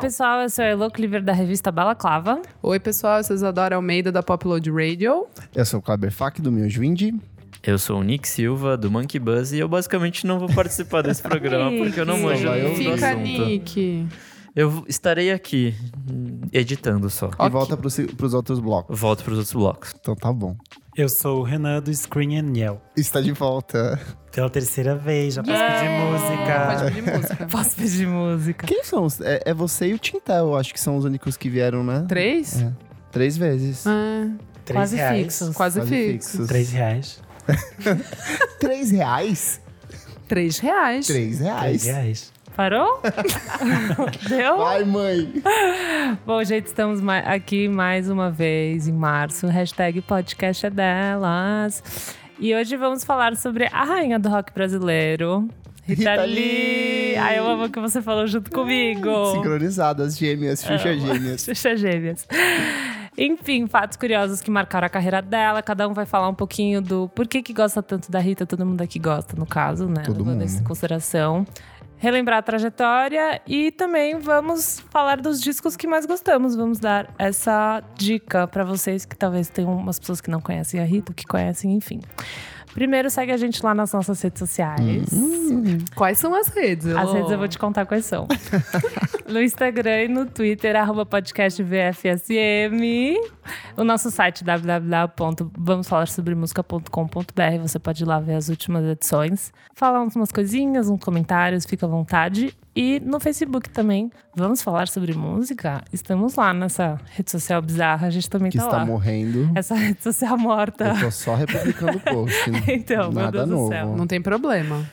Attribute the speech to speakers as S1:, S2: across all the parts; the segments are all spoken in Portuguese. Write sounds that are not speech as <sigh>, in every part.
S1: pessoal, eu sou a Elo Cleaver da revista Balaclava.
S2: Oi, pessoal, eu sou Isadora Almeida da Popload Radio.
S3: Eu sou o Kleber Fak, do Meus Windy.
S4: Eu sou o Nick Silva, do Monkey Buzz, e eu basicamente não vou participar desse programa porque eu não manjo
S3: vai eu
S4: do
S2: Fica,
S4: assunto.
S2: Nick.
S4: Eu estarei aqui editando só.
S3: E volta pros, pros outros blocos.
S4: Volto pros outros blocos.
S3: Então tá bom.
S5: Eu sou o Renan do Screen and Yell.
S3: Está de volta.
S5: Pela terceira vez, já posso pedir
S2: Pode
S1: Ah.
S5: música.
S1: <laughs>
S2: pedir música.
S1: Posso pedir música?
S3: Quem são? os- É, é você e o Tintel, eu acho que são os únicos que vieram, né?
S2: Três?
S3: É. Três vezes.
S2: Ah,
S5: Três
S1: Quase
S5: reais.
S1: fixos.
S2: quase
S3: Quase
S2: fixo.
S5: Três reais.
S3: Três reais?
S2: Três reais.
S3: Três
S5: Três
S3: reais.
S5: reais.
S1: <laughs> Parou? Deu?
S3: Vai, mãe.
S1: Bom, gente, estamos ma- aqui mais uma vez em março. Hashtag podcast é delas. E hoje vamos falar sobre a rainha do rock brasileiro, Rita,
S3: Rita
S1: Lee.
S3: Lee.
S1: Ai, eu amo que você falou junto comigo.
S3: Sincronizadas, gêmeas,
S1: É,
S3: xuxa gêmeas.
S1: Xuxa Gêmeas. Enfim, fatos curiosos que marcaram a carreira dela. Cada um vai falar um pouquinho do porquê que gosta tanto da Rita. Todo mundo aqui gosta, no caso, né?
S3: Todo
S1: Levando
S3: mundo.
S1: isso em consideração. Relembrar a trajetória e também vamos falar dos discos que mais gostamos. Vamos dar essa dica pra vocês que talvez tenham umas pessoas que não conhecem a Rita, que conhecem, enfim. Primeiro, segue a gente lá nas nossas redes sociais.
S3: Hum.
S2: Quais são as redes?
S1: Às
S2: Elô?
S1: vezes eu vou te contar quais são. no Instagram e no Twitter, arroba podcast VFSM. O nosso site, www.vamosfalarsobremusica.com.br. Você pode ir lá ver as últimas edições. Falar uns- umas coisinhas, uns comentários, fica à vontade. E no Facebook também, Vamos Falar Sobre Música? Estamos lá nessa rede social bizarra, a gente também
S3: Que
S1: tá
S3: está
S1: lá.
S3: morrendo.
S1: Essa rede social morta.
S3: Eu tô só republicando o post.
S1: <laughs> Então, meu
S3: Nada
S1: Deus do
S3: novo.
S1: céu.
S2: Não tem problema.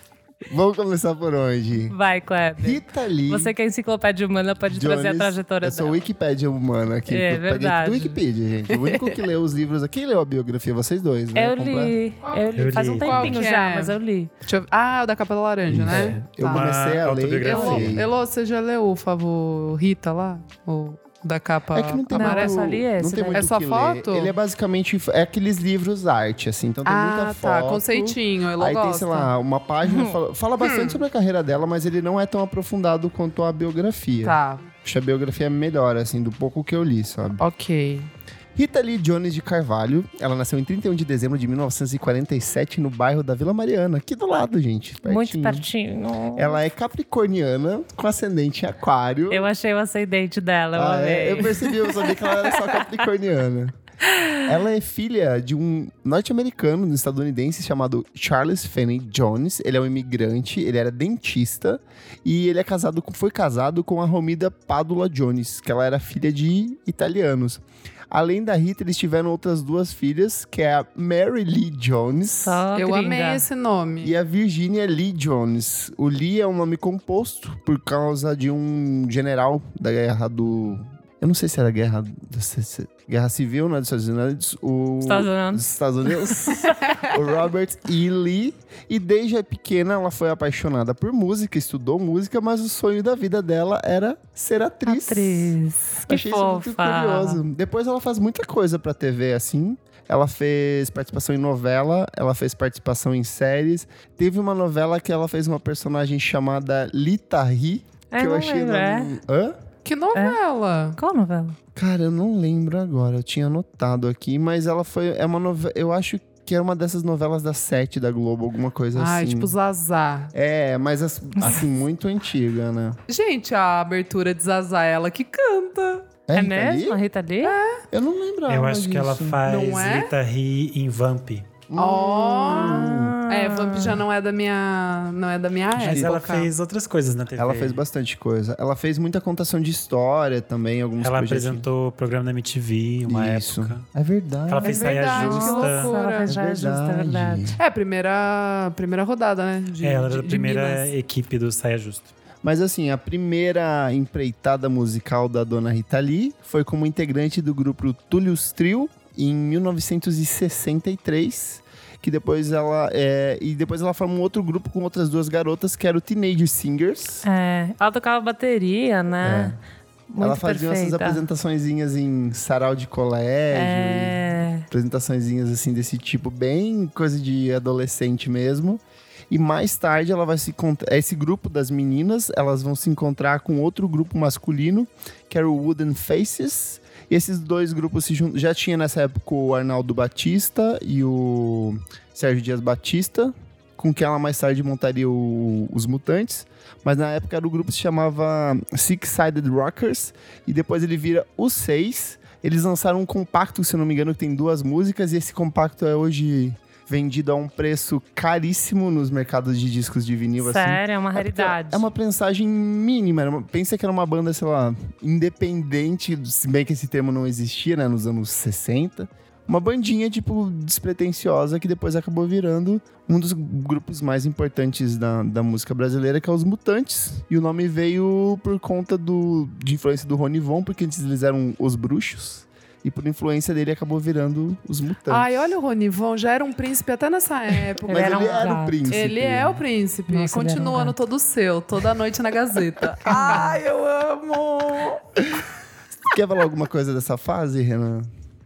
S3: Vamos começar por onde?
S1: Vai, Kleber.
S3: Rita Lee.
S1: Você que é enciclopédia humana pode trazer a
S3: Jones,
S1: trajetória
S3: Eu sou
S1: dela.
S3: Wikipédia humana aqui.
S1: É
S3: eu peguei
S1: verdade.
S3: do Wikipedia, gente. O único que leu os livros aqui. Quem leu a biografia? Vocês dois, né?
S1: Eu
S3: Completa.
S1: li, eu li.
S5: Eu
S1: Faz um
S5: li.
S2: Qual
S1: tempinho
S2: que
S1: já,
S2: é?
S1: mas eu li.
S2: Deixa eu... Ah, o da capa laranja, né?
S3: É, Eu
S2: Tá.
S3: comecei a
S5: Uma
S3: ler. e
S2: Elô,
S5: autobiografia.
S3: amei.
S2: Elô, você já leu, por favor, Rita lá? O da capa
S3: É que não tem
S1: Não,
S3: muito,
S2: amarela?
S1: eu só li esse
S3: não tem
S1: daí.
S3: muito
S2: É só
S3: o que
S2: foto?
S3: Ler. Ele é basicamente é aqueles livros arte, assim, então tem
S2: Ah,
S3: muita foto.
S2: tá. Conceitinho, Elô
S3: Aí
S2: gosta.
S3: tem, sei lá, uma
S1: <laughs>
S3: página. Fala, fala bastante sobre a carreira dela, mas ele não é tão aprofundado quanto a biografia.
S2: Tá,
S3: Acho a biografia melhor, assim, do pouco que eu li, sabe?
S2: ok.
S3: Rita Lee Jones de Carvalho, ela nasceu em 31 de dezembro de 1947 no bairro da Vila Mariana, aqui do lado, gente.
S1: Muito pertinho.
S3: Ela é capricorniana, com ascendente em aquário.
S1: Eu achei o ascendente dela, eu
S3: Ah, é,
S1: amei.
S3: eu percebi, eu sabia que ela era só capricorniana. Ela é filha de um norte-americano, um estadunidense, chamado Charles Finney Jones. Ele é um imigrante, ele era dentista. E ele é casado, com- foi casado com a Romida Padula Jones, que ela era filha de italianos. Além da Rita, eles tiveram outras duas filhas, que é a Mary Lee Jones.
S1: Só
S2: eu
S1: gringa.
S2: amei esse nome.
S3: E a Virginia Lee Jones. O Lee é um nome composto por causa de um general da guerra do. Eu não sei se era guerra. do- se- se- Guerra Civil, né? Dos Estados Unidos. O...
S1: Estados Unidos.
S3: Dos Estados Unidos. <laughs> o Robert E. Lee. E desde pequena ela foi apaixonada por música, estudou música, mas o sonho da vida dela era ser atriz.
S1: Atriz. Que
S3: Achei
S1: fofa.
S3: isso muito curioso. Depois ela faz muita coisa pra TV, assim. Ela fez participação em novela, ela fez participação em séries. Teve uma novela que ela fez uma personagem chamada Lita Ri,
S1: É,
S3: que eu
S1: não
S3: achei.
S1: lembro, é.
S3: nome- Hã?
S2: Que novela!
S1: Qual novela?
S3: Cara, eu não lembro agora. Eu tinha anotado aqui, mas ela foi. É uma novela. Eu acho que é uma dessas novelas da Sete da Globo, alguma coisa
S2: Ai,
S3: assim.
S2: tipo Zazá.
S3: É, mas as- assim, muito antiga, né?
S2: Gente, a abertura de Zazá, é ela que canta.
S1: É,
S3: Rita
S1: mesmo? A
S3: Lee?
S1: Rita Lee?
S2: É,
S3: Eu não lembrava.
S5: Eu acho que ela
S3: disso.
S5: faz
S2: Não é?
S5: Rita Ri em Vamp.
S1: Hum.
S2: Ó!
S1: Ah.
S2: É, Vamp já não é da minha, não é da minha
S5: Mas
S2: época.
S5: ela fez outras coisas na TV.
S3: Ela fez bastante coisa. Ela fez muita contação de história também, alguns
S5: Ela
S3: projetos.
S5: apresentou o programa na MTV uma
S3: Isso.
S5: época.
S3: É verdade.
S5: Ela fez saia
S2: verdade, que
S5: justa.
S2: loucura.
S1: Ela fez já é justa, é verdade.
S2: É, primeira, primeira rodada, né? De,
S5: É, ela
S2: de-
S5: era a
S2: de
S5: primeira
S2: Minas.
S5: equipe do Saia Justa.
S3: Mas assim, a primeira empreitada musical da dona Rita Lee foi como integrante do grupo Tullius Trio em 1963. Que depois ela. é, e depois ela formou um outro grupo com outras duas garotas, que era o Teenage Singers.
S1: É. Ela tocava bateria, né? Muito
S3: É. ela fazia essas
S1: perfeita.
S3: apresentaçõezinhas em sarau de colégio.
S1: É.
S3: assim, apresentaçõezinhas assim desse tipo, bem coisa de adolescente mesmo. E mais tarde ela vai se encontrar. Esse grupo das meninas, elas vão se encontrar com outro grupo masculino, que era o Wooden Faces. E esses dois grupos se juntam. Já tinha nessa época o Arnaldo Batista e o Sérgio Dias Batista, com quem ela mais tarde montaria o- os Mutantes. Mas na época era o grupo que se chamava Six Sided Rockers. E depois ele vira os Seis. Eles lançaram um compacto, se eu não me engano, que tem duas músicas. E esse compacto é hoje vendido a um preço caríssimo nos mercados de discos de vinil. Assim.
S1: Sério, é uma
S3: É porque
S1: raridade.
S3: É uma prensagem mínima. era uma- Pensa que era uma banda, sei lá, independente, se bem que esse termo não existia, né, nos anos 60. Uma bandinha, tipo, despretensiosa que depois acabou virando um dos grupos mais importantes da, da música brasileira, que é os Mutantes. E o nome veio por conta do, de influência do Rony Von, porque antes eles eram os Bruxos. E por influência dele acabou virando os Mutantes.
S2: Ai, olha o Ronivon, já era um príncipe até nessa época.
S3: Mas
S1: Ele era
S3: ele
S1: um
S3: era o
S1: gato.
S3: príncipe.
S2: Ele é o príncipe,
S1: Nossa, ele era um
S2: continuando
S1: gato.
S2: todo seu, toda noite na
S5: <laughs>
S2: Gazeta. Ai, eu amo!
S3: Quer falar alguma coisa dessa fase, Renan?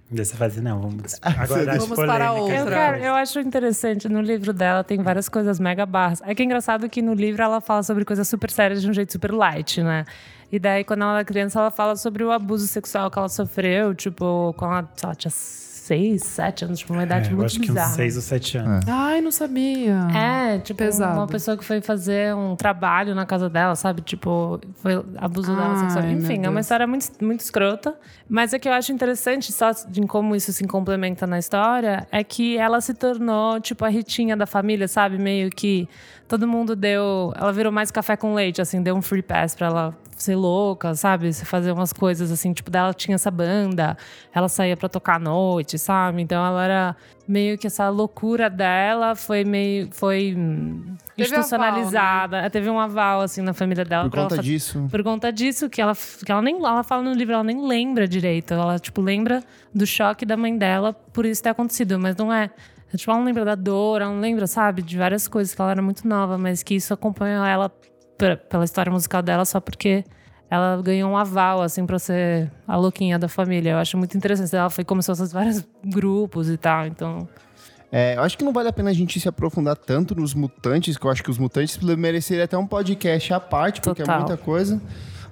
S5: Dessa fase,
S3: <laughs>
S5: não. Vamos,
S3: Ah,
S5: agora
S2: Vamos para outra.
S1: Eu, quero- eu acho interessante, no livro dela tem várias coisas mega barras. É que é engraçado que no livro ela fala sobre coisas super sérias de um jeito super light, né? E daí, quando ela era criança, ela fala sobre o abuso sexual que ela sofreu, tipo, quando ela, sei lá, tinha seis, sete anos, tipo, uma idade
S5: É, eu
S1: muito
S5: acho que uns
S1: bizarra.
S5: 6 ou 7
S3: Ah.
S5: anos.
S2: Ai, não sabia.
S1: É, tipo,
S2: Pesado.
S1: uma pessoa que foi fazer um trabalho na casa dela, sabe? Tipo, foi abuso dela
S2: Ai,
S1: sexual.
S2: meu
S1: Enfim, é uma
S2: Deus.
S1: história muito, muito escrota. Mas o que eu acho interessante, só de como isso se complementa na história, é que ela se tornou, tipo, a ritinha da família, sabe? Meio que todo mundo deu. Ela virou mais café com leite, assim, deu um free pass pra ela ser louca, sabe? Se Fazer umas coisas assim, tipo, dela tinha essa banda, ela saía pra tocar à noite, sabe? Então ela era meio que essa loucura dela foi meio foi hum,
S2: Teve aval,
S1: institucionalizada. Teve um aval assim na família dela
S3: Por
S1: pra ela
S3: conta
S1: fa-
S3: disso.
S1: por conta disso, que ela, que ela nem ela fala no livro, ela nem lembra direito. Ela, tipo, lembra do choque da mãe dela por isso ter acontecido, mas não é. Tipo, ela não lembra da dor, ela não lembra, sabe, de várias coisas que ela era muito nova, mas que isso acompanhou ela pe- pela história musical dela só porque ela ganhou um aval, assim, pra ser a louquinha da família. Eu acho muito interessante. Ela foi, começou esses vários grupos e tal, então.
S3: É, eu acho que não vale a pena a gente se aprofundar tanto nos mutantes, que eu acho que os mutantes mereceriam até um podcast à parte, porque é
S1: Total.
S3: muita coisa.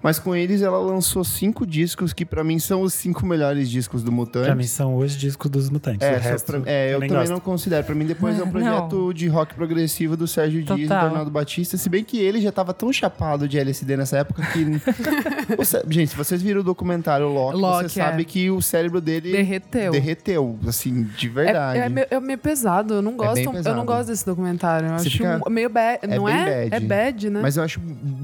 S3: Mas com eles ela lançou cinco discos que pra mim são os cinco melhores discos do Mutantes.
S5: Pra mim são os discos dos mutantes.
S3: é,
S5: o
S3: só
S5: resto,
S3: pra- é, eu
S5: nem
S3: também
S5: gosto.
S3: não considero. Pra mim depois
S2: <laughs>
S3: é um projeto de rock progressivo do Sérgio Dias e do
S1: Total.
S3: Arnaldo Batista, se bem que ele já tava tão chapado de LSD nessa época que
S2: <laughs>
S3: O Sé- gente, se vocês viram o documentário Loki,
S2: Loki,
S3: você
S2: é.
S3: sabe que o cérebro dele
S2: Derreteu.
S3: derreteu, assim, de
S2: É-
S3: verdade.
S2: É, meio, é meio pesado, eu não gosto,
S3: bem
S2: eu
S3: pesado.
S2: não gosto desse documentário. Eu
S3: Você
S2: acho
S3: fica-
S2: um- meio bad,
S3: é
S2: não
S3: bem
S2: é?
S3: bad.
S2: É bad, né? Mas,
S3: Mas eu acho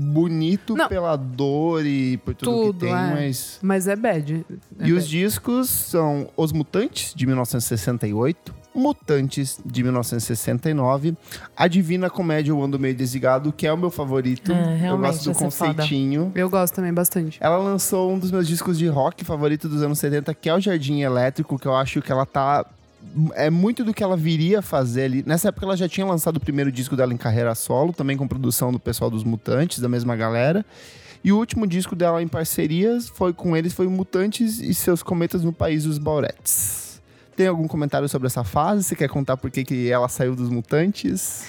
S3: bonito
S2: Não.
S3: pela dor e por tudo,
S2: Tudo,
S3: que tem,
S2: é.
S3: mas.
S2: é bad. É
S3: e os
S2: bad.
S3: discos são Os Mutantes, de 1968, Mutantes, de 1969, A Divina Comédia, O Ando Meio Desligado, que é o meu favorito.
S1: É,
S3: eu
S1: realmente,
S3: gosto do
S1: essa é foda.
S3: conceitinho.
S2: Eu gosto também bastante.
S3: Ela lançou um dos meus discos de rock favorito dos anos 70, que é o Jardim Elétrico, que eu acho que ela tá. É muito do que ela viria a fazer ali. Nessa época ela já tinha lançado o primeiro disco dela em carreira solo, também com produção do pessoal dos Mutantes, da mesma galera. E o último disco dela em parcerias foi com eles, foi Mutantes e seus cometas no país dos Bauretes. Tem algum comentário sobre essa fase? Você quer contar por que, que ela saiu dos Mutantes?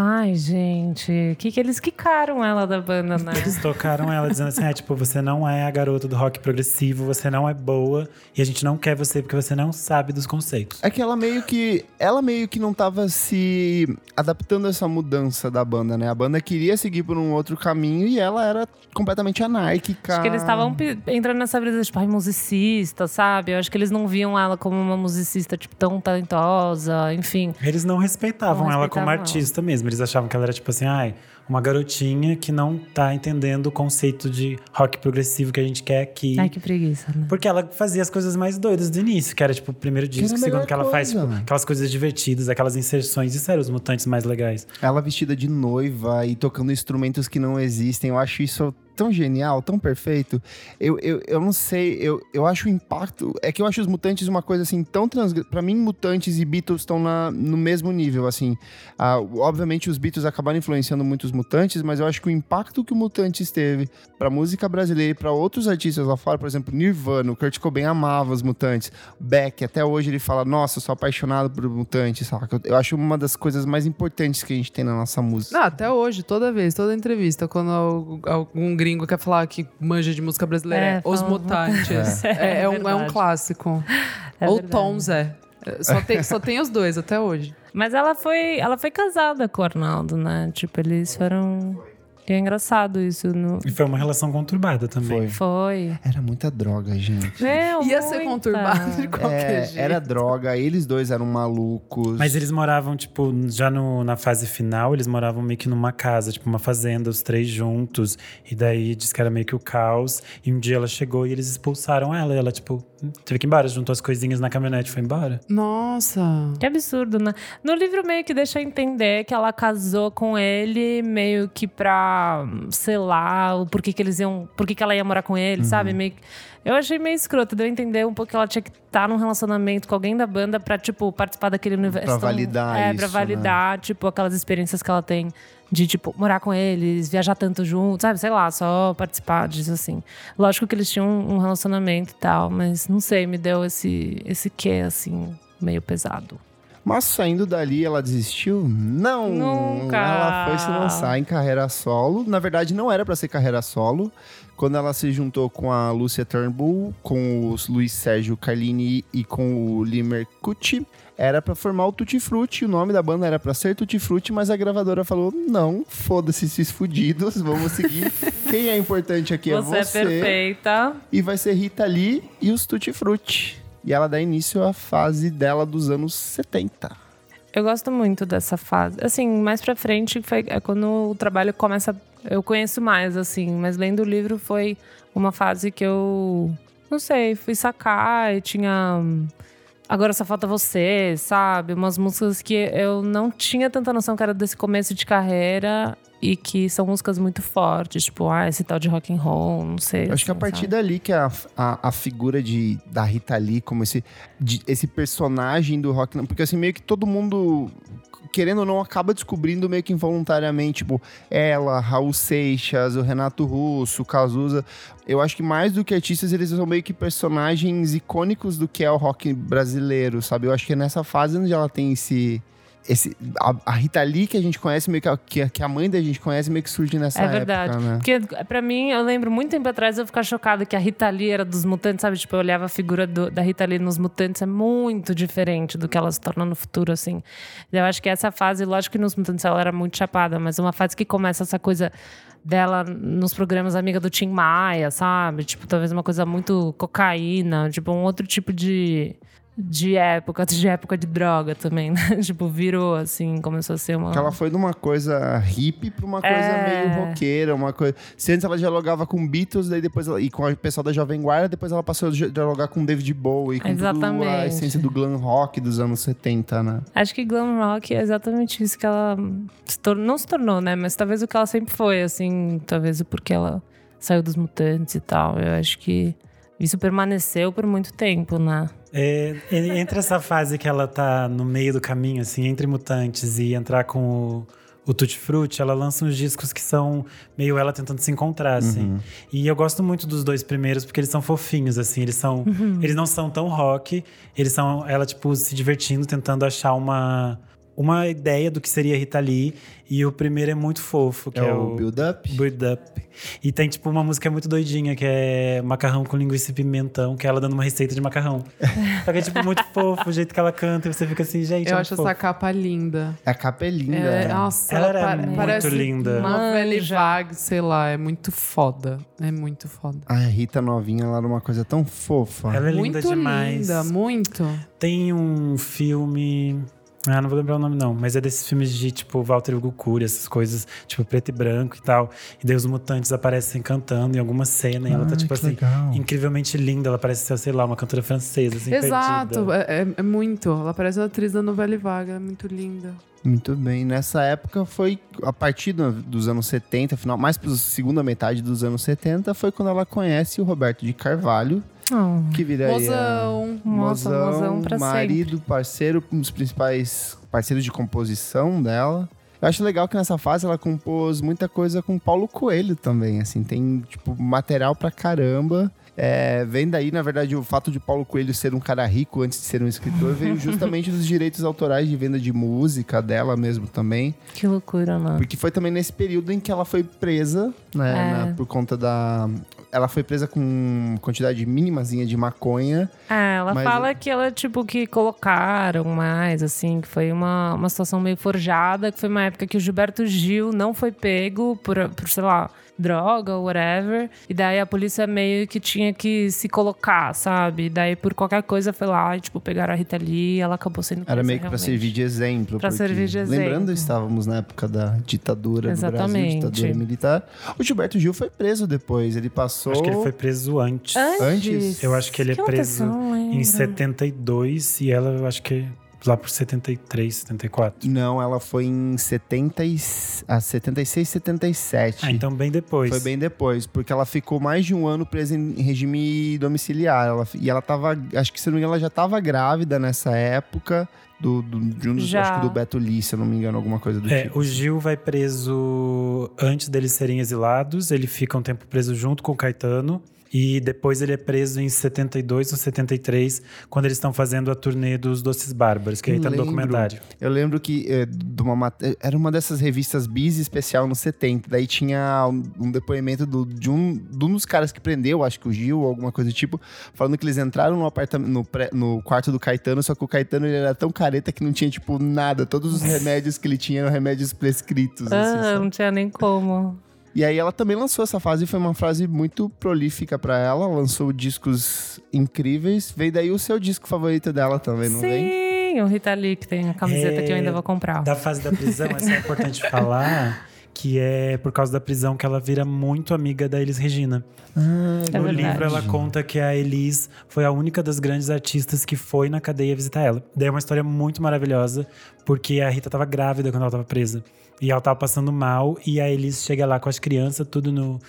S1: Ai, gente, que que eles quicaram ela da banda, né?
S5: Eles tocaram ela dizendo assim: é, tipo, você não é a garota do rock progressivo, você não é boa, e a gente não quer você porque você não sabe dos conceitos.
S3: É que ela meio que. Ela meio que não tava se adaptando a essa mudança da banda, né? A banda queria seguir por um outro caminho e ela era completamente anárquica.
S1: Acho que eles estavam pi- entrando nessa brisa, tipo, ai, musicista, sabe? Eu acho que eles não viam ela como uma musicista, tipo, tão talentosa, enfim.
S5: Eles não respeitavam
S1: Não
S5: ela
S1: respeitavam
S5: como
S1: ela.
S5: artista mesmo. Eles achavam que ela era, tipo assim, ai, uma garotinha que não tá entendendo o conceito de rock progressivo que a gente quer aqui.
S1: Ai, que preguiça, né?
S5: Porque ela fazia as coisas mais doidas do início, que era tipo o primeiro disco,
S3: era a
S5: segundo
S3: melhor
S5: que ela faz,
S3: coisa.
S5: tipo, aquelas coisas divertidas, aquelas inserções. Isso era os mutantes mais legais.
S3: Ela vestida de noiva e tocando instrumentos que não existem. Eu acho isso tão genial, tão perfeito. Eu, eu, eu não sei, eu, eu acho o impacto. É que eu acho os mutantes uma coisa assim tão trans. Pra mim, mutantes e Beatles estão na- no mesmo nível, assim. Ah, obviamente, os Beatles acabaram influenciando muito os mutantes, mas eu acho que o impacto que o Mutantes teve pra música brasileira e pra outros artistas lá fora, por exemplo, Nirvana, o Kurt Cobain amava os mutantes. Beck, até hoje ele fala, nossa, eu sou apaixonado por mutantes, saca? Eu, eu acho uma das coisas mais importantes que a gente tem na nossa música.
S2: Não, até hoje, toda vez, toda entrevista, quando al- algum gringo quer falar que manja de música brasileira, é,
S1: É,
S2: Os
S1: fala-
S2: Mutantes. É,
S1: É
S2: é um, é um
S1: verdade.
S2: clássico.
S1: É
S2: Ou
S1: verdade.
S2: Tons, é. É, Só tem, só tem os dois até hoje.
S1: Mas ela foi, ela foi casada com o Arnaldo, né? Tipo, eles foram. E é engraçado isso. No...
S5: E foi uma relação conturbada também.
S1: Foi.
S3: Era muita droga, gente.
S1: Meu,
S2: Ia ser
S1: muita.
S2: conturbado de qualquer
S3: É,
S2: jeito.
S3: era droga, eles dois eram malucos.
S5: Mas eles moravam, tipo, já no- na fase final, eles moravam meio que numa casa, tipo, uma fazenda, os três juntos. E daí diz que era meio que o caos. E um dia ela chegou e eles expulsaram ela. E ela, tipo, teve que ir embora, juntou as coisinhas na caminhonete e foi embora.
S2: Nossa.
S1: Que absurdo, né? No livro meio que deixa entender que ela casou com ele meio que pra, sei lá, o porquê que eles iam. Por que que ela ia morar com ele,
S3: Uhum.
S1: sabe? Meio que- Eu achei meio escroto, deu a entender um pouco que ela tinha que estar num relacionamento com alguém da banda pra, tipo, participar daquele universo.
S3: Pra
S1: tão-
S3: validar
S1: É,
S3: isso,
S1: pra
S3: né?
S1: validar, tipo, aquelas experiências que ela tem de, tipo, morar com eles, viajar tanto junto, sabe? Sei lá, só participar disso assim. Lógico que eles tinham um relacionamento e tal, mas não sei, me deu esse, esse quê, assim, meio pesado.
S3: Mas saindo dali, ela desistiu? Não!
S1: Nunca!
S3: Ela foi se lançar em carreira solo. Na verdade, não era pra ser carreira solo. Quando ela se juntou com a Lúcia Turnbull, com o Luiz Sérgio Carlini e com o Limer Cucci, era pra formar o Tutti Frutti. O nome da banda era pra ser Tutti Frutti, mas a gravadora falou: não, foda-se esses fudidos, vamos <laughs> seguir. Quem é importante aqui é você.
S1: é perfeita.
S3: E vai ser Rita Lee e os Tutti Frutti. E ela dá início à fase dela dos anos 70.
S1: Eu gosto muito dessa fase. Assim, mais pra frente foi é quando o trabalho começa. Eu conheço mais, assim, mas lendo o livro foi uma fase que eu. Não sei, fui sacar e tinha. hum, Agora só falta você, sabe? Umas músicas que eu não tinha tanta noção que era desse começo de carreira e que são músicas muito fortes, tipo, ah, esse tal de rock and roll, não sei.
S3: Eu acho que a
S1: assim,
S3: partir
S1: sabe?
S3: dali que a, a, a figura de, da Rita Lee, como esse, de- esse personagem do rock, porque assim, meio que todo mundo, querendo ou não, acaba descobrindo meio que involuntariamente, tipo, ela, Raul Seixas, o Renato Russo, o Cazuza. Eu acho que mais do que artistas, eles são meio que personagens icônicos do que é o rock brasileiro, sabe? Eu acho que é nessa fase onde ela tem esse. Esse, a, a Rita Lee que a gente conhece, meio que a, que a- que a mãe da gente conhece, meio que surge nessa
S1: É verdade.
S3: época, né?
S1: Porque pra mim, eu lembro muito tempo atrás eu ficar chocada que a Rita Lee era dos mutantes, sabe? Tipo, eu olhava a figura do- da Rita Lee nos mutantes, é muito diferente do que ela se torna no futuro, assim. Eu acho que essa fase, lógico que nos mutantes ela era muito chapada, mas é uma fase que começa essa coisa dela nos programas Amiga do Tim Maia, sabe? Tipo, talvez uma coisa muito cocaína, tipo, um outro tipo de. De época, <laughs> de época de droga também, né? <laughs> Tipo, virou assim, começou a ser uma.
S3: Que ela foi de uma coisa hippie pra uma coisa
S1: É.
S3: meio roqueira, uma coisa. Se antes ela dialogava com Beatles, daí depois ela- e com o pessoal da Jovem Guarda, depois ela passou a di- dialogar com David Bowie, com tudo a
S1: Exatamente.
S3: essência do glam rock dos anos 70, né?
S1: Acho que glam rock é exatamente isso que ela se tor- não se tornou, né? Mas talvez o que ela sempre foi, assim, talvez o porquê ela saiu dos mutantes e tal. Eu acho que isso permaneceu por muito tempo, né?
S5: É, e- entre essa fase que ela tá no meio do caminho, assim, entre mutantes e entrar com o, o Tutti Frutti, ela lança uns discos que são meio ela tentando se encontrar, assim.
S3: Uhum.
S5: E eu gosto muito dos dois primeiros, porque eles são fofinhos, assim, eles são. Eles não são tão rock, eles são ela, tipo, se divertindo, tentando achar uma. Uma ideia do que seria Rita Lee. E o primeiro é muito fofo, que
S3: É,
S5: é,
S3: o Build Up.
S5: Bird Up. E tem, tipo, uma música muito doidinha, que é macarrão com linguiça e pimentão, que é ela dando uma receita de
S2: <laughs>
S5: macarrão. Só que é, tipo, muito fofo o jeito que ela canta, e você fica assim, gente,
S2: Eu
S5: é
S2: acho
S5: muito
S2: essa
S5: fofo.
S2: capa linda.
S3: A capa é linda.
S2: É,
S3: né?
S2: nossa,
S5: Ela
S2: ela,
S5: era
S2: pa-
S5: muito
S2: parece
S5: linda.
S2: uma
S1: Manja.
S2: velha vague, sei lá, é muito foda. É muito foda.
S3: A Rita novinha, ela era uma coisa tão fofa.
S5: Ela é linda
S2: muito
S5: demais.
S2: linda, muito.
S5: Tem um filme. Ah, não vou lembrar o nome, não. Mas é desses filmes de, tipo, Walter Hugo Cury, essas coisas, tipo, preto e branco e tal. E daí os mutantes aparecem cantando em alguma cena. E ela tá,
S3: Ah,
S5: tipo,
S3: que
S5: assim,
S3: legal.
S5: incrivelmente linda. Ela parece ser, sei lá, uma cantora francesa, assim,
S2: Exato,
S5: perdida.
S2: é, é- é muito. Ela parece uma atriz da novela e vaga, é muito linda.
S3: Muito bem. Nessa época foi, a partir do- dos anos 70, final, mais para segunda metade dos anos 70, foi quando ela conhece o Roberto de Carvalho,
S1: Oh,
S3: que viraria.
S2: Mozão.
S1: Nossa, mozão pra
S3: marido, parceiro, um dos principais parceiros de composição dela. Eu acho legal que nessa fase ela compôs muita coisa com Paulo Coelho também, assim, tem, tipo, material pra caramba. É, vem daí, na verdade, o fato de Paulo Coelho ser um cara rico antes de ser um escritor
S1: <laughs>
S3: veio justamente dos direitos autorais de venda de música dela mesmo também.
S1: que loucura, né? mano.
S3: Porque foi também nesse período em que ela foi presa, né?
S1: É.
S3: na- por conta da. Ela foi presa com quantidade mínimazinha de maconha.
S1: É, ela
S3: Mas-
S1: fala que ela, tipo, que colocaram mais, assim, que foi uma, uma situação meio forjada, que foi uma época que o Gilberto Gil não foi pego por, por sei lá, droga ou whatever. E daí a polícia meio que tinha que se colocar, sabe? E daí por qualquer coisa foi lá e, tipo, pegaram a Rita Lee e ela acabou sendo presa.
S3: Era meio que pra
S1: realmente.
S3: servir de exemplo.
S1: Pra
S3: porque,
S1: servir de
S3: Lembrando,
S1: exemplo.
S3: estávamos na época da ditadura do Brasil,
S1: Exatamente.
S3: ditadura militar. O Gilberto Gil foi preso depois. Ele passou.
S5: Acho que ele foi preso antes.
S3: Antes?
S5: Eu acho que ele é preso
S1: aconteceu? Não
S5: Em
S1: lembro.
S5: 72 e ela, eu acho que é lá por 73, 74.
S3: Não, ela foi em 70 e... ah, 76, 77.
S5: Ah, então bem depois.
S3: Foi bem depois, porque ela ficou mais de um ano presa em regime domiciliar. Ela- e ela tava, acho que se não me engano, ela já tava grávida nessa época do, do- de um dos,
S1: Já.
S3: acho que do Beto Lee, se eu não me engano, alguma coisa do
S5: É,
S3: tipo.
S5: o Gil vai preso antes deles serem exilados. Ele fica um tempo preso junto com o Caetano. E depois ele é preso em 72 ou 73, quando eles estão fazendo a turnê dos Doces Bárbaros, que aí tá no
S3: Lembro.
S5: documentário.
S3: Eu lembro que eh, de uma mate- era uma dessas revistas bis especial no 70. Daí tinha um, um depoimento do- de, um, de um dos caras que prendeu, acho que o Gil ou alguma coisa do tipo, falando que eles entraram no apartamento no, pré- no quarto do Caetano, só que o Caetano ele era tão careta que não tinha, tipo, nada. Todos os remédios que ele tinha eram remédios prescritos. assim,
S1: Ah,
S3: sabe?
S1: não tinha nem como.
S3: E aí ela também lançou essa fase, foi uma fase muito prolífica pra ela, lançou discos incríveis. Vem daí o seu disco favorito dela também, não vem?
S1: Sim, o Rita Lee, que tem a camiseta que eu ainda vou comprar.
S5: É, Da fase da prisão, essa
S1: <laughs>
S5: é importante falar, que é por causa da prisão que ela vira muito amiga da Elis Regina.
S1: É
S5: no
S1: verdade.
S5: livro ela conta que a Elis foi a única das grandes artistas que foi na cadeia visitar ela. Daí é uma história muito maravilhosa, porque a Rita tava grávida quando ela tava presa. E ela tava passando mal, e a Elis chega lá com as crianças, tudo no,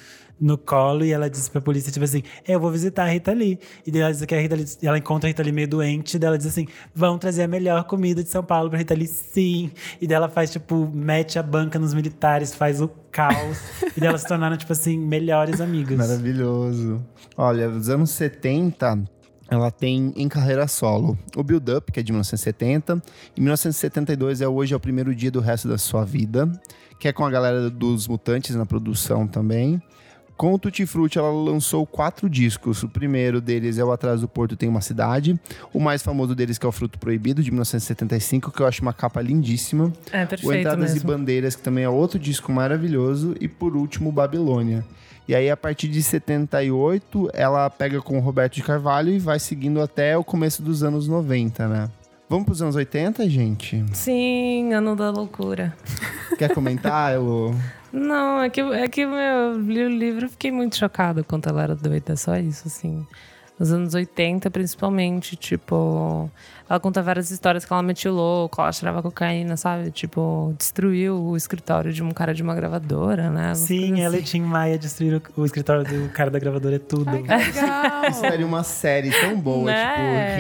S5: no colo, e ela disse pra polícia, tipo assim, eu vou visitar a Rita ali. E daí ela diz que a Rita Lee- ela encontra a Rita ali meio doente, e daí ela diz assim, vão trazer a melhor comida de São Paulo pra Rita ali, sim. E daí ela faz, tipo, mete a banca nos militares, faz o caos. e daí elas se tornaram, tipo assim, melhores amigas.
S3: Maravilhoso. Olha, os anos 70, ela tem em carreira solo o Build Up, que é de 1970. Em 1972 é Hoje é o Primeiro Dia do Resto da Sua Vida, que é com a galera dos Mutantes na produção também. Com o Tutti Frutti, ela lançou quatro discos. O primeiro deles é O Atrás do Porto Tem Uma Cidade. O mais famoso deles que é O Fruto Proibido, de 1975, que eu acho uma capa lindíssima.
S1: É
S3: O
S1: perfeito
S3: Entradas
S1: mesmo.
S3: e Bandeiras, que também é outro disco maravilhoso. E por último, Babilônia. E aí, a partir de 78, ela pega com o Roberto de Carvalho e vai seguindo até o começo dos anos 90, né? Vamos pros anos 80, gente?
S1: Sim, ano da loucura.
S3: Quer comentar, Elo?
S1: Não, é que, é que meu, eu li o livro e fiquei muito chocada quanto ela era doida, só isso, assim. Nos anos 80, principalmente, tipo. Ela conta várias histórias que ela metia o louco, ela tirava cocaína, sabe? Tipo, destruiu o escritório de um cara de uma gravadora, né? Umas
S5: Sim,
S1: coisas
S5: ela e Tim Maia destruíram o, o escritório do cara da gravadora, é tudo. <laughs>
S3: Seria uma série tão boa,
S1: Né?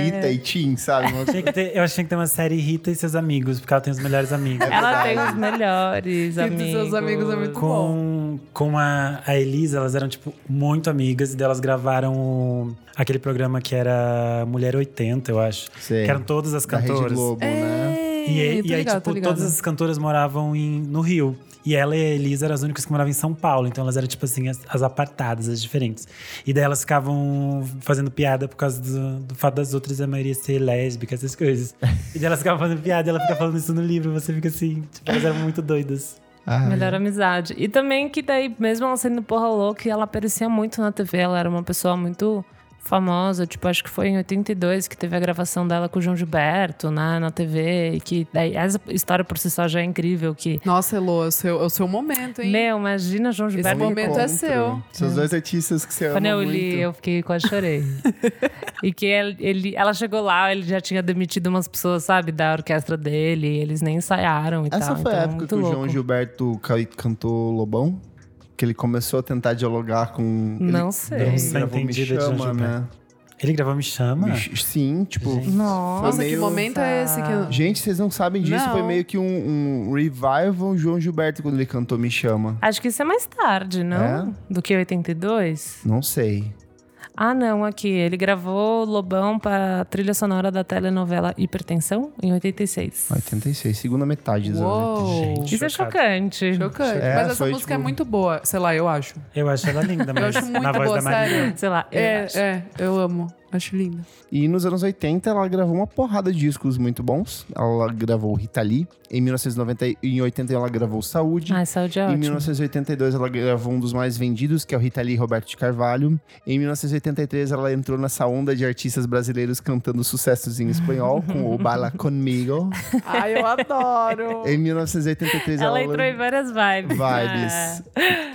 S3: tipo Rita e Tim, sabe? Uma
S5: Tinha que ter- eu achei que tem uma série Rita e seus amigos, porque ela tem os melhores amigos.
S3: É
S1: Ela
S3: verdade.
S1: tem os melhores
S2: E
S1: amigos.
S2: dos seus amigos é muito bom.
S5: Com, com a, a Elisa, elas eram, tipo, muito amigas. E daí elas gravaram o- aquele programa que era Mulher 80, eu acho.
S3: Sei.
S5: Que eram todas as
S3: da Rede
S5: cantoras.
S3: Globo,
S2: É,
S3: né?
S5: E, aí-
S2: Ei, tô
S5: e aí,
S2: ligada, tô
S5: tipo,
S2: ligada.
S5: todas as cantoras moravam em- no Rio. E ela e a Elisa eram as únicas que moravam em São Paulo. Então elas eram, tipo assim, as, as apartadas, as diferentes. E daí elas ficavam fazendo piada por causa do, do fato das outras, a maioria ser lésbica, essas coisas. E daí elas ficavam fazendo piada e ela fica falando isso no livro. Você fica assim, tipo, elas eram muito doidas.
S3: Ah,
S1: Melhor amizade. E também que daí, mesmo ela sendo porra louca, ela aparecia muito na TV. Ela era uma pessoa muito famosa, tipo, acho que foi em 82 que teve a gravação dela com o João Gilberto, né, na TV, e que daí essa história por si só já é incrível, que
S2: Nossa, Elô, é o seu, é o seu momento, hein?
S1: meu, imagina João
S2: Esse
S3: É um
S1: Gilberto.
S2: momento é
S3: encontro.
S2: seu.
S3: São os dois artistas que você ama
S1: Quando eu
S3: muito.
S1: li, eu fiquei quase
S3: <laughs>
S1: chorei. e que ele, ele- ela chegou lá, ele já tinha demitido umas pessoas, sabe, da orquestra dele, e eles nem ensaiaram e
S3: Essa
S1: tal.
S3: foi a
S1: então,
S3: época
S1: muito
S3: que o
S1: louco.
S3: João Gilberto ca- cantou Lobão? Que ele começou a tentar dialogar com.
S1: Não
S3: ele
S1: sei.
S3: gravou
S5: Nossa,
S3: me
S5: entendida de João
S3: chama, né?
S5: Ele gravou Me Chama?
S3: Me ch- Sim, tipo.
S5: Gente.
S1: Nossa,
S2: Nossa, que
S3: meio-
S2: momento é esse que. eu-
S3: Gente, vocês não sabem disso.
S2: Não.
S3: Foi meio que um, um revival João Gilberto quando ele cantou Me Chama.
S1: Acho que isso é mais tarde, não? Do que 82?
S3: Não sei.
S1: Ah, não, aqui. Ele gravou Lobão para a trilha sonora da telenovela Hipertensão em 86.
S3: 86, segunda metade dos anos 80.
S2: Uou!
S1: Isso é
S5: Chocado.
S1: chocante.
S2: Chocante.
S3: É,
S2: Mas essa
S3: foi,
S2: música é
S3: tipo-
S2: muito boa, sei lá, eu acho.
S5: Eu acho ela linda, <laughs> mas
S2: Eu acho
S5: na
S2: muito
S5: voz
S2: boa,
S5: da Maria.
S2: sério.
S1: Sei lá, eu
S2: É,
S1: acho.
S2: é, eu amo. Acho linda.
S3: E nos anos 80 ela gravou uma porrada de discos muito bons. Ela gravou Rita Lee. Em 1980 ela gravou Saúde.
S1: Ai, saúde é
S3: Em
S1: ótimo.
S3: 1982, ela gravou um dos mais vendidos, que é o Rita Lee e Roberto de Carvalho. Em 1983, ela entrou nessa onda de artistas brasileiros cantando sucessos em espanhol, com o Bala
S1: <laughs>
S3: Conmigo.
S1: Ah,
S2: Ai, eu
S3: <laughs>
S2: adoro.
S3: Em 1983, ela...
S1: Ela entrou em Ah. várias vibes.
S3: Vibes.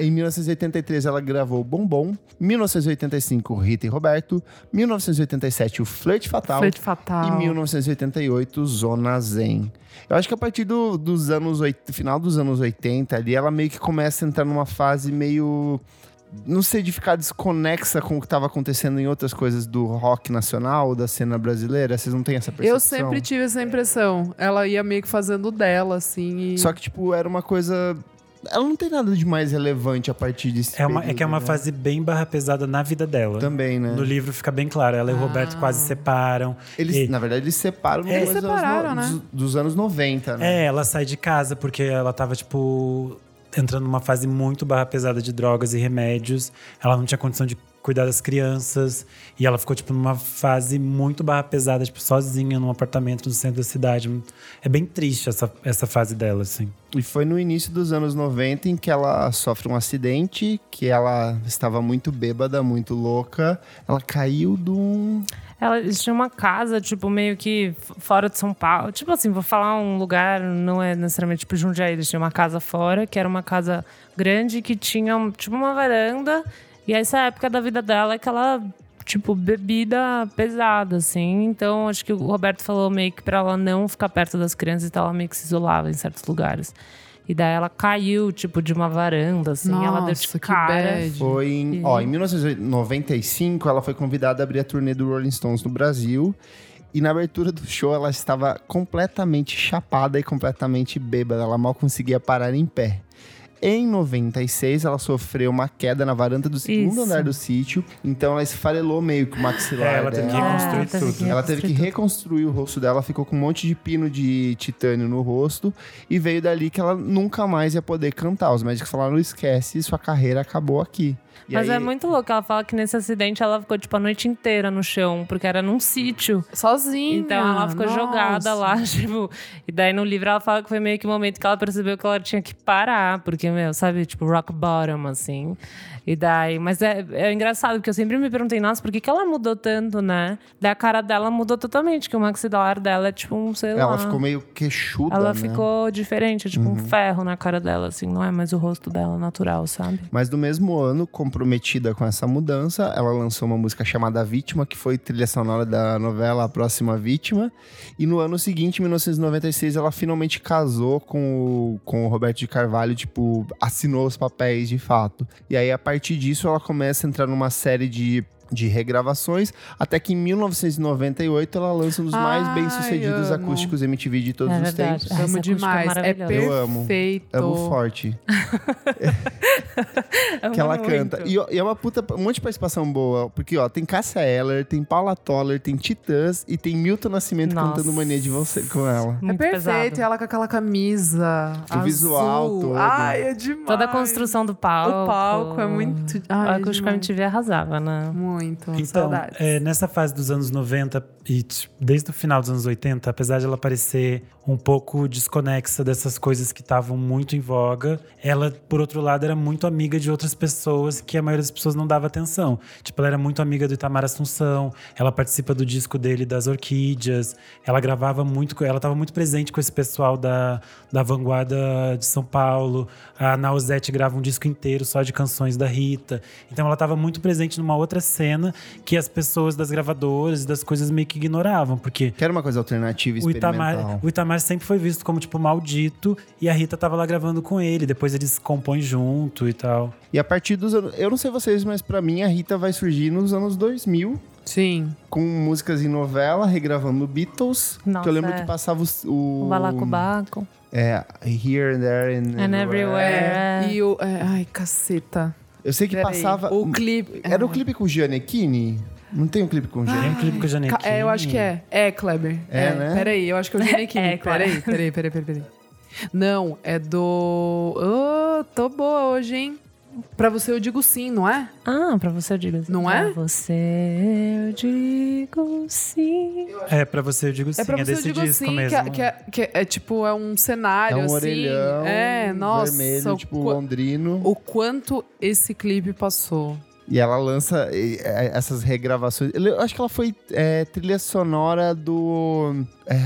S3: Em 1983, ela gravou Bombom. 1985, Rita e Roberto. 1987, O Flirt
S1: É.
S3: Fatal.
S2: Foi de fatal.
S3: E 1988, Zona Zen. Eu acho que a partir do, dos anos... oit- Final dos anos 80, ali, ela meio que começa a entrar numa fase meio... Não sei, de ficar desconexa com o que estava acontecendo em outras coisas do rock nacional, da cena brasileira. Vocês não têm essa percepção?
S2: Eu sempre tive essa impressão. Ela ia meio que fazendo dela, assim. E...
S3: Só que, tipo, era uma coisa... Ela não tem nada de mais relevante a partir desse
S5: É, uma, é
S3: período,
S5: que é uma
S3: né?
S5: fase bem barra pesada na vida dela.
S3: Também, né?
S5: No livro fica bem claro, ela e o Roberto
S2: Ah.
S5: quase separam.
S3: Eles,
S5: E-
S3: na verdade, eles separam no
S5: É.
S3: começo dos anos
S2: Separaram,
S3: no-
S2: né?
S3: dos, dos anos 90, né?
S5: É, ela sai de casa porque ela tava, tipo, entrando numa fase muito barra pesada de drogas e remédios. Ela não tinha condição de cuidar das crianças. E ela ficou, tipo, numa fase muito barra pesada, tipo, sozinha num apartamento no centro da cidade. É bem triste essa, essa fase dela, assim.
S3: E foi no início dos anos 90 em que ela sofre um acidente, que ela estava muito bêbada, muito louca. Ela caiu de um...
S1: Ela tinha uma casa, tipo, meio que f- fora de São Paulo. Tipo assim, vou falar um lugar, não é necessariamente tipo Jundiaí. Eles tinham uma casa fora, que era uma casa grande, que tinha, um- tipo, uma varanda. E essa época da vida dela é aquela, tipo, bebida pesada, assim. Então, acho que o Roberto falou meio que pra ela não ficar perto das crianças, então ela meio que se isolava em certos lugares. E daí ela caiu, tipo, de uma varanda, assim.
S2: Nossa,
S1: ela deu de
S2: que
S1: cara.
S2: bad.
S3: Foi em... Ó, em 1995, ela foi convidada a abrir a turnê do Rolling Stones no Brasil. E na abertura do show, ela estava completamente chapada e completamente bêbada. Ela mal conseguia parar em pé. Em 96, ela sofreu uma queda na varanda do segundo
S1: Isso.
S3: andar do sítio. Então, ela esfarelou meio que o maxilar
S5: É, ela teve
S3: dela.
S5: que reconstruir
S1: Ah, teve
S5: tudo.
S1: que
S3: Ela teve que
S1: reconstruir
S3: reconstruir o rosto dela, ficou com um monte de pino de titânio no rosto e veio dali que ela nunca mais ia poder cantar. Os médicos falaram: esquece, sua carreira acabou aqui. E
S1: Mas
S3: aí-
S1: é muito louco. Ela fala que nesse acidente ela ficou, tipo, a noite inteira no chão, porque era num sítio.
S2: Sozinha.
S1: Então ela ficou
S2: nossa.
S1: jogada lá, <laughs> tipo. E daí no livro ela fala que foi meio que o momento que ela percebeu que ela tinha que parar, porque, meu, sabe, tipo, rock bottom, assim. E daí. Mas é, é engraçado, porque eu sempre me perguntei, nossa, por que, que ela mudou tanto, né? Daí a cara dela mudou totalmente, que o maxilar dela é tipo um, sei lá.
S3: Ela ficou meio queixuda.
S1: Ela
S3: né? Uhum.
S1: ficou diferente, é tipo um ferro na cara dela, assim, não é mais o rosto dela natural, sabe?
S3: Mas no mesmo ano, comprometida com essa mudança, ela lançou uma música chamada Vítima, que foi trilha sonora da novela A Próxima Vítima. E no ano seguinte, em 1996, ela finalmente casou com o, com o Roberto de Carvalho, tipo, assinou os papéis de fato. E aí, a partir disso, ela começa a entrar numa série de. De regravações, até que em 1998 ela lança um dos mais
S2: Ai,
S3: bem-sucedidos
S2: amo.
S3: acústicos MTV de todos
S1: É
S3: os
S1: verdade.
S3: tempos.
S1: Essa
S2: Amo
S1: acústica é
S2: demais. É
S1: maravilhosa.
S2: perfeito.
S3: Eu amo. Amo forte. que ela canta. E, ó, e é uma puta, um monte de participação boa. Porque, ó, tem Cássia Eller, tem Paula Toller, tem Titãs e tem Milton Nascimento
S1: Nossa.
S3: cantando Mania de Você com ela.
S2: É
S1: Muito
S2: perfeito.
S1: pesado.
S2: E ela com aquela camisa.
S3: O visual
S2: azul.
S3: todo.
S2: Ai, é demais.
S1: Toda a construção do palco.
S2: O palco é muito- Ai,
S1: Olha que o
S2: é
S1: Chico
S2: demais.
S1: MTV arrasava, né?
S2: muito.
S5: Então,
S2: Saudades.
S5: é, nessa fase dos anos 90 e tipo, desde o final dos anos 80, apesar de ela parecer um pouco desconexa dessas coisas que estavam muito em voga, ela, por outro lado, era muito amiga de outras pessoas que a maioria das pessoas não dava atenção. Tipo, ela era muito amiga do Itamar Assunção, ela participa do disco dele das Orquídeas, ela gravava muito, com- ela estava muito presente com esse pessoal da, da vanguarda de São Paulo. A Nausete grava um disco inteiro só de canções da Rita. Então ela estava muito presente numa outra cena que as pessoas das gravadoras e das coisas meio que ignoravam, porque
S3: Quero uma coisa alternativa e
S5: o
S3: experimental.
S5: Itamar, o Itamar sempre foi visto como tipo maldito e a Rita tava lá gravando com ele, depois eles compõem junto e tal.
S3: E a partir dos anos... Eu não sei vocês, mas pra mim a Rita vai surgir nos anos 2000.
S2: Sim.
S3: Com músicas em novela, regravando Beatles. que
S1: Nossa,
S3: eu lembro
S1: é.
S3: que passava os- o...
S1: O balacobaco.
S3: É, Here and There and,
S1: And Everywhere.
S2: E o. é, ai, caceta.
S3: Eu sei que
S2: Peraí.
S3: passava... um,
S2: O clipe.
S1: Ah.
S3: Era o clipe com o Gianecchini? Não tem um clipe com o
S5: Tem um
S3: Gianecchini?
S5: clipe com o Janequim.
S2: Ca- É, eu acho que é. É, Kleber.
S3: É, né?
S2: Peraí, eu acho que eu vi aqui.
S1: É, claro.
S2: peraí, peraí, peraí, peraí, peraí. Não, é do. Ô, tô boa hoje, hein? Pra você eu digo sim, não é?
S1: Ah, pra você eu digo sim.
S2: Não é?
S1: Pra você eu digo sim.
S5: É, pra você eu digo sim,
S2: é pra
S5: é
S2: você eu
S5: desse
S2: digo
S5: disco
S2: sim, que
S5: mesmo.
S2: é- que, é, que é- é tipo, é um
S3: É
S2: cenário
S3: um
S2: assim.
S3: orelhão
S2: é, nossa.
S3: vermelho,
S2: o
S3: tipo
S2: qua-
S3: londrino.
S2: o quanto esse clipe passou.
S3: E ela lança eh, eh, essas regravações. Eu acho que ela foi eh, trilha sonora do eh,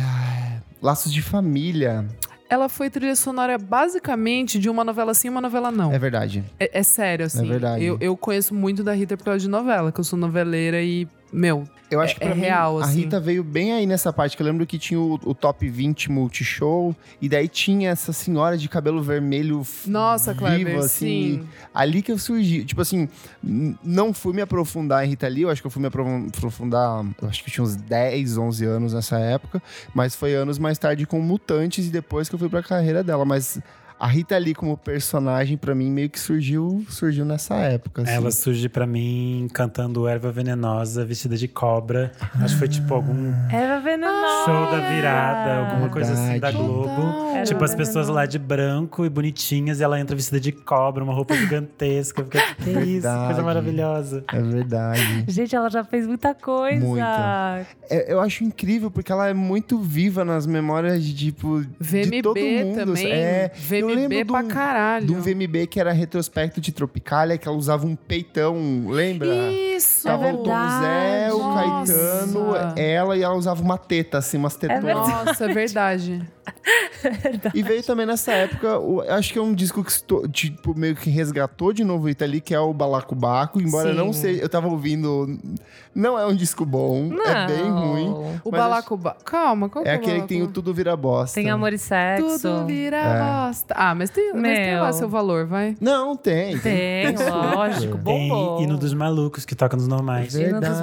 S3: Laços de Família.
S2: Ela foi trilha sonora basicamente de uma novela sim e uma novela não.
S3: É
S2: É,
S3: verdade.
S2: é sério, assim.
S3: verdade.
S2: Eu, eu conheço muito da Rita por causa de novela, que eu sou noveleira e, meu,
S3: Eu acho
S2: É-
S3: que pra
S2: é
S3: mim,
S2: real,
S3: a
S2: assim.
S3: Rita veio bem aí nessa parte, que eu lembro que tinha o, o top 20 multishow, e daí tinha essa senhora de cabelo vermelho f-
S2: Nossa,
S3: vivo,
S2: Kleber,
S3: assim.
S2: sim.
S3: Ali que eu surgi. Tipo assim, n- não fui me aprofundar em Rita Lee, eu acho que eu fui me apro- aprofundar, eu acho que eu tinha uns 10, 11 anos nessa época, mas foi anos mais tarde com Mutantes e depois que eu fui pra carreira dela, mas a Rita Lee como personagem pra mim meio que surgiu, surgiu nessa época, assim.
S5: Ela surge pra mim cantando Erva Venenosa, vestida de cobra. Acho que foi tipo algum
S3: Ah.
S1: Era
S2: Ah.
S1: venenosa.
S5: show da virada,
S1: Ah,
S5: alguma coisa assim da
S3: Verdade.
S5: Globo.
S2: Total.
S1: Era
S5: Tipo, as
S1: venenosa.
S5: pessoas lá de branco e bonitinhas, e ela entra vestida de cobra, uma roupa gigantesca. Fica, que isso, que
S3: Verdade.
S5: coisa maravilhosa.
S3: É verdade.
S1: Gente, ela já fez muita coisa.
S3: Muita. É, eu acho incrível, porque ela é muito viva nas memórias de, tipo, de
S2: VMB
S3: todo mundo.
S2: também.
S3: É, eu
S2: VMB
S3: lembro
S2: pra
S3: do-
S2: caralho.
S3: do VMB que era retrospecto de Tropicália, que ela usava um peitão, lembra?
S2: Isso!
S3: Tava
S1: é
S3: o Tom Zé, o
S2: Nossa.
S3: Caetano, ela e ela usava uma teta, assim, umas tetonas.
S1: verdade.
S2: Nossa, é verdade.
S3: e veio também nessa época, o- eu acho que é um disco que esto- tipo, meio que resgatou de novo o Itali, que é o Balacobaco, embora
S1: Sim.
S3: não seja. Eu tava ouvindo. Não é um disco bom, é bem ruim.
S2: O
S3: Mas
S2: Balacoba. Calma, qual que
S3: É
S2: o
S3: aquele que tem o É.
S2: Balacoba?
S3: Tudo Vira Bosta.
S1: Tem amor e sexo.
S2: Tudo vira bosta. Ah, mas tem, mas tem
S1: Meu.
S2: lá seu valor, vai.
S3: Não, tem.
S1: Tem, lógico.
S5: Tem
S1: Bombou.
S5: Hino dos Malucos, que toca nos normais.
S3: Verdade.
S1: Hino dos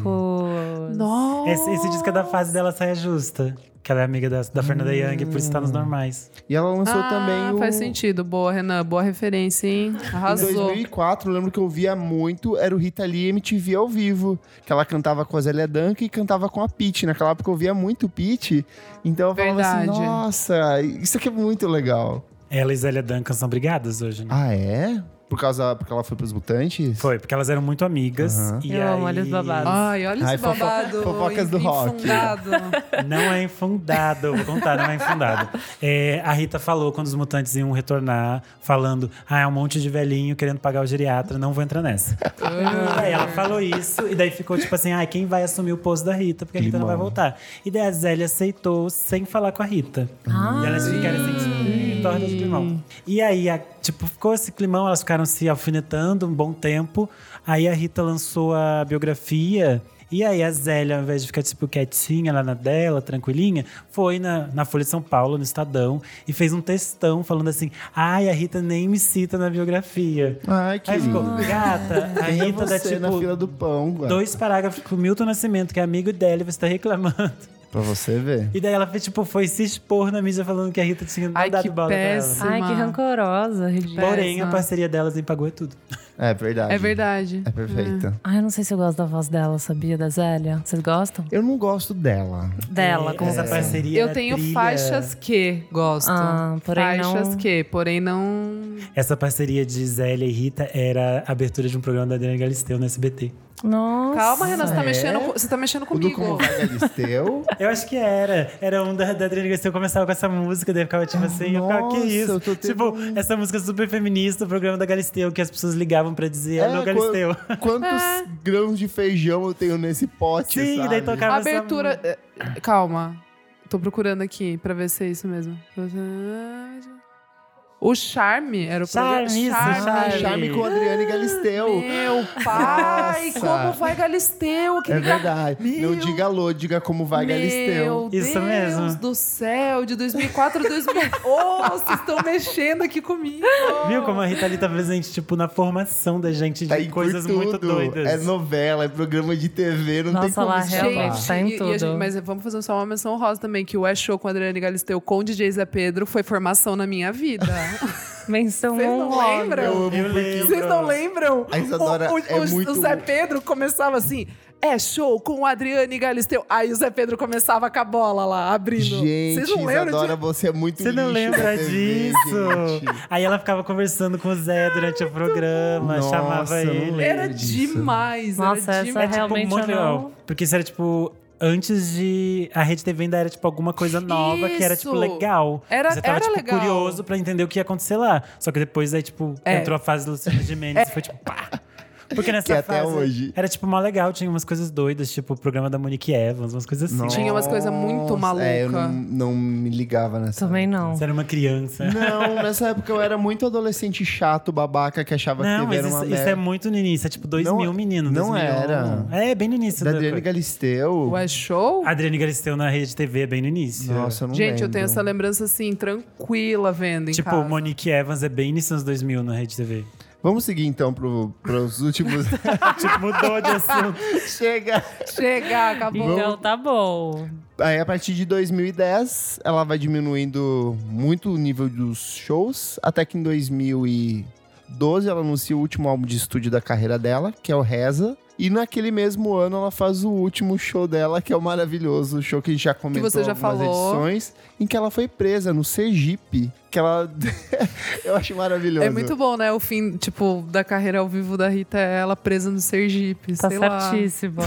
S1: malucos.
S2: Nossa!
S5: Esse, esse disco é da fase dela saia justa. Que ela é amiga da, da Fernanda
S3: Hum.
S5: Young, por isso tá nos normais.
S3: E ela lançou
S2: ah,
S3: também o.
S2: faz sentido. Boa, Renan. Boa referência, hein?
S3: Em
S2: Arrasou.
S3: 2004, eu lembro que eu via muito, era o Rita Lee MTV ao vivo, que ela cantava com a Zélia Duncan e cantava com a Pitty. Naquela época eu via muito Pitty, então eu falava assim,
S2: Verdade.
S3: nossa, isso aqui é muito legal.
S5: Ela e Zélia Duncan são brigadas hoje, né?
S3: Ah, é? Por causa, porque ela foi pros Mutantes?
S5: Foi, porque elas eram muito amigas.
S3: Aham.
S5: E
S1: Eu
S5: aí...
S1: amo, olha os babados.
S2: Ai, olha esse
S3: Ai, fofo-
S2: babado.
S3: fofocas do rock.
S2: infundado.
S5: Não é infundado, eu vou contar, não é infundado. É, a Rita falou quando os mutantes iam retornar, falando: ah, é um monte de velhinho querendo pagar o geriatra, não vou entrar nessa. Aí ela falou isso, e daí ficou tipo assim: ah, quem vai assumir o posto da Rita? Porque a Rita não vai
S3: Climão.
S5: voltar. E daí a Zélia aceitou sem falar com a Rita.
S1: Ah.
S5: E elas ficaram assim, tipo, "Ih, torta de climão. E aí, a- tipo, ficou esse climão, elas ficaram se alfinetando um bom tempo. Aí a Rita lançou a biografia. E aí a Zélia, ao invés de ficar, tipo, quietinha lá na dela, tranquilinha, foi na, na Folha de São Paulo, no Estadão, e fez um textão falando assim, ai, a Rita nem me cita na biografia.
S3: Ai, que
S5: Aí ficou,
S3: lindo.
S5: gata,
S3: <laughs>
S5: a
S3: Quem é
S5: Rita dá,
S3: você na fila
S5: tipo,
S3: do pão, ué?
S5: dois parágrafos com o Milton Nascimento, que é amigo dela, e você tá reclamando.
S3: Pra você ver.
S5: E daí ela foi, tipo, foi se expor na mídia falando que a Rita tinha
S2: Ai,
S5: dado
S2: que
S5: bola
S2: péssimo.
S5: pra
S1: Ai, que
S2: Uma-
S1: rancorosa, ridícula.
S5: ela. Porém,
S2: péssimo.
S5: a parceria delas empagou é tudo.
S3: É verdade.
S2: É verdade.
S3: É perfeita.
S1: Ai, eu não sei se eu gosto da voz dela, sabia? Da Zélia. Vocês gostam?
S3: Eu não gosto dela.
S1: Dela,
S5: E
S1: como
S5: É, essa
S1: você.
S5: parceria.
S2: Eu
S5: da
S2: tenho
S5: trilha-
S2: faixas que gosto.
S1: Ah, porém não-
S2: faixas que, porém não.
S5: Essa parceria de Zélia e Rita era a abertura de um programa da Adriana Galisteu no SBT.
S1: Nossa.
S2: É. Calma, Renan, você tá
S3: é?
S2: mexendo, com- você tá mexendo
S3: O do
S2: comigo.
S3: Como
S2: <laughs>
S3: Vai Galisteu.
S5: Eu acho que era. Era um da, da Adriana Galisteu começava com essa música, daí ficava tipo assim, eu ficava, que
S3: Nossa,
S5: isso?
S3: eu tô tendo
S5: Tipo,
S3: um-
S5: essa música super feminista, o programa da Galisteu, que as pessoas ligavam pra dizer, é,
S3: É,
S5: meu Galisteu.
S3: quan- Quantos
S2: É.
S3: grãos de feijão eu tenho nesse pote,
S5: Sim,
S3: sabe?
S5: daí tocava essa
S2: Abertura.
S5: música.
S2: eh, Calma. Tô procurando aqui pra ver se é isso mesmo. O Charme era o
S5: Charme, isso,
S3: Ah,
S5: Charme.
S3: Charme com Adriane Galisteu.
S2: Meu pai,
S3: Nossa.
S2: como vai Galisteu? Que
S3: É
S2: liga-
S3: verdade. Não
S2: Meu-
S3: diga alô, diga como vai Galisteu.
S2: Meu Deus
S5: Isso mesmo.
S2: do céu, de 2004 a 2000. Ô, um. vocês estão mexendo aqui comigo.
S5: Viu como a Rita ali tá presente, tipo, na formação da gente de
S3: Tá em
S5: coisas
S3: por
S5: muito
S3: tudo.
S5: doidas.
S3: É novela, é programa de TV, não tem
S1: Nossa,
S3: como
S1: lá,
S3: escapar.
S1: realmente. tá em
S2: e- e a
S1: tudo.
S2: gente- mas vamos fazer só uma menção rosa também, que o É Show com a Adriane Galisteu com DJ Zé Pedro foi formação na
S1: <laughs>
S2: minha vida.
S1: Menção
S2: Vocês não
S1: honrosa.
S2: lembram?
S3: Eu amo
S5: Eu lembro.
S2: Vocês não lembram?
S3: A Isadora
S2: o, o,
S3: é
S2: o-
S3: muito-
S2: o Zé Pedro começava assim, é show com o Adriane Galisteu. Aí o Zé Pedro começava com a bola lá, abrindo.
S3: Gente,
S2: Vocês não lembram
S3: Isadora,
S2: disso?
S3: você é muito
S5: Você não
S3: lixo da
S5: lembra
S3: TV,
S5: disso?
S3: gente.
S5: Aí ela ficava conversando com o Zé durante o programa,
S3: Nossa,
S5: chamava
S3: eu não
S5: ele.
S3: lembro.
S2: Era
S3: disso.
S2: demais,
S1: Nossa,
S2: era
S1: essa
S5: É
S2: demais.
S5: tipo
S1: Realmente eu
S5: Montreal.
S1: não-
S5: Porque isso era tipo. Antes de. A Rede TV ainda era tipo alguma coisa nova que era tipo
S2: Isso.
S5: legal.
S2: Era-
S5: Você tava
S2: era
S5: tipo,
S2: legal.
S5: curioso pra entender o que ia acontecer lá. Só que depois aí, tipo,
S2: É.
S5: entrou a fase do
S2: <laughs>
S5: Luciano Gimenez e foi tipo, pá!
S3: <laughs>
S5: Porque nessa
S3: Que até
S5: fase
S3: hoje.
S5: era tipo mó legal, tinha umas coisas doidas, tipo o programa da Monique Evans, umas coisas assim.
S2: Tinha umas coisas muito
S3: Nossa, É, eu
S2: maluca.
S3: não, não me ligava nessa.
S1: Também não.
S5: Você era uma criança.
S3: Não, nessa época eu era muito adolescente chato, babaca, que achava
S5: Não,
S3: que TV
S5: mas
S3: era uma
S5: isso, isso
S3: merda.
S5: é muito no início, é tipo 2000,
S3: Não-
S5: menino.
S3: não
S5: 2001.
S3: era.
S5: É, bem no início.
S3: Da
S5: da
S3: Adriane
S5: coisa.
S3: Galisteu.
S2: O É Show?
S5: A Adriane Galisteu na Rede TV, bem no início.
S3: Nossa, eu não
S2: Gente, eu
S3: lembro.
S2: tenho essa lembrança assim, tranquila vendo em
S5: Tipo,
S2: casa.
S5: Monique Evans é bem início anos 2000 na
S2: <laughs>
S5: Rede TV.
S3: Vamos seguir então pro, pros últimos.
S5: tipo, mudou de assunto.
S3: Chega!
S2: Chega, acabou.
S1: Então tá bom.
S3: Aí a partir de 2010, ela vai diminuindo muito o nível dos shows, até que em 2012 ela anuncia o último álbum de estúdio da carreira dela, que é o Reza. E naquele mesmo ano ela faz o último show dela, que é o maravilhoso show que a gente já comentou
S2: você já
S3: algumas
S2: falou.
S3: edições, em que ela foi presa no Sergipe, que ela <laughs> eu acho maravilhoso.
S2: É muito bom, né? O fim, tipo, da carreira ao vivo da Rita é ela presa no Sergipe.
S1: Tá
S2: sei lá.
S1: certíssimo.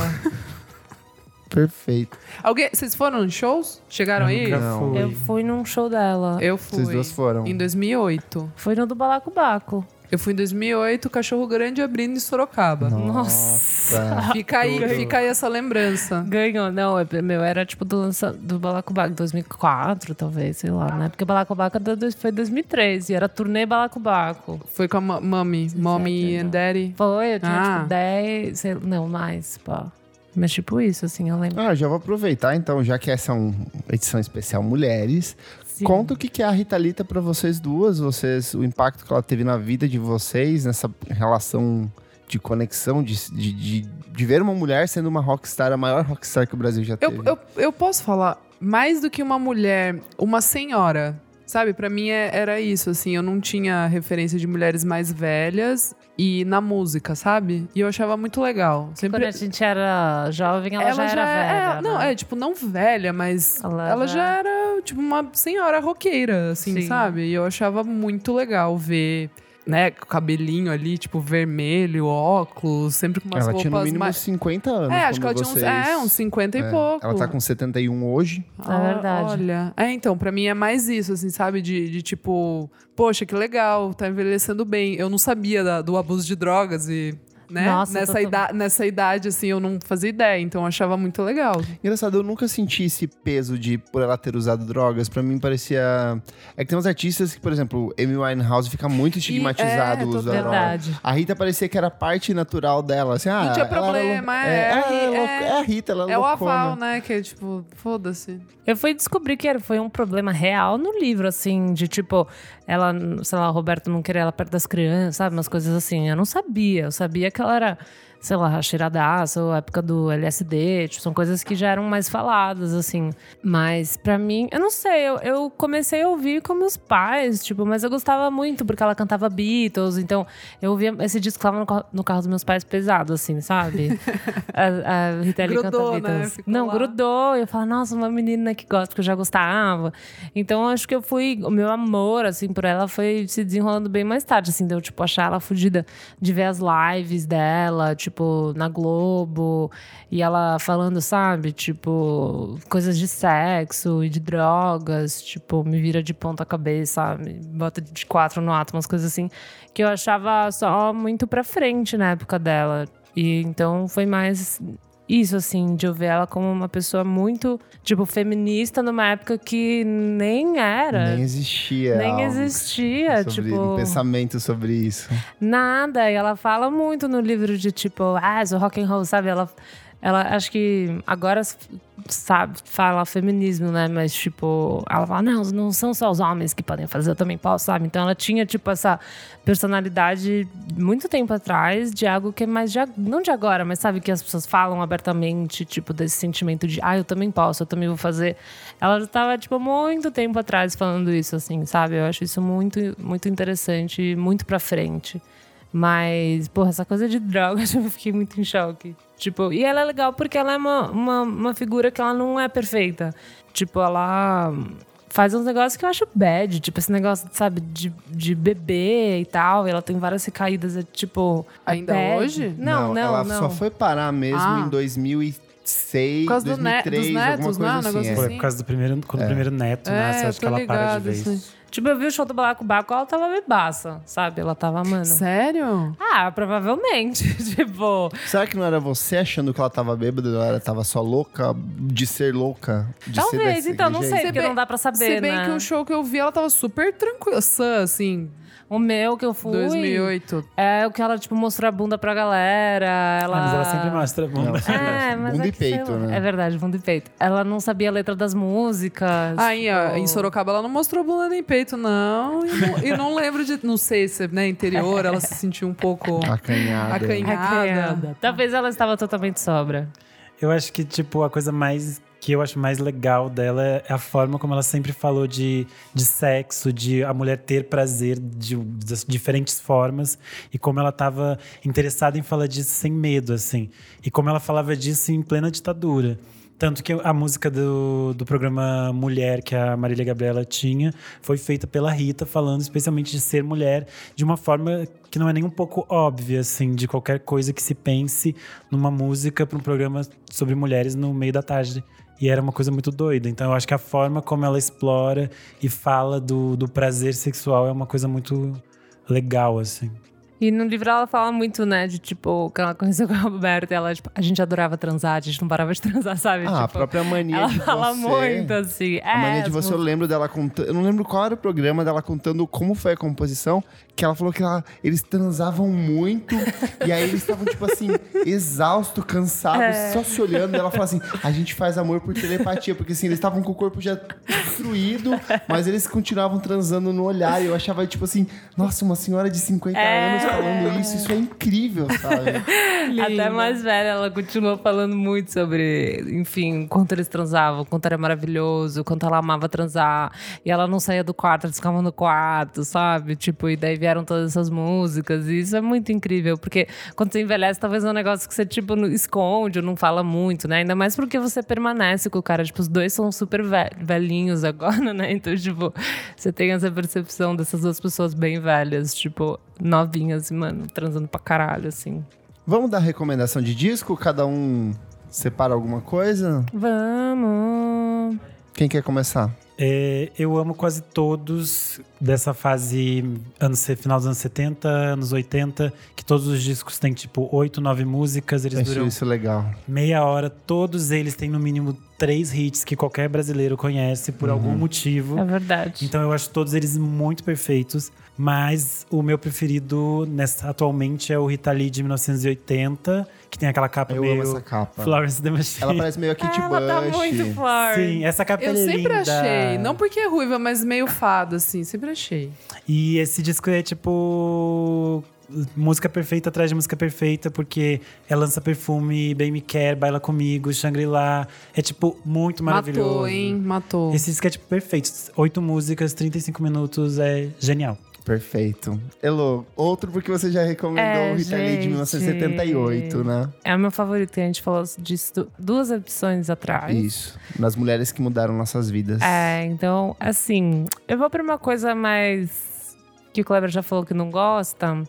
S3: perfeito.
S2: Alguém, vocês foram em shows? Chegaram aí?
S5: Nunca
S3: Não.
S5: fui.
S1: Eu fui num show dela.
S2: Eu fui.
S3: Vocês duas foram.
S2: Em 2008.
S1: Fui no do Balacobaco.
S2: Eu fui em 2008, Cachorro Grande abrindo em Sorocaba.
S1: Nossa.
S2: Fica aí,
S3: tudo.
S2: fica aí essa lembrança.
S1: Ganhou, não, é- meu, era tipo do, lança- do Balacobaco, 2004, talvez, sei lá, né? Porque o Balacobaco é do- do- foi 2013, e era turnê Balacobaco.
S2: Foi com a ma- Mami, Mommy and Daddy.
S1: Foi, eu tinha
S2: Ah.
S1: tipo 10, sei- não, mais, pá. Mas tipo isso, assim, eu lembro.
S3: Ah, já vou aproveitar então, já que essa é uma edição especial mulheres.
S1: Sim.
S3: Conta o que que é a Rita Lita pra vocês duas, vocês, o impacto que ela teve na vida de vocês, nessa relação de conexão, de, de, de- de ver uma mulher sendo uma rockstar, a maior rockstar que o Brasil já
S2: Eu,
S3: teve.
S2: eu, eu posso falar, mais do que uma mulher, uma senhora. Sabe, pra mim é- era isso, assim, eu não tinha referência de mulheres mais velhas e na música, sabe? E eu achava muito legal.
S1: Quando a gente era jovem, ela, já era
S2: é,
S1: velha.
S2: Não,
S1: né?
S2: é, tipo, não velha, mas
S1: Ela
S2: ela,
S1: já-
S2: já... era, tipo, uma senhora roqueira, assim,
S1: Sim.
S2: sabe? E eu achava muito legal ver, né, o cabelinho ali, tipo, vermelho, óculos, sempre com umas
S3: ela
S2: roupas
S3: tinha no mínimo
S2: mais.
S3: uns 50 anos.
S2: É, acho que ela
S3: quando
S2: tinha uns,
S3: vocês...
S2: é, uns 50
S3: É,
S2: e pouco.
S3: Ela tá com 71 hoje.
S1: É verdade.
S2: Olha. É, então, pra mim é mais isso, assim, sabe? De, de tipo, poxa, que legal, tá envelhecendo bem. Eu não sabia da- do abuso de drogas e. Né?
S1: Nossa,
S2: nessa,
S1: total-
S2: ida nessa idade, assim, eu não fazia ideia, então eu achava muito legal.
S3: Engraçado, eu nunca senti esse peso de por ela ter usado drogas. Pra mim parecia. É que tem uns artistas que, por exemplo, Amy Winehouse fica muito estigmatizado
S2: é,
S3: o uso da
S2: total.
S3: droga.
S1: Verdade.
S3: A Rita parecia que era parte natural dela. Assim, ah,
S2: Não tinha
S3: ela era lou-
S2: problema,
S3: é,
S2: é,
S3: ela
S2: é-
S3: louca-
S2: é-
S3: é a Rita, ela
S2: É o
S3: loucona.
S2: aval, né? Que é tipo, foda-se.
S1: Eu fui descobrir que era- foi um problema real no livro, assim, de tipo, ela, sei lá, o Roberto não queria ela perto das crianças, sabe? Umas coisas assim. Eu não sabia. Eu sabia que ela era, sei lá, cheiradaço, ou época do LSD, tipo, são coisas que já eram mais faladas, assim. Mas pra mim, eu não sei, eu, eu comecei a ouvir com meus pais, tipo, mas eu gostava muito porque ela cantava Beatles, então eu ouvia esse disco que tava no, ca- no carro dos meus pais pesado, assim, sabe? a, a Rita Lee canta
S2: Grudou, né?
S1: Beatles.
S2: Ficou
S1: Não,
S2: lá.
S1: grudou grudou. E eu falo, nossa, uma menina que gosta, porque eu já gostava. Então, acho que eu fui. O meu amor, assim, por ela foi se desenrolando bem mais tarde, assim, deu, tipo, achar ela fodida de ver as lives dela, tipo, na Globo. E ela falando, sabe, tipo, coisas de sexo e de drogas, tipo, me vira de ponta cabeça, me bota de quatro no ato, umas coisas assim, que eu achava só muito pra frente na época dela. E então foi mais isso, assim, de eu ver ela como uma pessoa muito, tipo, feminista numa época que nem era.
S3: Nem existia.
S1: Nem
S3: algo
S1: existia,
S3: sobre- Um
S1: tipo,
S3: pensamento sobre isso.
S1: nada. E ela fala muito no livro de tipo, ah, o rock and roll, sabe? Ela, ela acho que agora sabe, fala feminismo, né? Mas tipo, ela fala, não, não são só os homens que podem fazer, eu também posso, sabe? Então ela tinha tipo essa personalidade muito tempo atrás de algo que é mais de, ag- não de agora, mas sabe que as pessoas falam abertamente, tipo, desse sentimento de, ah, eu também posso, eu também vou fazer. Ela já tava, tipo, muito tempo atrás falando isso, assim, sabe? Eu acho isso muito, muito interessante e muito pra frente. Mas, porra, essa coisa de drogas <laughs> eu fiquei muito em choque. Tipo, e ela é legal porque ela é uma, uma, uma figura que ela não é perfeita. Tipo, ela faz uns negócios que eu acho bad. Tipo, esse negócio, sabe, de, de bebê e tal. E ela tem várias recaídas, é, tipo...
S2: Ainda
S1: bad.
S2: hoje?
S1: Não, não, não.
S3: Ela só foi parar mesmo
S2: Ah.
S3: em 2006,
S2: Por causa do ne-
S3: 2003,
S2: dos netos,
S3: alguma
S2: né?
S3: coisa
S2: Um
S3: assim.
S2: negócio
S3: é.
S5: Foi por causa do primeiro, quando o primeiro neto, né? Você
S2: É,
S5: acha que
S2: tô
S5: ela para de
S2: ligado.
S5: vez.
S2: assim.
S1: Tipo, eu vi o show do Balacobaco, ela tava bebaça, sabe? Ela tava, mano...
S2: Sério?
S1: Ah, provavelmente. <laughs> tipo,
S3: Será que não era você achando que ela tava bêbada? Ela tava só louca de ser louca? De ser
S1: talvez.
S3: desse
S1: Então, não sei,
S3: jeito?
S1: porque
S2: bem-
S1: não dá pra saber,
S2: Se bem
S1: né?
S2: que o show que eu vi, ela tava super tranquila, sã, assim,
S1: O meu que eu fui.
S2: 2008.
S1: É o que ela, tipo, mostrou a bunda pra galera. Ela...
S5: Ah, mas ela sempre mostra a bunda.
S3: Não,
S1: É, mas
S3: Bunda
S1: é
S3: e
S1: que, sei
S3: peito,
S1: lá.
S3: né?
S1: É verdade, bunda e peito. Ela não sabia a letra das músicas.
S2: Aí, ó,
S1: tipo-
S2: em Sorocaba ela não mostrou bunda nem peito, não. E não, e não lembro de. Não sei se, né, interior, ela se sentiu um pouco.
S1: É
S3: Acanhada.
S2: Acanhada.
S1: Acanhada. Talvez ela estava totalmente sobra.
S5: Eu acho que, tipo, a coisa mais que eu acho mais legal dela é a forma como ela sempre falou de, de sexo, de a mulher ter prazer de, das diferentes formas e como ela estava interessada em falar disso sem medo, assim. E como ela falava disso em plena ditadura. Tanto que a música do, do programa Mulher, que a Marília Gabriela tinha, foi feita pela Rita, falando especialmente de ser mulher de uma forma que não é nem um pouco óbvia, assim, de qualquer coisa que se pense numa música para um programa sobre mulheres no meio da tarde. E era uma coisa muito doida. Então eu acho que a forma como ela explora e fala do, do prazer sexual é uma coisa muito legal, assim.
S1: E no livro ela fala muito, né, de tipo, que ela conheceu com o Roberto e ela, tipo, a gente adorava transar, a gente não parava de <laughs> transar, sabe?
S3: Ah, a
S1: tipo,
S3: própria mania
S1: ela
S3: de
S1: fala
S3: você.
S1: muito assim.
S3: A
S1: é,
S3: mania de
S1: as
S3: você, eu lembro dela contando. Eu não lembro qual era o programa dela contando como foi a composição. Que ela falou que ela- eles transavam
S1: <laughs>
S3: muito. e aí eles estavam, tipo assim, exaustos, cansados,
S1: É.
S3: só se olhando. E ela fala assim: a gente faz amor por telepatia. Porque assim, eles estavam com o corpo já destruído, mas eles continuavam transando no olhar. E eu achava, tipo assim, nossa, uma senhora de 50 anos falando isso, isso é incrível, sabe?
S1: Até mais velha, ela continuou falando muito sobre, enfim, quanto eles transavam, quanto era maravilhoso, quanto ela amava transar. E ela não saía do quarto, eles ficavam no quarto, sabe? Tipo, e daí vieram todas essas músicas. E isso é muito incrível, porque quando você envelhece, talvez é um negócio que você, tipo, não- esconde ou não fala muito, né? Ainda mais porque você permanece com o cara. Tipo, os dois são super ve- velhinhos agora, né? Então, tipo, você tem essa percepção dessas duas pessoas bem velhas, tipo, novinhas, mano, transando pra caralho, assim.
S3: Vamos dar recomendação de disco? Cada um separa alguma coisa?
S1: Vamos!
S3: Quem quer começar?
S5: É, eu amo quase todos dessa fase anos, se- final dos anos 70, anos 80, que todos os discos têm tipo 8, 9 músicas, eles
S3: Achei
S5: duram
S3: isso legal.
S5: meia hora. Todos eles têm no mínimo três hits que qualquer brasileiro conhece por
S3: Uhum.
S5: algum motivo.
S1: É verdade.
S5: Então eu acho todos eles muito perfeitos, mas o meu preferido nessa, atualmente é o Rita Lee de 1980, que tem aquela capa
S3: Eu
S5: meio
S3: amo essa capa.
S5: Florence the Machine.
S3: Ela parece meio a Kit
S1: ela tá muito
S3: Bush.
S1: flor.
S5: Sim, essa capa
S2: Eu
S5: é
S2: sempre
S5: linda.
S2: achei. Não porque é ruiva, mas meio fada, assim. Sempre achei.
S5: E esse disco é tipo música perfeita atrás de música perfeita, porque ela lança perfume, Bem Me Quer, Baila Comigo, Shangri-La. É, tipo, muito maravilhoso.
S2: Matou, hein? Matou.
S5: Esse disco é, tipo, perfeito. Oito músicas, 35 minutos, é genial.
S3: Perfeito. Elo, outro porque você já recomendou
S1: É,
S3: o Rita Lee de
S1: gente.
S3: 1978, né?
S1: É o meu favorito, que a gente falou disso du- duas edições atrás.
S3: Isso. Nas mulheres que mudaram nossas vidas.
S1: É, então, assim, eu vou pra uma coisa mais que o Kleber já falou que não gosta,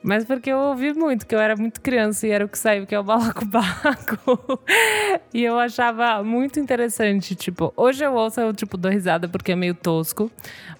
S1: mas porque eu ouvi muito, que eu era muito criança e era o que saiu, que é o balacobaco. <laughs> e eu achava muito interessante, tipo, hoje eu ouço, eu tipo dou risada porque é meio tosco,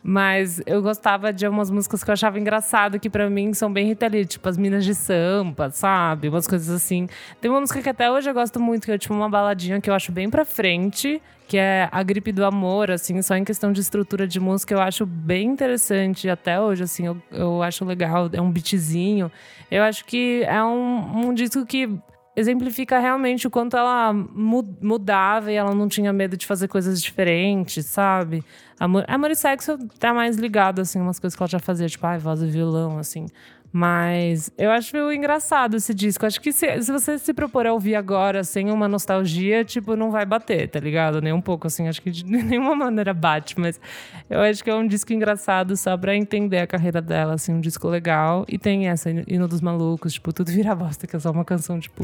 S1: mas eu gostava de algumas músicas que eu achava engraçado, que pra mim são bem Rita Lee, tipo as Minas de Sampa, sabe? Umas coisas assim. Tem uma música que até hoje eu gosto muito, que é tipo uma baladinha que eu acho bem pra frente, que é A Gripe do Amor, assim, só em questão de estrutura de música, eu acho bem interessante até hoje, assim, eu, eu acho legal, é um beatzinho. Eu acho que é um, um disco que exemplifica realmente o quanto ela mu- mudava e ela não tinha medo de fazer coisas diferentes, sabe? Amor, Amor e Sexo tá mais ligado, assim, umas coisas que ela já fazia, tipo, ai, voz e violão, assim. Mas eu acho engraçado esse disco. Acho que se, se você se propor a ouvir agora sem uma nostalgia, tipo, não vai bater, tá ligado? Nem um pouco, assim. Acho que de <laughs> nenhuma maneira bate, mas eu acho que é um disco engraçado só pra entender a carreira dela, assim. Um disco legal. E tem essa, Hino dos Malucos, tipo, tudo vira bosta, que é só uma canção, tipo,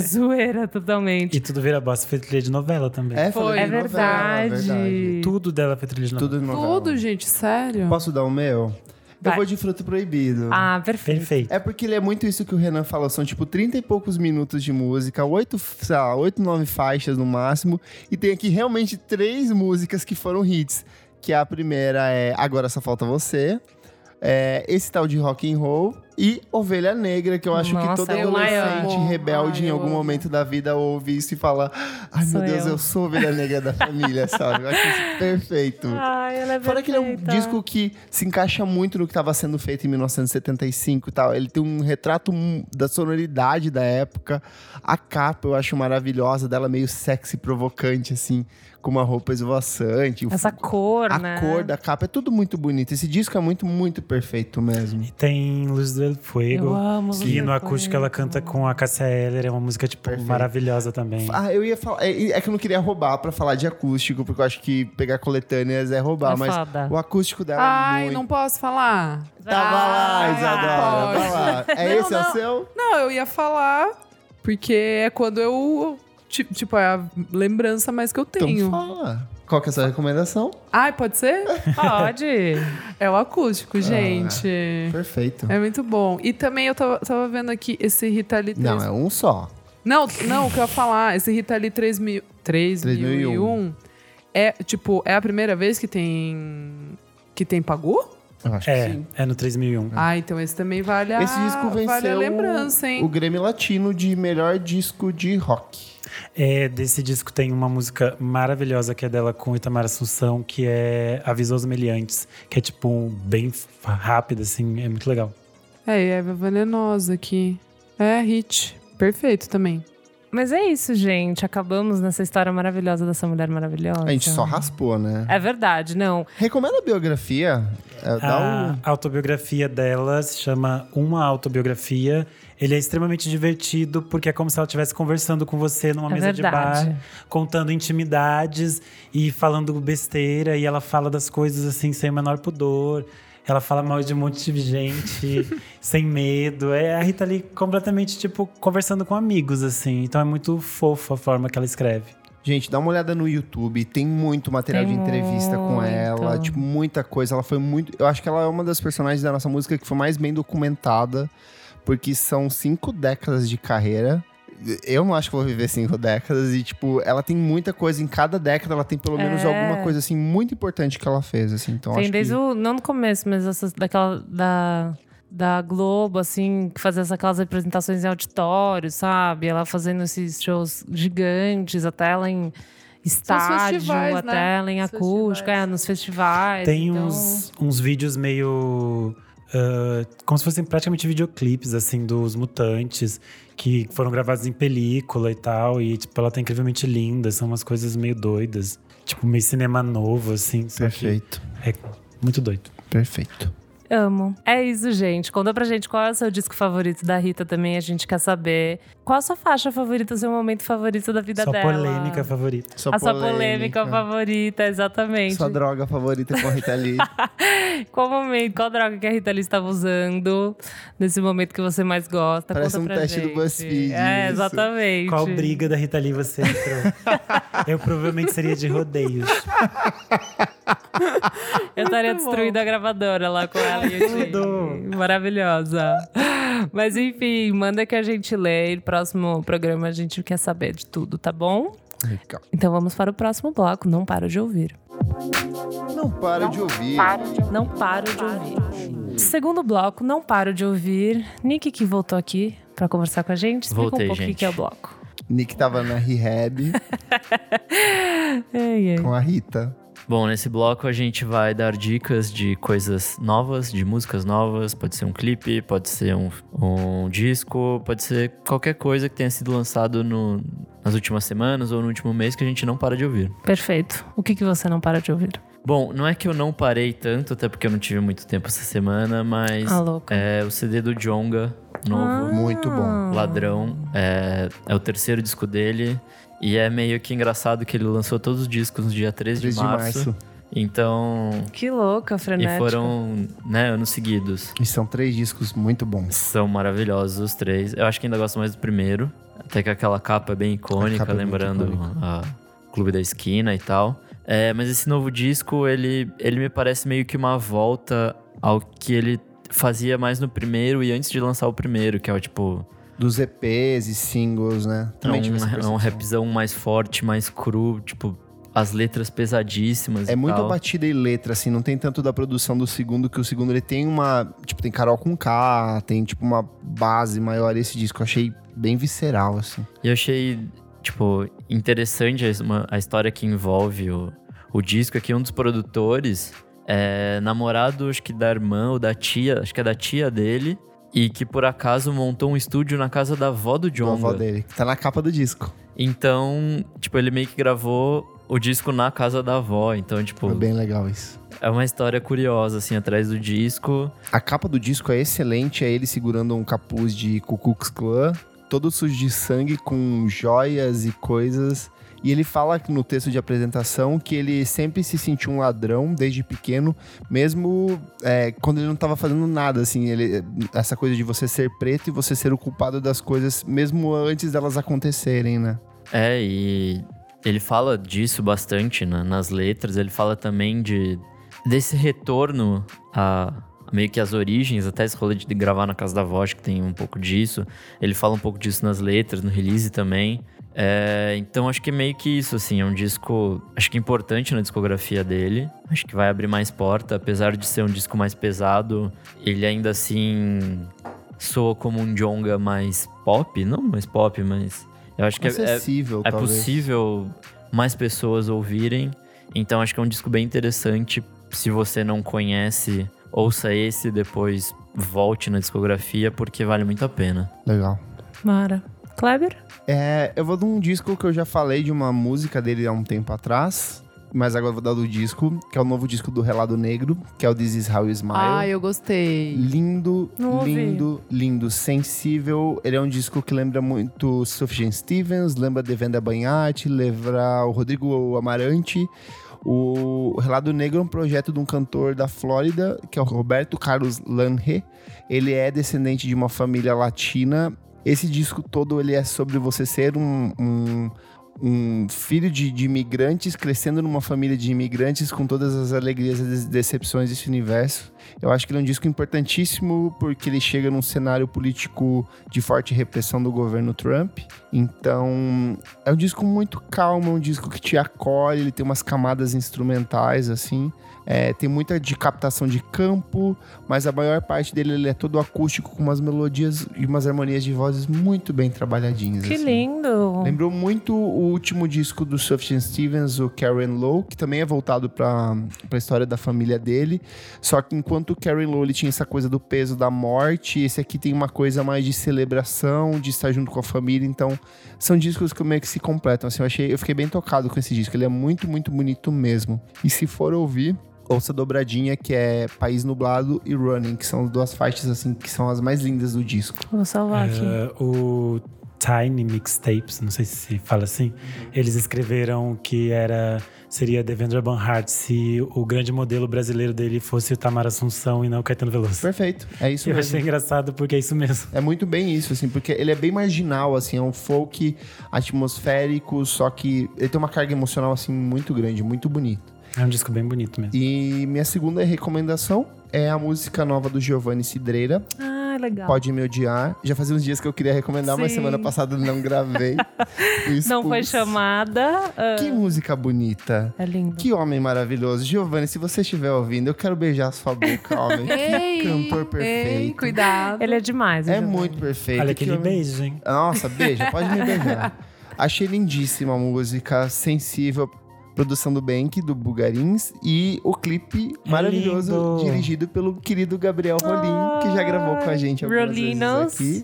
S1: zoeira totalmente.
S5: E tudo vira bosta, foi trilha de novela também.
S3: É,
S2: Foi.
S3: falei
S1: É
S3: de novela, é
S1: verdade.
S5: Tudo dela foi trilha de novela.
S3: Tudo de novela.
S2: Tudo, gente, sério.
S3: é Posso dar o meu? Eu
S1: Vai.
S3: vou de Fruto Proibido.
S1: Ah, perfeito.
S5: Perfeito.
S3: É porque ele é muito isso que o Renan falou. São, tipo, 30 e poucos minutos de música, oito, sei lá, oito, nove faixas no máximo. E tem aqui realmente três músicas que foram hits. Que a primeira é Agora Só Falta Você, é esse tal de rock and roll e Ovelha Negra, que eu acho que
S1: Nossa,
S3: todo
S1: eu
S3: adolescente
S2: amo.
S3: rebelde
S2: Ai,
S3: em
S2: eu
S3: algum
S2: amo.
S3: momento da vida ouve isso e fala Ai,
S1: Sou
S3: meu Deus, eu.
S1: eu."
S3: sou a Ovelha Negra da família, sabe? Eu acho isso perfeito.
S1: Ai, ela é
S3: Fora que ele é um
S1: perfeita.
S3: disco que se encaixa muito no que estava sendo feito em 1975 e tal. Ele tem um retrato mu- da sonoridade da época. A capa eu acho maravilhosa, dela meio sexy, provocante, assim, com uma roupa esvoaçante. O
S1: Essa
S3: fu-
S1: cor,
S3: a
S1: né?
S3: cor da capa é tudo muito bonito. Esse disco é muito, muito perfeito mesmo.
S5: E tem Luz do
S1: Eu
S5: Fuego.
S1: amo.
S5: Que
S1: Lulu
S5: no acústico
S1: Fuego.
S5: ela canta com a Cassia Eller, é uma música, tipo,
S3: Perfeito.
S5: maravilhosa também.
S3: Ah, eu ia falar. É, é que eu não queria roubar pra falar de acústico, porque eu acho que pegar coletâneas é roubar,
S1: É
S3: mas
S1: foda.
S3: o acústico dela é
S2: Ai,
S3: muito.
S2: não posso falar.
S3: Tava lá,
S2: Ah,
S3: Isadora,
S2: pode.
S3: vai lá. É
S2: Não,
S3: esse é o
S2: não.
S3: seu?
S2: Não, eu ia falar porque é quando eu. ti- Tipo, é a lembrança mais que eu
S3: Então
S2: tenho.
S3: fala. Qual que é a sua recomendação?
S2: Ai, pode
S3: <laughs>
S2: ser?
S1: Pode.
S2: É o acústico, gente.
S3: Perfeito.
S2: É muito bom. E também eu tava, tava vendo aqui esse Rita Lee 3000.
S3: Não, é um só.
S2: Não, não, o que eu ia falar, esse Rita Lee 3000, 3001 é, tipo, é a primeira vez que tem que tem pagu?
S3: Eu acho
S5: É,
S3: que sim.
S5: é no 3001.
S2: Ah, então esse também vale a
S3: Esse disco venceu
S2: vale a lembrança, hein?
S3: o Grêmio Latino de melhor disco de rock.
S5: É, desse disco tem uma música maravilhosa que é dela com Itamar Assunção, que é Avisou os Meliantes, que é tipo um bem f- rápido, assim, é muito legal.
S2: É, e Eva Venenosa aqui. É hit. Perfeito também.
S1: Mas é isso, gente. Acabamos nessa história maravilhosa dessa mulher maravilhosa.
S3: A gente só Então, raspou, né?
S1: É verdade, não.
S3: Recomenda a biografia. É, dá
S2: Ah.
S5: A autobiografia dela se chama Uma Autobiografia. Ele é extremamente divertido porque é como se ela estivesse conversando com você numa
S1: É
S5: mesa
S1: verdade.
S5: de bar, contando intimidades e falando besteira. E ela fala das coisas assim sem o menor pudor. Ela fala mal de um monte de gente,
S1: <laughs>
S5: sem medo. É a Rita ali completamente, tipo, conversando com amigos, assim. Então é muito fofa a forma que ela escreve.
S3: um... Gente, dá uma olhada no YouTube. Tem muito material
S1: Tem
S3: de entrevista com
S1: muito.
S3: ela. Tipo, muita coisa. Ela foi muito. Eu acho que ela é uma das personagens da nossa música que foi mais bem documentada. Porque são cinco décadas de carreira. Eu não acho que vou viver cinco décadas. E, tipo, ela tem muita coisa. Em cada década, ela tem pelo menos
S1: É.
S3: alguma coisa, assim, muito importante que ela fez, assim. Então,
S1: Tem
S3: acho
S1: desde
S3: que...
S1: o. Não no começo, mas essas, daquela. Da, da Globo, assim, que fazia essa- aquelas apresentações em auditório, sabe? Ela fazendo esses shows gigantes, até ela em estádio,
S2: festivais,
S1: até
S2: né?
S1: ela em
S2: Os
S1: acústico,
S2: festivais.
S1: é, nos festivais.
S5: Tem
S1: então-
S5: uns, uns vídeos meio. ah, como se fossem praticamente videoclipes, assim, dos mutantes, que foram gravados em película e tal. E, tipo, ela tá incrivelmente linda, são umas coisas meio doidas. Tipo, meio cinema novo, assim. só que
S3: Perfeito.
S5: É muito doido.
S3: Perfeito.
S1: Amo. É isso, gente. Conta pra gente qual é o seu disco favorito da Rita também. A gente quer saber qual a sua faixa favorita, o seu momento favorito da vida
S5: Sua
S1: dela.
S5: polêmica favorita.
S3: Sua
S1: a sua polêmica favorita, exatamente.
S3: Sua droga favorita é com a Rita Lee.
S1: <laughs> Qual momento, qual droga que a Rita Lee estava usando nesse momento que você mais gosta?
S3: Parece
S1: Conta
S3: um
S1: pra
S3: teste do
S1: gente.
S3: BuzzFeed,
S1: É,
S3: isso.
S1: exatamente.
S5: Qual briga da Rita Lee
S1: <laughs>
S5: você entrou? eu provavelmente seria de rodeios.
S1: Eu estaria
S2: Muito bom.
S1: destruindo a gravadora lá com ela. e eu te-
S5: Tudo.
S1: Maravilhosa. Mas enfim, manda que a gente lê. E no próximo programa a gente quer saber de tudo, tá bom?
S3: Legal.
S1: Então vamos para o próximo bloco. Não paro de ouvir.
S3: Não para de ouvir.
S1: Não paro de ouvir. Segundo bloco, não paro de ouvir. Nick que voltou aqui para conversar com a gente. Explica
S4: Voltei,
S1: um pouco o que
S4: gente.
S1: que é o bloco.
S3: Nick tava na rehab
S1: Ei, ei.
S3: com a Rita.
S4: Bom, nesse bloco a gente vai dar dicas de coisas novas, de músicas novas. Pode ser um clipe, pode ser um, um disco, pode ser qualquer coisa que tenha sido lançado no- nas últimas semanas ou no último mês que a gente não para de ouvir.
S1: Perfeito. O que, que você não para de ouvir?
S4: Bom, não é que eu não parei tanto, até porque eu não tive muito tempo essa semana, mas
S1: Ah, louco. Ah.
S4: é o CD do Jonga, novo.
S3: Muito
S4: Ah.
S3: bom.
S4: Ladrão. É, é o terceiro disco dele. E é meio que engraçado que ele lançou todos os discos no dia 13
S3: 3
S4: de março. Então.
S1: Que louca, frenética.
S4: E foram, né, anos seguidos.
S3: E são três discos muito bons.
S4: São maravilhosos os três. Eu acho que ainda gosto mais do primeiro. Até que aquela capa é bem icônica,
S3: capa é muito
S4: lembrando
S3: icônica.
S4: a Clube da Esquina e tal. É, mas esse novo disco, ele, ele me parece meio que uma volta ao que ele fazia mais no primeiro e antes de lançar o primeiro, que é o tipo.
S3: Dos EPs e singles, né?
S4: É
S3: tive essa
S4: um, é um
S3: percepção.
S4: rapzão mais forte, mais cru, tipo, as letras pesadíssimas.
S3: É
S4: e
S3: muito
S4: tal.
S3: batida e letra, assim, não tem tanto da produção do segundo, que o segundo ele tem uma. Tipo, tem Carol com K, tem tipo uma base maior. Esse disco eu achei bem visceral, assim.
S4: E eu achei, tipo, interessante a, uma- a história que envolve o, o disco. É que um dos produtores é namorado, acho que da irmã ou da tia, acho que é da tia dele. E que por acaso montou um estúdio na casa da avó do
S3: Do
S4: John.
S3: avó dele, que tá na capa do disco.
S4: Então, tipo, ele meio que gravou o disco na casa da avó. Então, tipo,
S3: Foi bem legal isso.
S4: é uma história curiosa, assim, atrás do disco.
S3: A capa do disco é excelente, é ele segurando um capuz de Ku Klux Klan, todo sujo de sangue, com joias e coisas. E ele fala no texto de apresentação que ele sempre se sentiu um ladrão desde pequeno, mesmo é, quando ele não estava fazendo nada, assim, ele, essa coisa de você ser preto e você ser o culpado das coisas, mesmo antes delas acontecerem, né?
S4: É, e ele fala disso bastante na- nas letras, ele fala também de desse retorno a meio que as origens, até esse rolê de gravar na casa da avó, acho que tem um pouco disso. Ele fala um pouco disso nas letras, no release também. É, então acho que é meio que isso, assim, é um disco, acho que importante na discografia dele. Acho que vai abrir mais porta, apesar de ser um disco mais pesado, ele ainda assim soa como um jonga mais pop, não mais pop, mas eu acho que é- é,
S3: Acessível,
S4: é
S3: talvez.
S4: possível mais pessoas ouvirem. Então acho que é um disco bem interessante. Se você não conhece, ouça esse, depois volte na discografia, porque vale muito a pena.
S3: Legal.
S1: Mara. Kleber?
S3: É, eu vou dar um disco que eu já falei de uma música dele há um tempo atrás, mas agora eu vou dar do disco, que é o novo disco do Relado Negro, que é o This Is How You Smile.
S2: Ah, eu gostei.
S3: Lindo,
S1: Não ouvi.
S3: lindo, lindo, sensível. Ele é um disco que lembra muito Sufjan Stevens, lembra Devenda Banhate, lembra o Rodrigo Amarante. O Relado Negro é um projeto de um cantor da Flórida, que é o Roberto Carlos Lange. Ele é descendente de uma família latina. Esse disco todo ele é sobre você ser um- um um filho de, de imigrantes crescendo numa família de imigrantes com todas as alegrias e des- decepções desse universo. Eu acho que ele é um disco importantíssimo porque ele chega num cenário político de forte repressão do governo Trump. Então, é um disco muito calmo, é um disco que te acolhe, ele tem umas camadas instrumentais assim. É, tem muita de captação de campo, mas a maior parte dele ele é todo acústico com umas melodias e umas harmonias de vozes muito bem trabalhadinhas.
S1: Que
S3: assim.
S1: lindo.
S3: Lembrou muito o último disco do Sufjan Stevens, o Karen Lowe, que também é voltado para a história da família dele. Só que enquanto o Karen Lowe ele tinha essa coisa do peso da morte, esse aqui tem uma coisa mais de celebração, de estar junto com a família. Então, são discos que meio que se completam. Assim, eu, achei, eu fiquei bem tocado com esse disco. Ele é muito, muito bonito mesmo. E se for ouvir, Ouça Dobradinha, que é País Nublado, e Running, que são duas faixas, assim, que são as mais lindas do disco.
S1: Vou salvar aqui.
S5: É, o Tiny Mixtapes, não sei se fala assim, eles escreveram que era seria Devendra Banhart se o grande modelo brasileiro dele fosse o Tamar Assunção e não o Caetano Veloso.
S3: Perfeito, é isso
S5: Eu
S3: mesmo.
S5: achei engraçado porque é isso mesmo.
S3: É muito bem isso, assim, porque ele é bem marginal, assim, é um folk atmosférico, só que ele tem uma carga emocional, assim, muito grande, muito bonito.
S5: É um disco bem bonito mesmo.
S3: E minha segunda recomendação é a música nova do Giovanni Cidreira,
S1: Ah, legal.
S3: Pode Me Odiar. Já fazia uns dias que eu queria recomendar, mas
S1: Sim.
S3: semana passada eu
S1: <laughs>
S3: não gravei. Fui
S1: Não foi
S3: expulso.
S1: chamada. ah,
S3: Que música bonita.
S1: É lindo.
S3: Que homem maravilhoso. Giovanni, se você estiver ouvindo, eu quero beijar sua boca, homem.
S2: Ei,
S3: Que <laughs> cantor
S2: Ei,
S3: perfeito.
S2: cuidado.
S1: Ele é demais. o
S3: é
S1: Giovanni.
S3: muito perfeito.
S5: Olha
S3: Que é um
S5: aquele
S3: homem-
S5: beijo, hein?
S3: Nossa, beija, pode me beijar. Achei lindíssima a música, sensível, produção do Bank, do Bugarins e o clipe
S5: É
S3: maravilhoso
S5: lindo.
S3: dirigido pelo querido Gabriel Rolim, que já gravou com a gente algumas
S1: Rolinos.
S3: vezes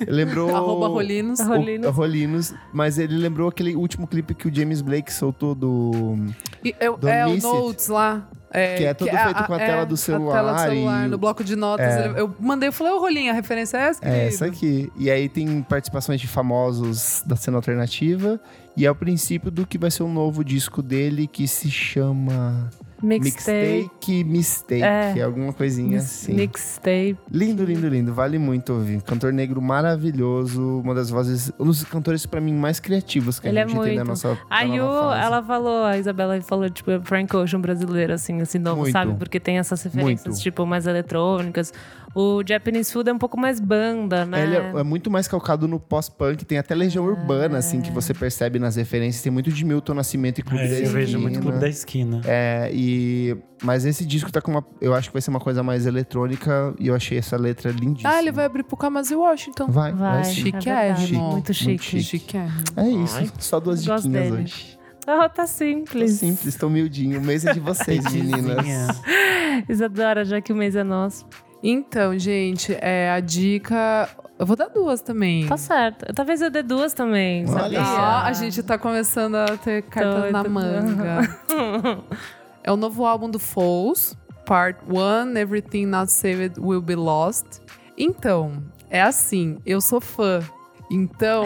S3: aqui. Lembrou
S2: é <laughs> Arroba Rolinos.
S3: o-
S1: Rolinos.
S3: Rolinos, mas ele lembrou aquele último clipe que o James Blake soltou do
S2: E eu-
S3: Do
S2: é o
S3: Miss It.
S2: Notes lá.
S3: Que é todo feito com a tela do
S2: A
S3: celular
S2: tela do celular,
S3: e-
S2: no bloco de notas.
S3: É.
S2: Ele- Eu mandei, eu falei, ô Rolinho, a referência é essa, querido?
S3: É, essa aqui. E aí tem participações de famosos da cena alternativa. E é o princípio do que vai ser um novo disco dele que se chama
S1: Mixtape.
S3: Mixtape Mistake.
S1: É.
S3: É alguma coisinha assim.
S1: Mixtape.
S3: Lindo, lindo, lindo. Vale muito ouvir. Cantor negro maravilhoso. Uma das vozes. Um dos cantores, pra mim, mais criativos que
S1: Ele é
S3: a gente tem na
S1: muito.
S3: nossa. na
S1: A Yu,
S3: nova fase.
S1: ela falou, a Isabela falou, tipo, é Frank Ocean brasileiro, assim, esse nome,
S3: Muito.
S1: sabe? Porque tem essas referências,
S3: Muito.
S1: tipo, mais eletrônicas. O Japanese Food é um pouco mais banda, né? Ah.
S3: Ele é, é muito mais calcado no pós-punk, tem até legião urbana, assim, que você percebe nas referências. Tem muito de Milton Nascimento e Clube da
S5: É, eu vejo muito
S3: Esquina.
S5: Clube da Esquina.
S3: É, e. Mas esse disco tá com uma. Eu acho que vai ser uma coisa mais eletrônica e eu achei essa letra lindíssima.
S2: Ah, ele vai abrir pro Kamasi Washington.
S3: Vai,
S1: Vai,
S3: vai sim.
S1: é
S2: Chique,
S1: verdade,
S2: chique.
S1: Muito chique.
S3: Muito chique.
S2: Chique é.
S3: É isso. Só duas
S1: Gosto
S3: diquinhas
S1: dele.
S3: hoje.
S1: Ah, tá
S3: Tô
S1: simples.
S3: simples, tô humildinho. O mês é de vocês, meninas.
S5: Beijozinha.
S1: Isadora, já que o mês é nosso.
S2: Então, gente, é, a dica... Eu vou dar duas também.
S1: Tá certo. Talvez eu dê duas também,
S3: Olha
S1: sabia?
S3: só.
S2: Ah, a gente tá começando a ter cartas
S1: Doido.
S2: na manga. é o novo álbum do Foles, Part 1, Everything Not Saved Will Be Lost. Então, é assim, eu sou fã. Então,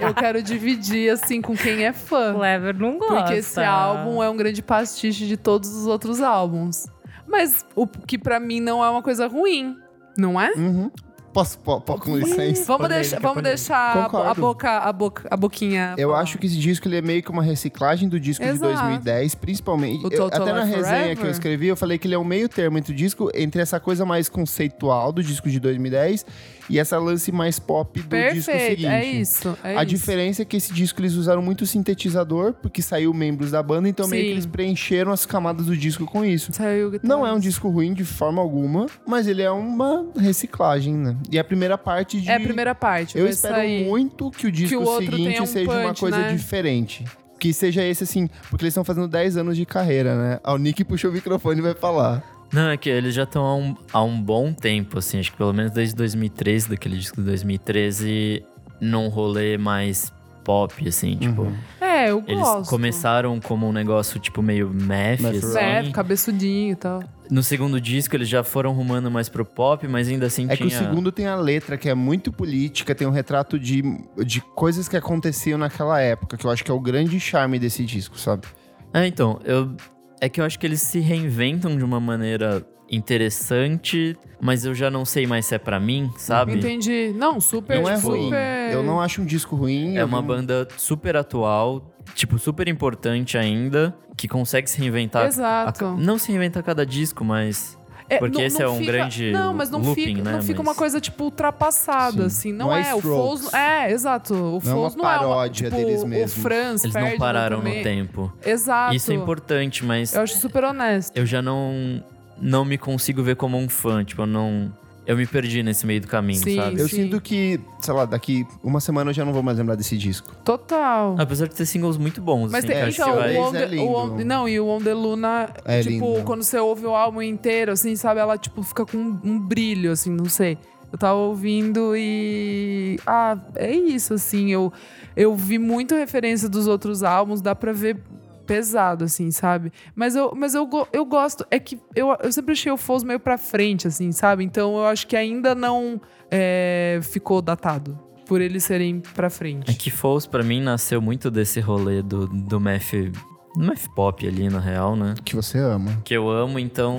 S2: eu quero dividir, assim, com quem é fã.
S1: Clever não gosta.
S2: Porque esse álbum é um grande pastiche de todos os outros álbuns. Mas o que pra mim não é uma coisa ruim, não é?
S3: Uhum. Posso, po, po- com licença?
S2: Vamos,
S5: polêmica,
S2: deixar, vamos
S5: polêmica.
S2: deixar a bo- a
S3: Concordo.
S2: boca, a boca, a boquinha.
S3: Eu
S2: falar.
S3: acho que esse disco ele é meio que uma reciclagem do disco de
S2: Exato.
S3: 2010, principalmente.
S2: O
S3: eu-
S2: Total
S3: até na
S2: Love
S3: resenha
S2: Forever.
S3: que eu escrevi, eu falei que ele é um meio termo entre o disco, entre essa coisa mais conceitual do disco de 2010 e essa lance mais pop do disco seguinte.
S2: é isso. é
S3: a
S2: isso.
S3: diferença é que esse disco eles usaram muito sintetizador, porque saiu membros da banda, então meio que
S2: Sim.
S3: eles preencheram as camadas do disco com isso.
S2: Saiu guitarra.
S3: Não é um disco ruim de forma alguma, mas ele é uma reciclagem, né? E a primeira parte de.
S2: É a primeira parte.
S3: Eu
S2: vai
S3: espero
S2: sair.
S3: muito que o disco
S2: o outro
S3: seguinte
S2: tenha um
S3: seja uma
S2: punch,
S3: coisa
S2: né?
S3: diferente. Que seja esse assim, porque eles estão fazendo 10 anos de carreira, né? Ah, O Nick puxou o microfone e vai falar.
S4: Não, é que eles já estão há um, há um bom tempo, assim, acho que pelo menos desde 2013, daquele disco de 2013, num rolê mais pop, assim, tipo.
S3: Uhum.
S2: É, eu
S4: Eles
S2: gosto.
S4: começaram como um negócio, tipo, meio math,
S3: Math
S4: assim.
S2: É, cabeçudinho e tal.
S4: No segundo disco eles já foram rumando mais pro pop, mas ainda assim
S3: É que
S4: tinha...
S3: o segundo tem a letra, que é muito política, tem um retrato de, de coisas que aconteciam naquela época, que eu acho que é o grande charme desse disco, sabe?
S4: É, então, eu... É que eu acho que eles se reinventam de uma maneira interessante, mas eu já não sei mais se é pra mim, sabe?
S2: Entendi. Não, super. tipo,
S3: não é
S2: super...
S3: ruim. Eu não acho um disco ruim.
S4: É
S3: eu
S4: uma
S2: Uhum.
S3: não-
S4: banda super atual, tipo, super importante ainda, que consegue se reinventar.
S2: Exato.
S4: a- não se reinventa a cada disco, mas.
S2: É,
S4: Porque
S2: não-
S4: esse
S2: não
S4: é um
S2: fica-
S4: grande
S2: Não, mas não
S4: looping,
S2: fica,
S4: né,
S2: não fica
S4: mas-
S2: uma coisa, tipo, ultrapassada,
S3: Sim.
S2: assim. Não,
S3: Não é
S2: é, o
S3: Strokes.
S2: Foles... É, exato. O
S3: Não é uma
S2: Foles não é uma...
S3: paródia
S2: Tipo,
S3: deles
S2: o
S3: mesmos.
S2: Franz
S4: Eles
S2: Ferdinand
S4: não pararam no
S2: também.
S4: tempo.
S2: Exato.
S4: Isso é importante, mas
S2: Eu acho super honesto.
S4: eu já não não me consigo ver como um fã, tipo, eu não eu me perdi nesse meio do caminho,
S2: Sim.
S4: sabe?
S3: Eu
S2: Sim.
S3: sinto que, sei lá, daqui uma semana eu já não vou mais lembrar desse disco.
S2: Total.
S4: Apesar de ter singles muito bons,
S2: Mas
S4: assim,
S2: tem,
S4: que eu acho
S2: então,
S4: que
S3: vai-
S2: o
S3: Mas
S2: On
S3: é
S2: The-
S3: lindo.
S2: o On- não, e o On The Luna,
S3: É
S2: tipo,
S3: lindo.
S2: quando você ouve o álbum inteiro, assim, sabe? Ela, tipo, fica com um, um brilho, assim, não sei. Eu tava ouvindo e... Ah, é isso, assim. Eu, eu vi muito referência dos outros álbuns, dá pra ver pesado, assim, sabe? Mas eu, mas eu, go- eu gosto. É que eu, eu sempre achei o Foz meio pra frente, assim, sabe? Então eu acho que ainda não é, ficou datado. Por eles serem pra
S4: É
S2: frente.
S4: que Foles, pra mim, nasceu muito desse rolê do, do math, do math pop ali, na real, né?
S3: Que você ama.
S4: Que eu amo,
S2: <laughs>
S4: então,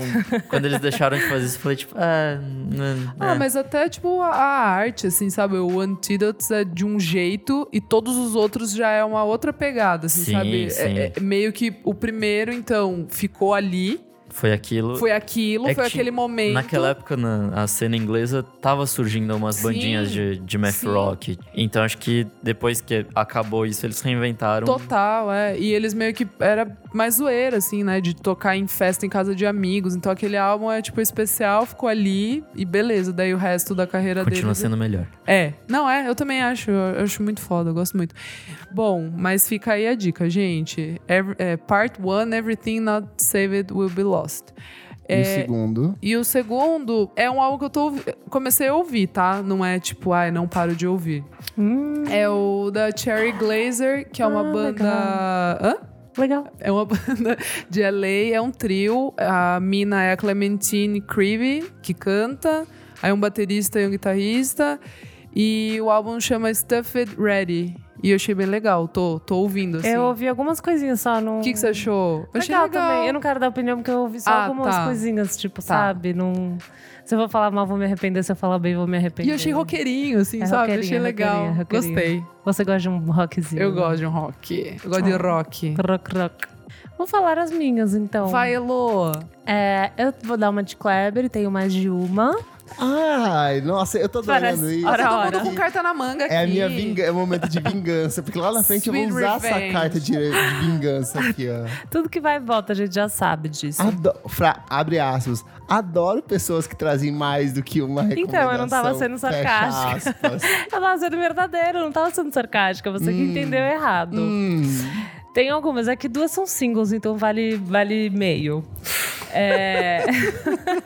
S4: quando eles deixaram de fazer isso, eu falei, tipo, ah, n-
S2: Ah,
S4: é.
S2: mas até, tipo, a, a arte, assim, sabe? O Antidotes é de um jeito e todos os outros já é uma outra pegada, assim,
S4: Sim,
S2: sabe? É-
S4: sim.
S2: é meio que o primeiro, então, ficou ali,
S4: foi aquilo.
S2: foi aquilo,
S4: É que
S2: foi
S4: ti-
S2: aquele momento.
S4: Naquela época, na, a cena inglesa, tava surgindo umas
S2: Sim,
S4: bandinhas de, de math
S2: sim.
S4: rock. Então, acho que depois que acabou isso, eles reinventaram.
S2: Total, é. E eles meio que era mais zoeira, assim, né? De tocar em festa em casa de amigos. Então aquele álbum é, tipo, especial, ficou ali e beleza. Daí o resto da carreira
S4: Continua
S2: deles.
S4: sendo melhor.
S2: É. Não, é, eu também acho. Eu acho muito foda, eu gosto muito. Bom, mas fica aí a dica, gente. Every- é, part 1, Everything Not Saved Will Be Lost.
S3: E o
S2: É,
S3: segundo.
S2: e o segundo é um álbum que eu tô, ouvi- comecei a ouvir, tá? Não é tipo, ai, não paro de ouvir.
S1: Hum,
S2: É o da Cherry Glazer, que é uma
S1: Ah,
S2: banda. Hã?
S1: legal.
S2: É uma <laughs> banda de LA, é um trio. A mina é a Clementine Creevy, que canta. Aí um baterista e um guitarrista. E o álbum chama Stuff It Ready. E eu achei bem legal, tô, tô ouvindo, assim.
S1: Eu ouvi algumas coisinhas só no.
S2: O que, que você achou? Eu achei
S1: Legal, também. Eu não quero dar opinião porque eu ouvi só
S2: Ah,
S1: algumas
S2: tá.
S1: coisinhas, tipo, sabe? Não... Se eu vou falar mal, vou me arrepender. Se eu falar bem, vou me arrepender.
S2: E eu achei roqueirinho, assim,
S1: É
S2: sabe? Eu
S1: roqueirinho,
S2: achei legal.
S1: roqueirinho, é roqueirinho. Tá.
S2: Gostei.
S1: Você gosta de um rockzinho?
S2: Eu
S1: né?
S2: gosto de um rock. Eu gosto de rock.
S1: Rock, rock. Vou falar as minhas, então.
S2: Vai, Elô!
S1: É, eu vou dar uma de Kleber, tenho mais de uma.
S3: Ai, nossa, eu tô adorando
S1: Parece-
S3: isso.
S1: Tá Ora,
S2: Todo
S1: ora.
S2: mundo com carta na manga aqui.
S3: É a minha vingança, é o momento de vingança,
S1: <laughs>
S3: porque lá na frente eu
S2: Sweet
S3: vou usar
S2: revenge.
S3: essa carta de, de vingança aqui, ó.
S1: Tudo que vai e volta, a gente já sabe disso.
S2: Ah.
S3: Ado- Fra- abre aspas. Adoro pessoas que trazem mais do que uma recomendação.
S1: Então, eu não tava sendo
S3: Fecha
S1: sarcástica. <laughs>
S3: aspas.
S1: Eu tava sendo verdadeiro, não tava sendo sarcástica. Você que entendeu errado.
S3: Hum,
S1: Tem algumas, é que duas são singles, então vale, vale meio. É... <laughs>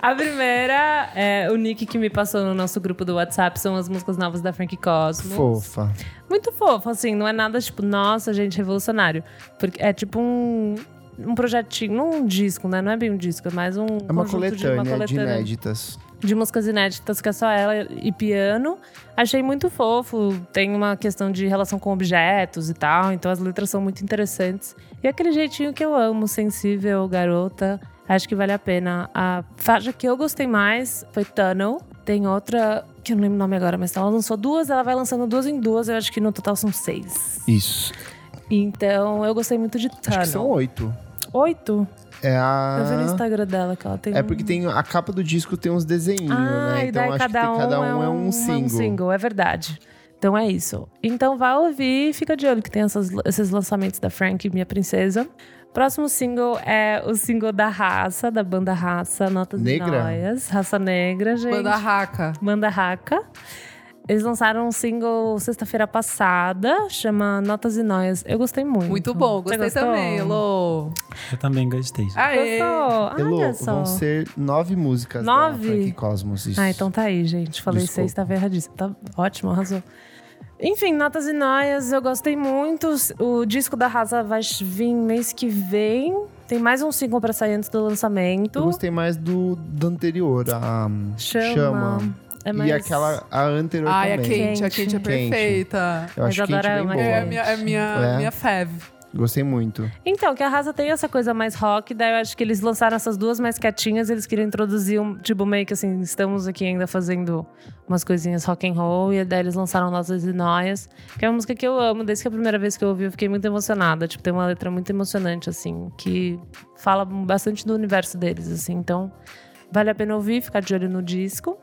S1: a primeira é o Nick que me passou no nosso grupo do WhatsApp, são as músicas novas da Frank Cosmo.
S3: fofa.
S1: Muito fofo, assim, não é nada tipo, nossa, gente, revolucionário. Porque é tipo um, um projetinho, não um disco, né? Não é bem um disco, é mais um.
S3: É uma
S1: conjunto
S3: coletânea,
S1: de, uma
S3: de
S1: coletânea
S3: inéditas.
S1: de músicas inéditas que é só ela e piano. Achei muito fofo. Tem uma questão de relação com objetos e tal, então as letras são muito interessantes. E é aquele jeitinho que eu amo, sensível, garota. Acho que vale a pena. A faixa que eu gostei mais foi Tunnel. Tem outra que eu não lembro o nome agora, mas ela lançou duas, ela vai lançando duas em duas. Eu acho que no total são seis.
S3: Isso.
S1: Então eu gostei muito de
S3: Acho que são
S1: Tunnel.
S3: oito.
S1: Oito?
S3: É a.
S1: Eu vi no Instagram dela que ela tem
S3: É
S1: um-
S3: porque tem a capa do disco tem uns desenhinhos,
S1: Ah,
S3: né?
S1: e
S3: Então
S1: daí
S3: acho
S1: cada,
S3: que tem- cada
S1: um é um
S3: single.
S1: é verdade. Então é isso. Então vá ouvir e fica de olho que tem essas- esses lançamentos da Frank, Minha Princesa. Próximo single é o single da Raça, da banda Raça, Notas
S3: Negra?
S1: e Noias. Raça Negra, gente.
S2: Banda raca.
S1: Banda Raca. Eles lançaram um single sexta-feira passada, chama Notas e Noias. Eu gostei muito.
S2: Muito bom,
S1: Você
S2: gostei
S1: gostou?
S2: também, Elô.
S3: É.
S5: Eu também gostei. gente.
S2: Aê!
S1: Gostou?
S3: Elô,
S1: Olha só.
S3: vão ser nove músicas
S1: Nove?
S3: da Frank Cosmos. Isso.
S1: Ah, então tá aí, gente. Falei
S3: Desculpa.
S1: seis, tava erradíssimo. Tá ótimo, arrasou. Enfim, Notas e Noias, eu gostei muito. O disco da Rasa vai vir mês que vem. Tem mais um single pra sair antes do lançamento.
S3: Eu gostei mais do, do anterior, a hum,
S1: Chama. É mais...
S3: E aquela a anterior
S2: Ai, a
S3: também.
S2: Kate, a Kate é
S1: Quente.
S2: perfeita.
S3: Eu acho
S1: Mas
S3: que Kate
S1: adoro
S3: bem
S1: a
S3: boa.
S2: É a minha, é a minha,
S3: É.
S2: minha fave.
S3: Gostei muito.
S1: Então, que a Rasa tem essa coisa mais rock, daí eu acho que eles lançaram essas duas mais quietinhas, eles queriam introduzir um, tipo, meio que assim, estamos aqui ainda fazendo umas coisinhas rock and roll, e daí eles lançaram Notas e Noias, que é uma música que eu amo, desde que a primeira vez que eu ouvi eu fiquei muito emocionada, tipo, tem uma letra muito emocionante, assim, que fala bastante do universo deles, assim, então vale a pena ouvir, ficar de olho no disco.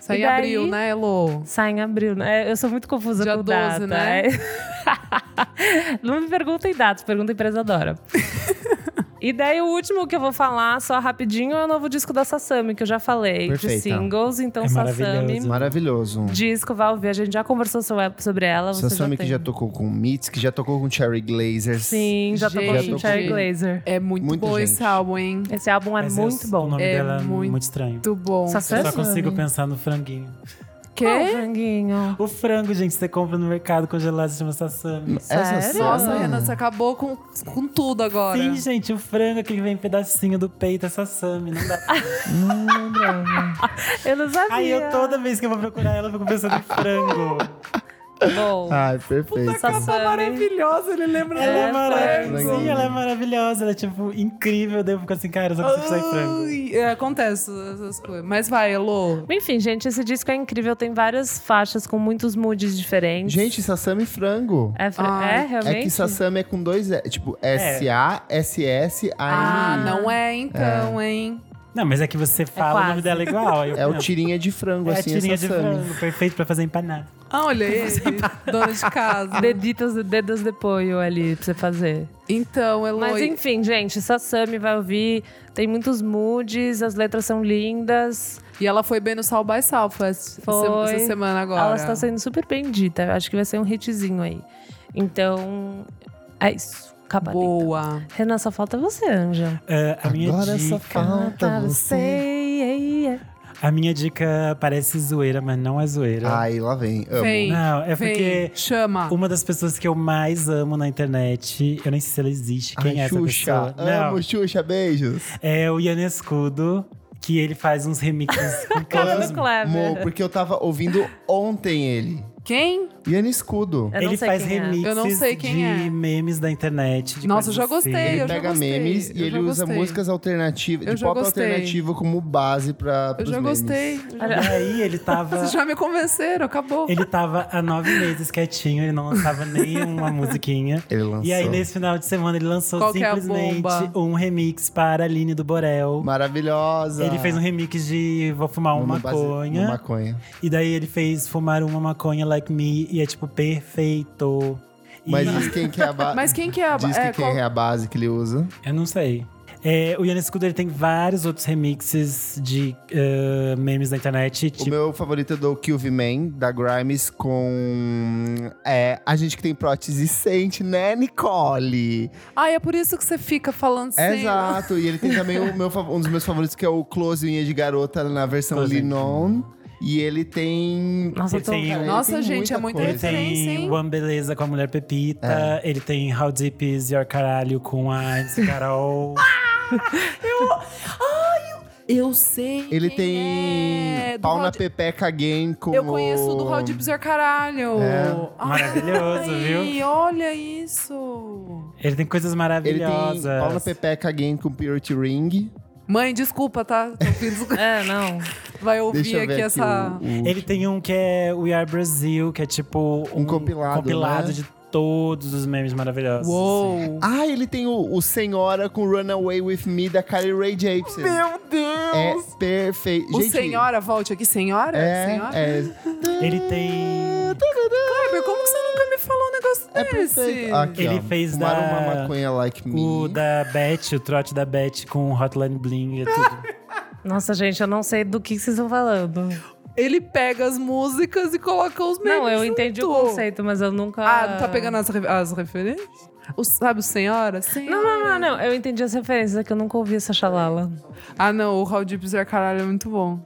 S2: Isso
S1: E
S2: aí
S1: daí-
S2: abriu, né, Elô?
S1: Sai em abril, né? Eu sou muito confusa
S2: Dia
S1: com
S2: 12,
S1: data.
S2: né?
S1: É. <laughs> Não me perguntem datas, pergunta a empresa adora.
S2: <laughs>
S1: e daí o último que eu vou falar, só rapidinho, é o novo disco da Sassami, que eu já falei, de
S3: Perfeita.
S1: singles. Então,
S5: É
S1: Sassami,
S5: maravilhoso.
S3: Maravilhoso.
S1: disco, vai ouvir. A gente já conversou so- sobre ela. Você já
S3: Sassami que
S1: tem.
S3: já tocou com Mitz, que já tocou com Cherry Glazers.
S1: Sim, já tocou
S2: Gente.
S1: com Cherry Glazer.
S2: É muito
S3: Muita
S2: bom
S3: gente.
S2: esse álbum, hein?
S1: Esse álbum é
S5: Mas eu-
S1: muito bom.
S5: O nome
S2: É
S5: dela é
S2: muito-
S5: muito, estranho.
S2: Muito bom.
S1: Sassami?
S5: Eu só consigo pensar no franguinho.
S1: Qual
S2: Quê?
S1: franguinho?
S5: O frango, gente, você compra no mercado congelado, se chama sassami.
S1: Sério?
S3: Essa
S2: Nossa,
S3: cena-
S2: Renan, você acabou com, com tudo agora.
S5: Sim, gente, o frango que vem em pedacinho do peito é sassami, não dá.
S1: Eu não sabia.
S5: Aí eu toda vez que eu vou procurar ela, eu fico pensando em frango.
S1: Bom,
S3: Ai,
S2: Tá
S3: perfeito.
S1: Sassami.
S2: maravilhosa, ele lembra
S5: Ela é,
S1: É,
S5: maravilhosa.
S3: frango.
S5: Sim, ela é maravilhosa. Ela é, tipo, incrível. Daí eu fico assim, cara, eu só consigo sair frango.
S2: Ai, é, Acontece essas coisas. Mas vai, Elô.
S1: enfim, gente, esse disco é incrível. Tem várias faixas com muitos moods diferentes.
S3: Gente, Sassami Frango.
S1: é, fra-
S2: Ai.
S1: é, realmente?
S3: É que Sassami é com dois... É, tipo,
S5: É.
S3: S-A-S-S-A-M-I.
S2: Ah, não é então, hein?
S5: Não, mas é que você fala o
S1: quase.
S5: nome dela igual. aí eu-
S3: É o
S5: não,
S3: tirinha de frango,
S5: é a
S3: assim,
S5: tirinha
S3: é
S5: de
S3: Sassami.
S5: frango. Perfeito pra fazer empanada.
S2: Ah, olha ele, dona de casa.
S1: Deditos e dedos de poio ali pra você fazer.
S2: Então, Elô.
S1: Mas enfim, gente, Sassami vai ouvir. Tem muitos moods, as letras são lindas.
S2: E ela foi bem no Sal by Southwest
S1: Foi.
S2: essa semana agora.
S1: Ela está sendo super bendita. Eu acho que vai ser um hitzinho aí. Então, é isso. Cabalita.
S2: Boa.
S1: Renan, só falta você, Anja.
S5: É, a minha
S3: Agora
S5: dica...
S3: só falta você.
S5: A minha dica parece zoeira, mas não é zoeira.
S3: Ai, lá vem. Amo.
S2: Vem,
S5: não, é
S2: vem.
S5: porque...
S2: Chama.
S5: Uma das pessoas que eu mais amo na internet, eu nem sei se ela existe, quem
S3: Ai,
S5: é
S3: Xuxa.
S5: essa pessoa?
S3: Amo,
S5: Não,
S3: Xuxa, beijos.
S5: é o Ian Escudo, que ele faz uns remixes
S2: <laughs>
S5: com
S2: é
S1: Cara
S5: todos
S1: do Kleber.
S3: Mo, porque eu tava ouvindo ontem ele.
S2: Quem?
S3: Ian Escudo.
S1: Eu não
S5: ele
S1: sei
S5: faz
S1: quem é.
S5: remixes
S2: Eu não sei quem
S5: de
S2: é.
S5: memes da internet. de
S2: Nossa, eu
S5: coisas
S2: já gostei,
S5: assim.
S2: É, eu
S3: Ele
S2: já
S3: pega
S2: gostei,
S3: memes
S2: eu
S3: e
S2: já
S3: ele usa
S2: gostei.
S3: músicas alternativas,
S2: Eu
S3: de
S2: já
S3: pop
S2: gostei.
S3: alternativo como base pra.
S2: Eu
S3: pros
S2: já
S3: memes.
S2: gostei.
S5: E aí ele tava.
S2: Vocês <laughs> já me convenceram, acabou.
S5: Ah. Ele tava há nove meses quietinho, ele não lançava nenhuma musiquinha.
S3: Ele lançou.
S5: E aí, nesse final de semana, ele lançou
S2: Qual que é a
S5: simplesmente
S2: bomba?
S5: um remix para Aline do Borel.
S3: Maravilhosa.
S5: Ele fez um remix de Vou Fumar
S3: Uma
S5: Uma
S3: base-
S5: Maconha.
S3: uma maconha.
S5: E daí ele fez Fumar Uma Maconha Like Me. E é tipo, perfeito. E
S3: Mas diz quem que é a base.
S2: Mas quem que é a ba-
S3: Diz que
S2: é,
S3: quem
S2: qual-
S3: é a base que ele usa.
S5: eu não sei. É, o Yannis Escudo ele tem vários outros remixes de eh, memes da internet.
S3: O
S5: Tipo,
S3: meu favorito é do Kill V Man, da Grimes, com. É, a gente que tem prótese sente, né, Nicole?
S2: Ah, é por isso que você fica falando
S3: É,
S2: assim.
S3: Exato. E ele tem também o meu, fa- um dos meus favoritos, que é o Close Unha de Garota na versão
S5: Close Unha.
S3: Linon. E ele tem.
S1: Nossa, eu tô...
S5: Ele tem
S3: Cara,
S2: Nossa,
S3: ele tem
S2: gente, é muita
S5: Ele
S3: coisa.
S2: Referência,
S5: tem
S2: hein?
S5: One Beleza com a Mulher Pepita.
S3: É.
S5: Ele tem How Deep Is Your Caralho com a Antes
S3: <laughs>
S5: Carol.
S2: Eu sei.
S3: Ele
S2: quem
S3: tem
S2: é, do
S3: pau na
S2: Rod-
S3: pepeca game com
S2: Eu conheço o do Raul
S3: o...
S2: Dibzer, caralho.
S3: É.
S2: Ai,
S5: Maravilhoso,
S2: <laughs>
S5: viu?
S2: olha isso.
S5: Ele tem coisas
S3: Ele
S5: maravilhosas.
S3: tem pau na pepeca game com Purity Ring.
S2: Mãe, desculpa, tá? Tô ouvindo- <laughs>
S1: É, não.
S2: Vai ouvir
S3: Deixa eu
S2: aqui
S3: ver aqui
S2: essa.
S3: o- o-
S5: Ele tem um que é We Are Brazil, que é tipo
S3: Um compilado,
S5: compilado
S3: né?
S5: de todos os memes maravilhosos.
S2: Uou.
S3: Ah, ele tem o, o Senhora com Runaway With Me da Carly Rae Jepsen.
S2: Meu Deus!
S3: É perfeito.
S2: O
S3: Gente,
S2: senhora, volte aqui, senhora?
S3: É,
S2: senhora?
S3: é,
S5: Ele tem.
S2: Kleber, como que você nunca me falou um negócio
S3: é
S2: desse?
S3: perfeito. Aqui,
S5: Ele
S3: ó,
S5: fez
S3: Fumar
S5: da-
S3: uma maconha like me.
S5: O da Beth, o trote da Beth com Hotline Bling e tudo.
S1: Nossa, gente, eu não sei do que vocês estão falando.
S2: Ele pega as músicas e coloca os memes.
S1: Não, eu entendi
S2: junto.
S1: o conceito, mas eu nunca...
S2: Ah, não tá pegando as, re- as referências? O, sabe o senhora?
S1: Não,
S2: Senhora.
S1: não, não, não. Eu entendi as referências, é que eu nunca ouvi essa xalala.
S2: Ah, não, o Raul Dibzer, caralho, é muito bom.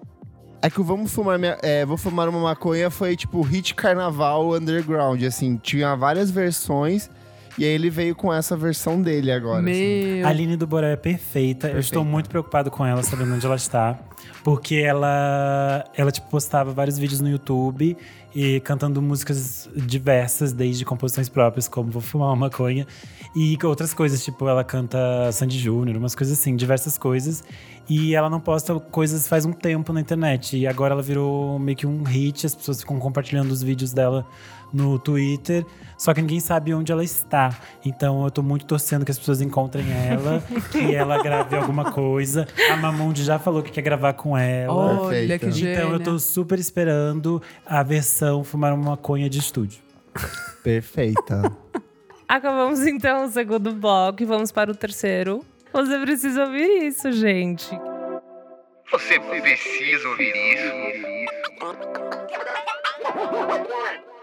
S3: É que o Vamos Fumar Minha- é, Vou Fumar Uma Maconha foi tipo hit carnaval underground, assim. Tinha várias versões e aí ele veio com essa versão dele agora. assim.
S2: Meu.
S5: A Aline do Borel é perfeita. Eu estou muito preocupado com ela, sabendo onde ela está. Porque ela, ela tipo, postava vários vídeos no YouTube e cantando músicas diversas, desde composições próprias, como Vou Fumar Uma Maconha, e outras coisas, tipo, ela canta Sandy Júnior, umas coisas assim, diversas coisas. E ela não posta coisas faz um tempo na internet. E agora ela virou meio que um hit, as pessoas ficam compartilhando os vídeos dela no Twitter, só que ninguém sabe onde ela está. Então eu tô muito torcendo que as pessoas encontrem ela, que ela grave alguma coisa. A Mamundi já falou que quer gravar com ela.
S2: Olha é
S3: Perfeita.
S2: que gênio.
S5: então eu tô super esperando a versão Fumar uma Maconha de estúdio.
S2: <laughs>
S3: Perfeita.
S1: Acabamos então o segundo bloco e vamos para o terceiro. Você precisa ouvir isso, gente.
S6: Você precisa ouvir isso.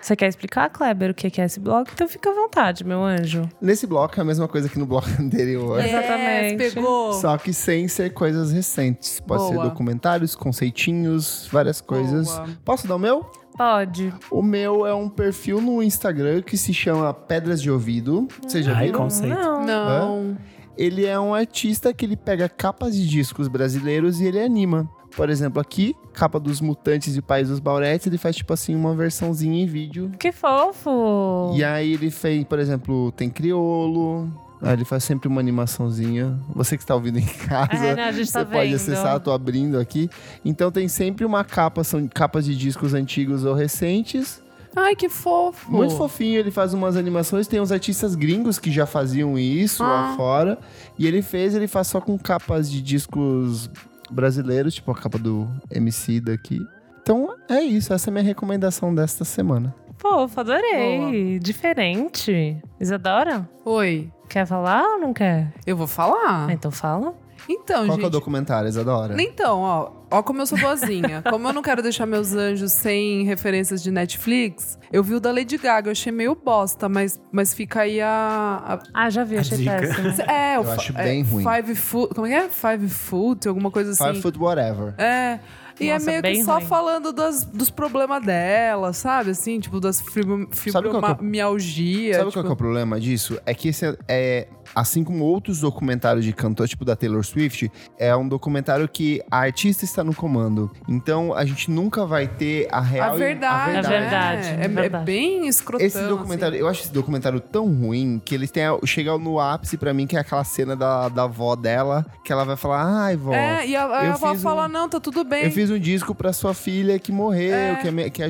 S1: Você quer explicar, Kleber, o que é esse bloco? Então fica à vontade, meu anjo.
S3: Nesse bloco é a mesma coisa que no bloco <laughs> anterior.
S1: É. Exatamente.
S2: Yes, pegou.
S3: Só que sem ser coisas recentes. Pode ser
S2: Boa.
S3: documentários, conceitinhos, várias coisas.
S2: Boa.
S3: Posso dar o meu?
S1: Pode.
S3: O meu é um perfil no Instagram que se chama Pedras de Ouvido. Vocês já
S5: Ai,
S3: viram?
S5: conceito.
S1: Não.
S2: Não.
S3: Ele é um artista que ele pega capas de discos brasileiros e ele anima. Por exemplo, aqui, capa dos Mutantes e Pais dos Bauretes, ele faz tipo assim uma versãozinha em vídeo.
S1: Que fofo.
S3: E aí ele fez, por exemplo, tem Criolo. Aí ele faz sempre uma animaçãozinha. Você que está ouvindo em <laughs> casa,
S1: É, né, a gente
S3: você
S1: <laughs> tá
S3: pode
S1: vendo.
S3: acessar, tô abrindo aqui. Então tem sempre uma capa, são capas de discos antigos ou recentes.
S2: Ai, que fofo.
S3: Muito fofinho, ele faz umas animações. Tem uns artistas gringos que já faziam isso lá
S2: Ah.
S3: fora. E ele fez, ele faz só com capas de discos brasileiros, tipo a capa do MC daqui. Então é isso, essa é a minha recomendação desta semana.
S1: Fofo, adorei. Diferente. Isadora,
S2: Oi.
S1: quer falar ou não quer?
S2: Eu vou falar.
S1: Ah, então fala.
S2: Então,
S3: Qual que é o
S2: gente.
S3: documentário, Isadora?
S2: Então, ó, ó como eu sou
S3: <laughs>
S2: boazinha. como eu não quero deixar meus anjos sem referências de Netflix, eu vi o da Lady Gaga, eu achei meio bosta, mas, mas fica aí a.
S1: Ah, já vi,
S5: A
S1: achei
S5: dica.
S1: péssimo.
S2: <laughs> a- é,
S3: Eu
S2: o fa-
S3: acho
S2: é,
S3: bem ruim.
S2: Five Foot. Como é que é? Five Foot, alguma coisa assim.
S3: Five Foot Whatever.
S2: É. E
S1: Nossa,
S2: é meio
S1: bem
S2: que só
S1: ruim.
S2: falando das- dos problemas dela, sabe? Assim, tipo, das fibro-
S3: Sabe qual que é o-
S2: fibromialgia.
S3: Sabe
S2: tipo,
S3: qual que é o problema disso? É que esse é, é- assim como outros documentários de cantor, tipo da Taylor Swift, é um documentário que a artista está no comando. Então a gente nunca vai ter a é real
S2: A verdade. assim.
S1: A verdade,
S2: né?
S1: a
S2: É, é
S1: verdade.
S2: bem escrotão.
S3: Esse documentário, é eu acho esse documentário tão ruim que ele tem a- chega no ápice pra mim, que é aquela cena da, da avó dela, que ela vai falar: ai, vó,
S2: assim. É, e a, a
S3: eu
S2: avó
S3: fiz
S2: fala,
S3: um-
S2: não, tá tudo bem.
S3: eu fiz um disco pra sua filha que morreu, que, é, me- que é a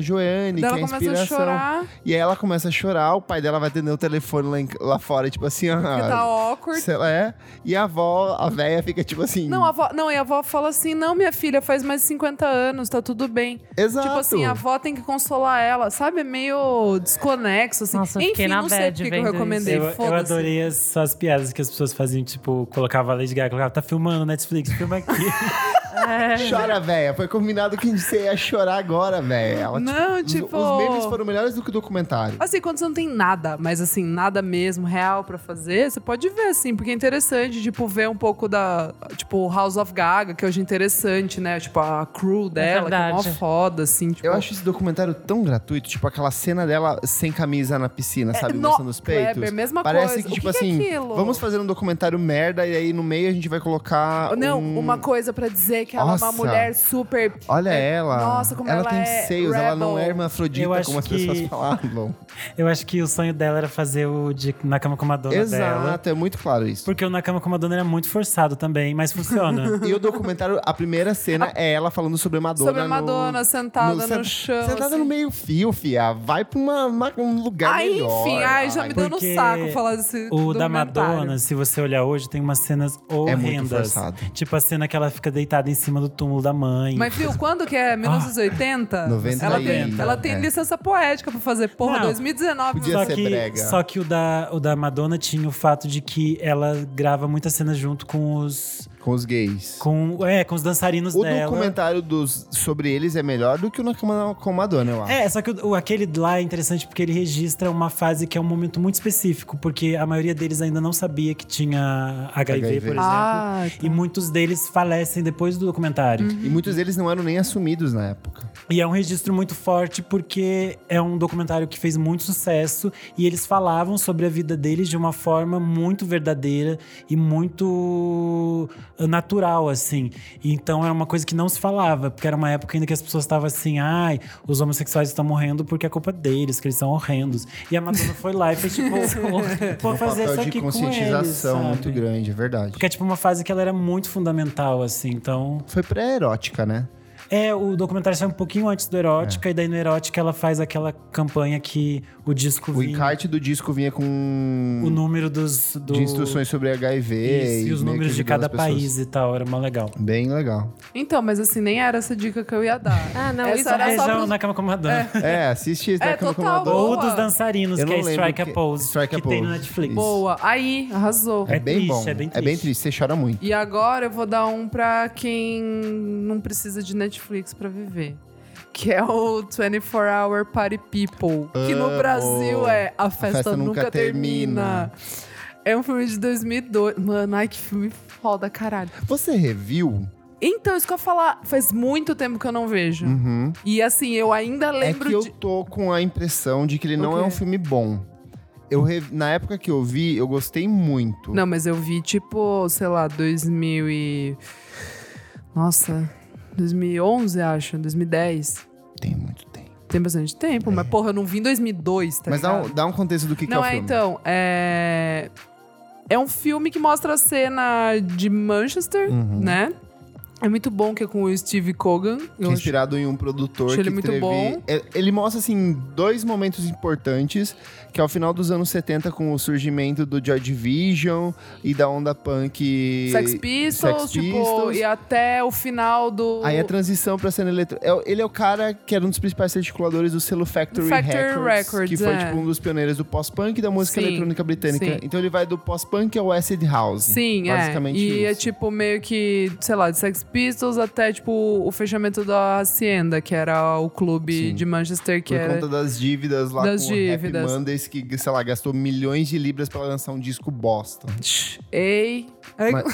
S2: Daí
S3: Joane, que é
S2: ela
S3: a
S2: começa a
S3: inspiração.
S2: chorar, porque
S3: E aí ela começa a chorar, o pai dela vai atender o telefone lá, em- lá fora, tipo assim, ah,
S2: tá awkward.
S3: Sei lá, é. E a avó, a véia, fica tipo assim.
S2: Não, a avó, não, e a avó fala assim: não, minha filha, faz mais de 50 anos, tá tudo bem.
S3: <laughs> Exato.
S2: Tipo assim, a avó tem que consolar ela, sabe? É Meio desconexo, assim.
S1: Nossa, eu
S2: Enfim,
S1: fiquei na
S2: não sei
S1: bad
S2: porque que eu
S1: vendo
S2: recomendei.
S5: Eu, eu
S2: foda-se.
S5: adorei essas piadas que as pessoas faziam, tipo, colocava a Lady Gaga, colocava, tá filmando Netflix, filma aqui.
S3: Chora, véia. Foi combinado que você ia chorar agora, véia. Ela,
S2: Não,
S3: os-
S2: tipo-
S3: Os memes foram melhores do que o documentário.
S2: Assim, quando você não tem nada, mas assim, nada mesmo real pra fazer, você pode ver, assim, porque é interessante, tipo, ver um pouco da. Tipo, House of Gaga, que hoje é interessante, né? Tipo, a crew dela, que é mó
S1: verdade.
S2: foda, assim. Tipo,
S3: Eu acho esse documentário tão gratuito, tipo aquela cena dela sem camisa na piscina, sabe?
S2: no-
S3: Mostrando os peitos.
S2: Kleber, É, mesma
S3: Parece
S2: coisa.
S3: que,
S2: O
S3: tipo
S2: que que é
S3: assim,
S2: aquilo?
S3: vamos fazer um documentário merda e aí no meio a gente vai colocar.
S2: Não,
S3: um-
S2: uma coisa pra dizer que ela é
S3: Nossa.
S2: uma mulher super.
S3: Olha
S2: é,
S3: ela.
S2: Nossa, como ela,
S3: tem
S2: é
S3: seios, ela não é
S2: rebel.
S5: Eu
S3: hermafrodita,
S5: acho
S3: como as
S5: que-
S3: pessoas falavam.
S5: eu acho que o sonho dela era fazer o de Na Cama com a Madonna dela.
S3: Exato, é muito claro isso.
S5: Porque o Na Cama com a Madonna era muito forçado também,
S3: <laughs>
S5: mas funciona.
S3: E o documentário, a primeira cena é ela falando sobre a Madonna.
S2: Sobre a Madonna, sentada no
S3: sent-
S2: chão,
S3: Sentada
S2: assim.
S3: no meio fio, fia. Vai pra uma, uma- um lugar
S2: Ai,
S3: melhor.
S2: enfim, ai, já me deu no
S5: Porque
S2: saco falar desse.
S5: O da
S2: documentário.
S5: Madonna, se você olhar hoje, tem umas cenas
S3: É muito
S5: horrendas.
S3: forçado.
S5: tipo a cena que ela fica deitada em cima do túmulo da mãe.
S2: Mas viu, quando que é? 1980?
S3: 90
S2: ela
S3: Ah, e-
S2: tem, ela tem
S3: é.
S2: licença poética pra fazer. Porra,
S5: Não.
S2: 2019.
S3: Podia
S5: só
S3: ser
S5: que,
S3: brega.
S5: Só que o da, o da Madonna tinha o fato de que ela grava muitas cenas junto com os.
S3: Com os gays.
S5: Com, é, com os dançarinos
S3: o
S5: dela.
S3: documentário dos, sobre eles é melhor do que o na cama com a Madonna, eu acho.
S5: É, só que o, o- aquele lá é interessante porque ele registra uma fase que é um momento muito específico, porque a maioria deles ainda não sabia que tinha HIV,
S3: HIV.
S5: por exemplo.
S2: Ah,
S5: E muitos deles falecem depois do documentário.
S3: E muitos deles não eram nem assumidos na época.
S5: E é um registro muito forte porque é um documentário que fez muito sucesso e eles falavam sobre a vida deles de uma forma muito verdadeira e muito ah, natural, assim. Então era uma coisa que não se falava, porque era uma época ainda que as pessoas estavam assim: ai, os homossexuais estão morrendo porque é culpa deles, que eles são horrendos. E a Madonna foi lá e
S3: <laughs>
S5: fez tipo: vou fazer
S3: um papel
S5: isso
S3: de
S5: aqui com eles.
S3: conscientização
S5: Sabe?
S3: muito grande, é verdade.
S5: Porque é tipo uma fase que ela era muito fundamental, assim. Então.
S3: Foi pré-erótica, né?
S5: É, o documentário sai um pouquinho antes do
S3: É.
S5: Erótica, e daí no Erótica ela faz aquela campanha que o disco
S3: O
S5: vinha,
S3: encarte do disco vinha com...
S5: o número dos do,
S3: De instruções sobre HIV
S5: isso, e
S3: meio
S5: os
S3: que
S5: números de
S3: ajudando
S5: cada
S3: as pessoas.
S5: país e tal, era mó legal.
S3: Bem legal.
S2: Então, mas assim, nem era essa dica que eu ia
S3: <laughs>
S2: dar.
S1: Ah, não,
S2: essa
S1: isso
S2: era
S1: é
S2: só
S5: Beijão
S2: pros...
S5: na cama com a Madonna. <laughs>
S3: É, assiste Na
S2: É,
S3: Cama com a
S2: total,
S3: Madonna.
S2: boa.
S5: Ou dos dançarinos,
S3: Eu
S5: que
S3: não
S5: é
S3: lembro
S5: Strike a
S3: que-
S5: Pose,
S3: Strike a
S5: que tem no
S3: Pose,
S5: Netflix.
S3: isso.
S2: Boa. Aí, arrasou.
S3: É,
S5: É
S3: bem
S5: triste,
S3: bom.
S5: é bem triste.
S3: você chora muito.
S2: E agora eu vou dar um pra quem não precisa de Netflix pra viver. que é o 24 Hour Party People, que no
S3: Amo.
S2: Brasil é A Festa,
S3: Festa
S2: nunca,
S3: Nunca
S2: termina. É um filme de 2002. Mano, ai que filme foda, caralho.
S3: Você reviu?
S2: Então, isso que eu ia falar, faz muito tempo que eu não vejo.
S3: Uhum.
S2: E assim, eu ainda lembro
S3: é que
S2: de.
S3: eu tô com a impressão de que ele não
S2: O
S3: é um
S2: quê?
S3: filme bom. Eu re- Na época que eu vi, eu gostei muito.
S2: Não, mas eu vi tipo, sei lá, 2000 e... Nossa, 2011, acho, 2010.
S3: Tem muito tempo.
S2: Tem bastante tempo, mas porra, eu não vi em 2002, tá
S3: É. Mas dá
S2: ligado?
S3: um, dá um contexto do que, que é
S2: Não,
S3: o
S2: é,
S3: filme.
S2: então, é... É um filme que mostra a cena de Manchester,
S3: Uhum.
S2: né? É muito bom que é com o Steve Cogan. Eu acho-
S3: Inspirado em um produtor
S2: Achei
S3: que
S2: ele muito
S3: teve...
S2: bom.
S3: É- Ele mostra, assim, dois momentos importantes, que é o final dos anos 70 com o surgimento do Joy Division e da onda punk...
S2: Sex Pistols,
S3: Sex
S2: tipo,
S3: Pistols.
S2: e até o final do...
S3: Aí é a transição pra cena eletrônica. Ele é o cara que era um dos principais articuladores do selo Factory,
S2: Do Factory
S3: Records, que
S2: Records,
S3: foi
S2: é.
S3: tipo um dos pioneiros do pós-punk e da música
S2: Sim,
S3: eletrônica britânica.
S2: sim.
S3: Então ele vai do pós-punk ao acid house.
S2: Sim, é.
S3: basicamente
S2: E
S3: isso.
S2: é tipo meio que, sei lá, de Sex Pistols até tipo o fechamento da Hacienda, que era o clube
S3: Sim.
S2: de Manchester que
S3: Por
S2: era.
S3: conta das dívidas lá
S2: Das
S3: com o
S2: dívidas.
S3: Happy Mondays, que, sei lá, gastou milhões de libras pra lançar um disco bosta.
S2: Ei. Ai,
S3: Mas-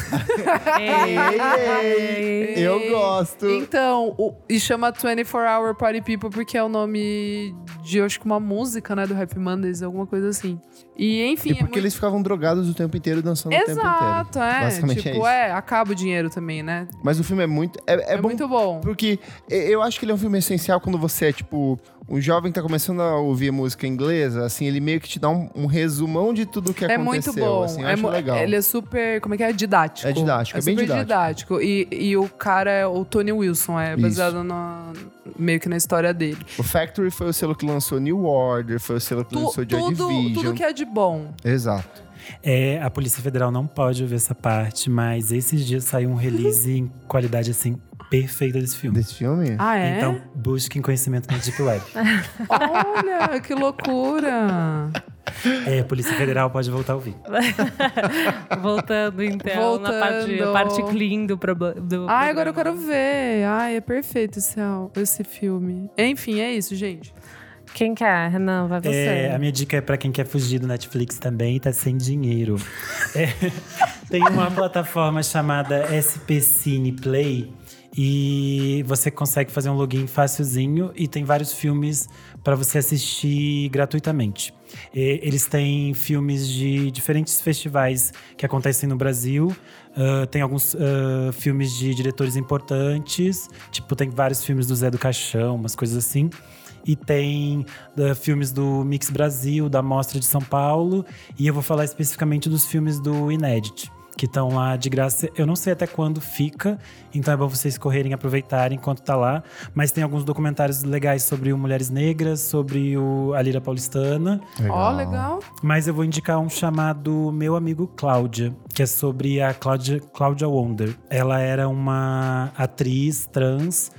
S1: Ei, ei.
S3: Eu gosto.
S2: Então, o- e chama 24 Hour Party People porque é o nome de, eu acho que uma música, né, do Happy Mondays, alguma coisa assim. E enfim,
S3: e
S2: é
S3: porque
S2: muito...
S3: eles ficavam drogados o tempo inteiro, dançando o tempo inteiro.
S2: Exato, é.
S3: Basicamente é
S2: Tipo,
S3: isso.
S2: é, acaba o dinheiro também, né?
S3: Mas o filme é muito. É, é
S2: É,
S3: bom
S2: muito bom.
S3: Porque e- eu acho que ele é um filme essencial quando você é, tipo, um jovem que tá começando a ouvir música inglesa, assim, ele meio que te dá um, um resumão de tudo o que
S2: É
S3: aconteceu.
S2: muito bom.
S3: assim, eu
S2: é
S3: acho
S2: mu-
S3: legal.
S2: Ele é super. Como é que é? Didático.
S3: É didático, é bem
S2: super didático. E, e o cara é o Tony Wilson, é
S3: Isso.
S2: baseado na- meio que na história dele.
S3: O Factory foi o selo que lançou New Order, foi o selo que
S2: Tu-
S3: lançou Joy
S2: tudo,
S3: Division.
S2: tudo que é de bom.
S3: Exato.
S5: É, a Polícia Federal não pode ouvir essa parte, mas esses dias saiu um release em qualidade assim perfeita desse filme.
S3: Desse filme?
S2: Ah, é?
S5: Então, busquem conhecimento na
S2: <laughs>
S5: Deep Web.
S2: Olha, que loucura.
S5: é, a Polícia Federal pode voltar a ouvir.
S1: Voltando então na parte,
S2: Voltando.
S1: a parte clean do problema.
S2: Ai, agora eu quero ver. Ai, é perfeito esse, al- esse filme. Enfim, é isso, gente.
S1: Quem quer? Renan, vai você.
S5: É, a minha dica é pra quem quer fugir do Netflix também e tá sem dinheiro. <laughs> É, tem uma plataforma chamada SP Cine Play e você consegue fazer um login facilzinho e tem vários filmes pra você assistir gratuitamente. E eles têm filmes de diferentes festivais que acontecem no Brasil. Ah, tem alguns ah, filmes de diretores importantes, tipo, tem vários filmes do Zé do Caixão, umas coisas assim e tem da- filmes do Mix Brasil, da Mostra de São Paulo, e eu vou falar especificamente dos filmes do Inédit, que estão lá de graça. Eu não sei até quando fica, então é bom vocês correrem e aproveitarem enquanto tá lá, mas tem alguns documentários legais sobre o Mulheres Negras, sobre o, a Lira Paulistana,
S2: Ó, legal.
S5: mas eu vou indicar um chamado Meu Amigo Cláudia, que é sobre a Cláudia, Cláudia Wonder. Ela era uma atriz trans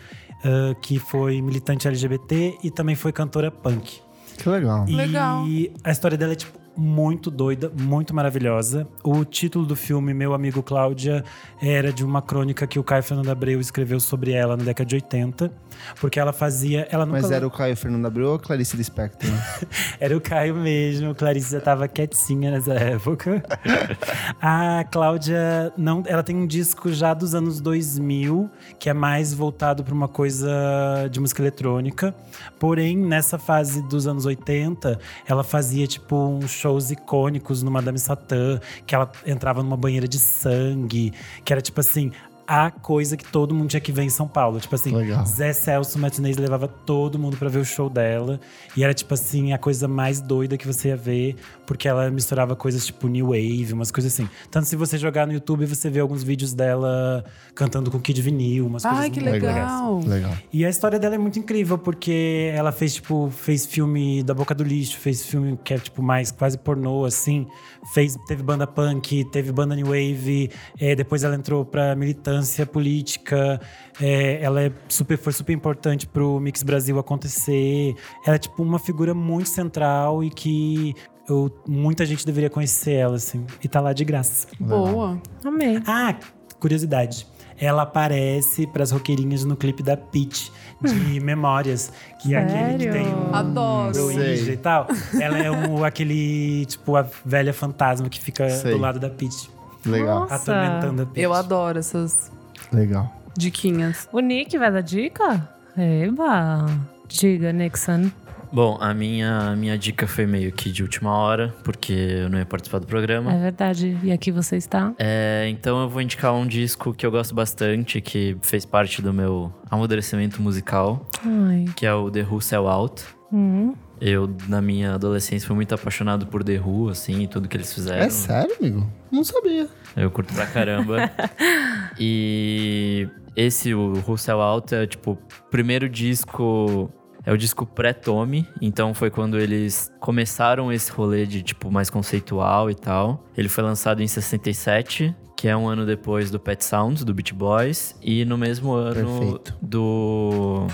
S5: ãh, que foi militante LGBT e também foi cantora punk.
S3: Que legal.
S2: Legal.
S5: E a história dela é, tipo, muito doida, muito maravilhosa. O título do filme, Meu Amigo Cláudia, era de uma crônica que o Caio Fernando Abreu escreveu sobre ela na década de 80. Porque ela fazia. Ela nunca
S3: Mas era o Caio Fernando Abreu ou a
S2: <laughs>
S3: Clarice Lispector?
S5: <laughs> Era o Caio mesmo, Clarice já tava quietinha nessa época. A Cláudia, não, ela tem um disco já dos anos 2000, que é mais voltado para uma coisa de música eletrônica. Porém, nessa fase dos anos 80, ela fazia tipo uns shows icônicos no Madame Satã, que ela entrava numa banheira de sangue, que era tipo assim, a coisa que todo mundo tinha que ver em São Paulo. Tipo assim,
S3: Legal.
S5: Zé Celso Martinez levava todo mundo pra ver o show dela. E era, tipo assim, a coisa mais doida que você ia ver, porque ela misturava coisas tipo New Wave, umas coisas assim. Tanto se você jogar no YouTube, você vê alguns vídeos dela cantando com Kid Vinil, umas coisas
S2: Ai, que
S5: muito
S2: legal.
S3: legal.
S5: e a história dela é muito incrível, porque ela fez, tipo, fez filme da boca do lixo, fez filme que é, tipo, mais quase pornô, assim. Fez, teve banda punk, teve banda new wave. eh, depois ela entrou pra militância política. eh, ela é super, foi super importante pro Mix Brasil acontecer. Ela é, tipo, uma figura muito central e que... eu- muita gente deveria conhecer ela, assim. E tá lá de graça.
S2: Boa.
S1: Amei.
S5: Ah, curiosidade. ela aparece pras roqueirinhas no clipe da Peach,
S2: <laughs>
S5: de Memórias, que é aquele que
S1: Sério?
S5: tem um
S2: Adoro.
S3: Sei.
S5: Coruja e tal. Ela é um,
S2: <laughs>
S5: aquele, tipo, a velha fantasma que fica
S3: Sei.
S5: do lado da Peach,
S3: Legal,
S1: Nossa.
S5: atormentando a Peach.
S2: Eu adoro essas
S3: legal.
S2: diquinhas.
S1: O Nick vai dar dica? Eba! Diga, Nixon.
S4: Bom, a minha, a minha dica foi meio que de última hora, porque eu não ia participar do programa.
S1: É verdade. E aqui você está?
S4: É, então eu vou indicar um disco que eu gosto bastante, que fez parte do meu amadurecimento musical,
S1: Ai.
S4: que é o The Who Sell Out.
S1: Hum.
S4: Eu, na minha adolescência, fui muito apaixonado por The Who, assim, e tudo que eles fizeram.
S3: É sério, amigo? Não sabia.
S4: Eu curto pra caramba. e esse, o Russell Alto, é tipo, o primeiro disco. É o disco pré-Tommy, então foi quando eles começaram esse rolê de tipo mais conceitual e tal. Ele foi lançado em 67, que é um ano depois do Pet Sounds, do Beach Boys, e no mesmo ano
S3: Perfeito.
S4: do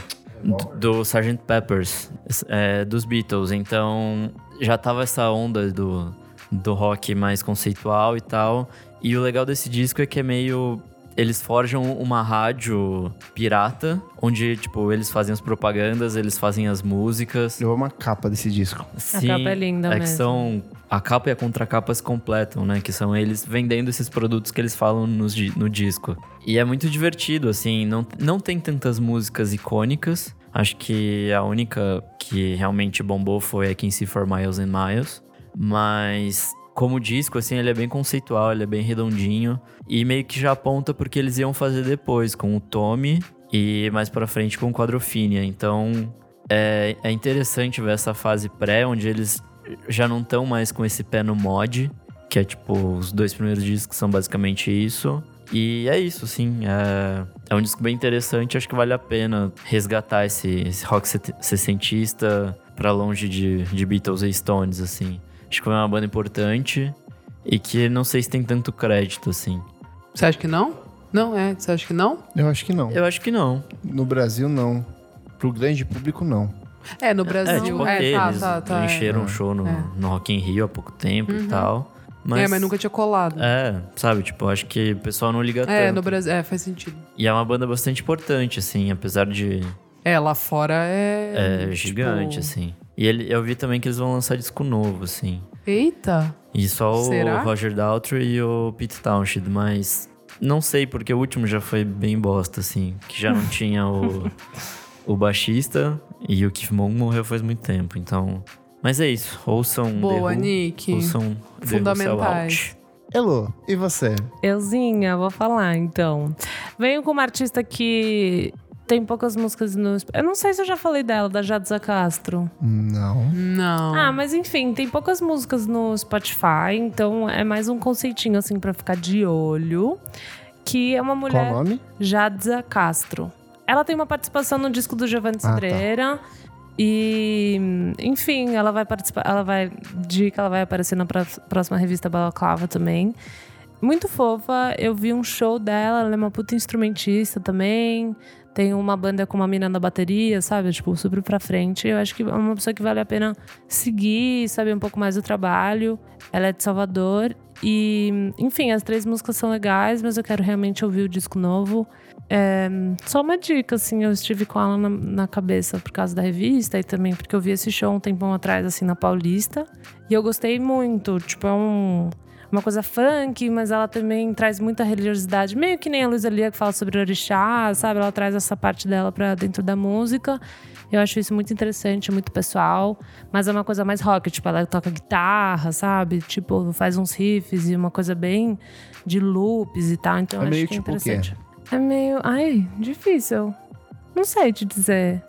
S4: do Sgt. Peppers, é, dos Beatles. Então já tava essa onda do, do rock mais conceitual e tal. E o legal desse disco é que é meio. Eles forjam uma rádio pirata, onde, tipo, eles fazem as propagandas, eles fazem as músicas.
S3: Eu amo a capa desse disco.
S4: Sim,
S1: capa é linda
S4: é que
S1: mesmo.
S4: são a capa e a contracapa se completam, né? Que são eles vendendo esses produtos que eles falam nos di- no disco. E é muito divertido, assim, não, não tem tantas músicas icônicas. Acho que a única que realmente bombou foi I Can See For Miles and Miles. Mas como disco, assim, ele é bem conceitual, ele é bem redondinho. E meio que já aponta porque eles iam fazer depois, com o Tommy e mais pra frente com o Quadrofínia. Então é, é interessante ver essa fase pré, onde eles já não estão mais com esse pé no mod, que é tipo, os dois primeiros discos são basicamente isso. E é isso, sim. É, é um disco bem interessante, acho que vale a pena resgatar esse, esse rock set- sessentista pra longe de, de Beatles e Stones, assim. Acho que foi uma banda importante e que não sei se tem tanto crédito, assim.
S2: Você acha que não? Não é? Você acha que não?
S3: Eu acho que não.
S4: Eu acho que não.
S3: No Brasil, não. Pro grande público, não.
S2: É, no Brasil.
S4: É, tipo,
S2: é,
S4: ok,
S2: tá,
S4: eles
S2: tá, tá, é.
S4: encheram um show no,
S2: É. Uhum.
S4: no Rock in Rio há pouco tempo e tal. Mas,
S2: É, mas nunca tinha colado.
S4: É, sabe, tipo, acho que o pessoal não liga
S2: É,
S4: tanto.
S2: no Brasil. É, faz sentido.
S4: E é uma banda bastante importante, assim, apesar de
S2: É, lá fora é.
S4: é,
S2: tipo,
S4: gigante, assim. E ele, eu vi também que eles vão lançar disco novo, assim.
S2: Eita!
S4: E só o
S2: Será?
S4: Roger Daltrey e o Pete Townshend, mas não sei, porque o último já foi bem bosta, assim. Que já não tinha o,
S2: <laughs>
S4: o baixista e o Keith Moon morreu faz muito tempo, então... Mas é isso, ouçam
S2: Boa,
S4: The Who,
S2: Nick.
S4: ouçam The Who Sell
S2: Fundamentais.
S4: Out.
S3: Elô, e você?
S1: Euzinha, vou falar então. Venho com uma artista que tem poucas músicas no. Eu não sei se eu já falei dela, da Jadza Castro.
S3: Não.
S2: Não.
S1: Ah, mas enfim, tem poucas músicas no Spotify, então é mais um conceitinho assim pra ficar de olho. Que é uma
S3: Qual
S1: mulher.
S3: o nome?
S1: Jadza Castro. Ela tem uma participação no disco do Giovanni
S3: tá.
S1: Cidreira. E, enfim, ela vai participar, ela vai. Dica, ela vai aparecer na pró- próxima revista Balaclava também. Muito fofa, eu vi um show dela, ela é uma puta instrumentista também. Tem uma banda com uma mina na bateria, sabe? Tipo, super pra frente. Eu acho que é uma pessoa que vale a pena seguir, saber um pouco mais do trabalho. Ela é de Salvador. E, enfim, as três músicas são legais, mas eu quero realmente ouvir o disco novo. É, só uma dica, assim, eu estive com ela na, na cabeça por causa da revista e também porque eu vi esse show um tempão atrás, assim, na Paulista. E eu gostei muito. Tipo, é um, uma coisa funk, mas ela também traz muita religiosidade, meio que nem a Luísa Lia que fala sobre orixá, sabe? Ela traz essa parte dela pra dentro da música. Eu acho isso muito interessante, muito pessoal, mas é uma coisa mais rock, tipo, ela toca guitarra, sabe? Tipo, faz uns riffs e uma coisa bem de loops e tal, então eu
S3: É
S1: acho
S3: meio
S1: que é
S3: tipo o quê?
S1: interessante. É meio, ai, difícil. Não sei te dizer.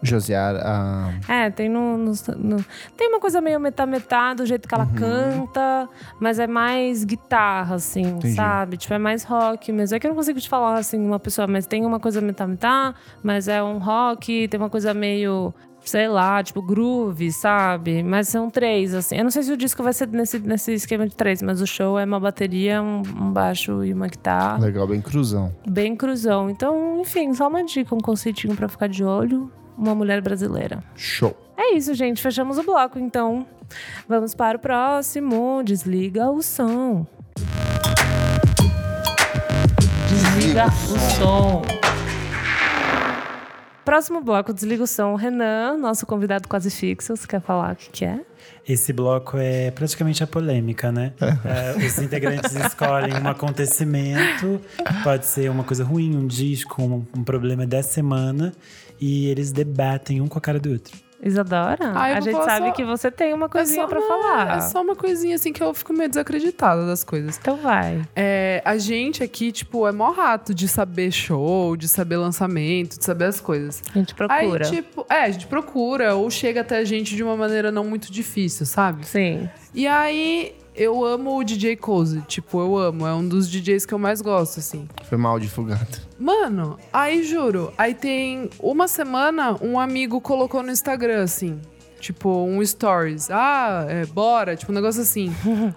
S3: Josiara. ah,
S1: É, tem no, no- no- tem uma coisa meio metá-metá do jeito que ela canta, mas é mais guitarra, assim,
S3: Entendi.
S1: sabe? Tipo, é mais rock mesmo. É que eu não consigo te falar, assim, uma pessoa, mas tem uma coisa metá-metá, mas é um rock, tem uma coisa meio, sei lá, tipo groove, sabe? Mas são três, assim. Eu não sei se o disco vai ser nesse, nesse esquema de três, mas o show é uma bateria, um, um baixo e uma
S2: Ah.
S1: guitarra.
S3: Legal, bem cruzão.
S1: Bem cruzão. Então, enfim, só uma dica, um conceitinho pra ficar de olho. Uma mulher brasileira.
S3: Show.
S1: É isso, gente. Fechamos o bloco, então. Vamos para o próximo. Desliga o som. Desliga, Desliga o som. Próximo bloco, desliga o som. Renan, nosso convidado quase fixo, você quer falar o que, que é?
S5: Esse bloco é praticamente a polêmica, né? É,
S3: <laughs>
S5: os integrantes escolhem um acontecimento, pode ser uma coisa ruim, um disco, um, um problema da semana, e eles debatem um com a cara do outro.
S1: Isadora,
S2: Ah,
S1: a
S2: eu vou
S1: gente
S2: falar
S1: sabe
S2: só-
S1: que você tem uma coisinha
S2: só
S1: pra
S2: uma-
S1: falar.
S2: É só uma coisinha assim que eu fico meio desacreditada das coisas.
S1: Então vai.
S2: É, a gente aqui, tipo, é mó rato de saber show, de saber lançamento, de saber as coisas.
S1: A gente procura.
S2: Aí, tipo, é, a gente procura ou chega até a gente de uma maneira não muito difícil, sabe?
S1: Sim.
S2: E aí, eu amo o DJ Cozy, tipo, eu amo, é um dos DJs que eu mais gosto, assim.
S3: Foi mal divulgado.
S2: Mano, aí juro, aí tem uma semana um amigo colocou no Instagram, assim. Tipo, um stories. Ah, é, bora, tipo, um
S1: <laughs>
S2: negócio assim.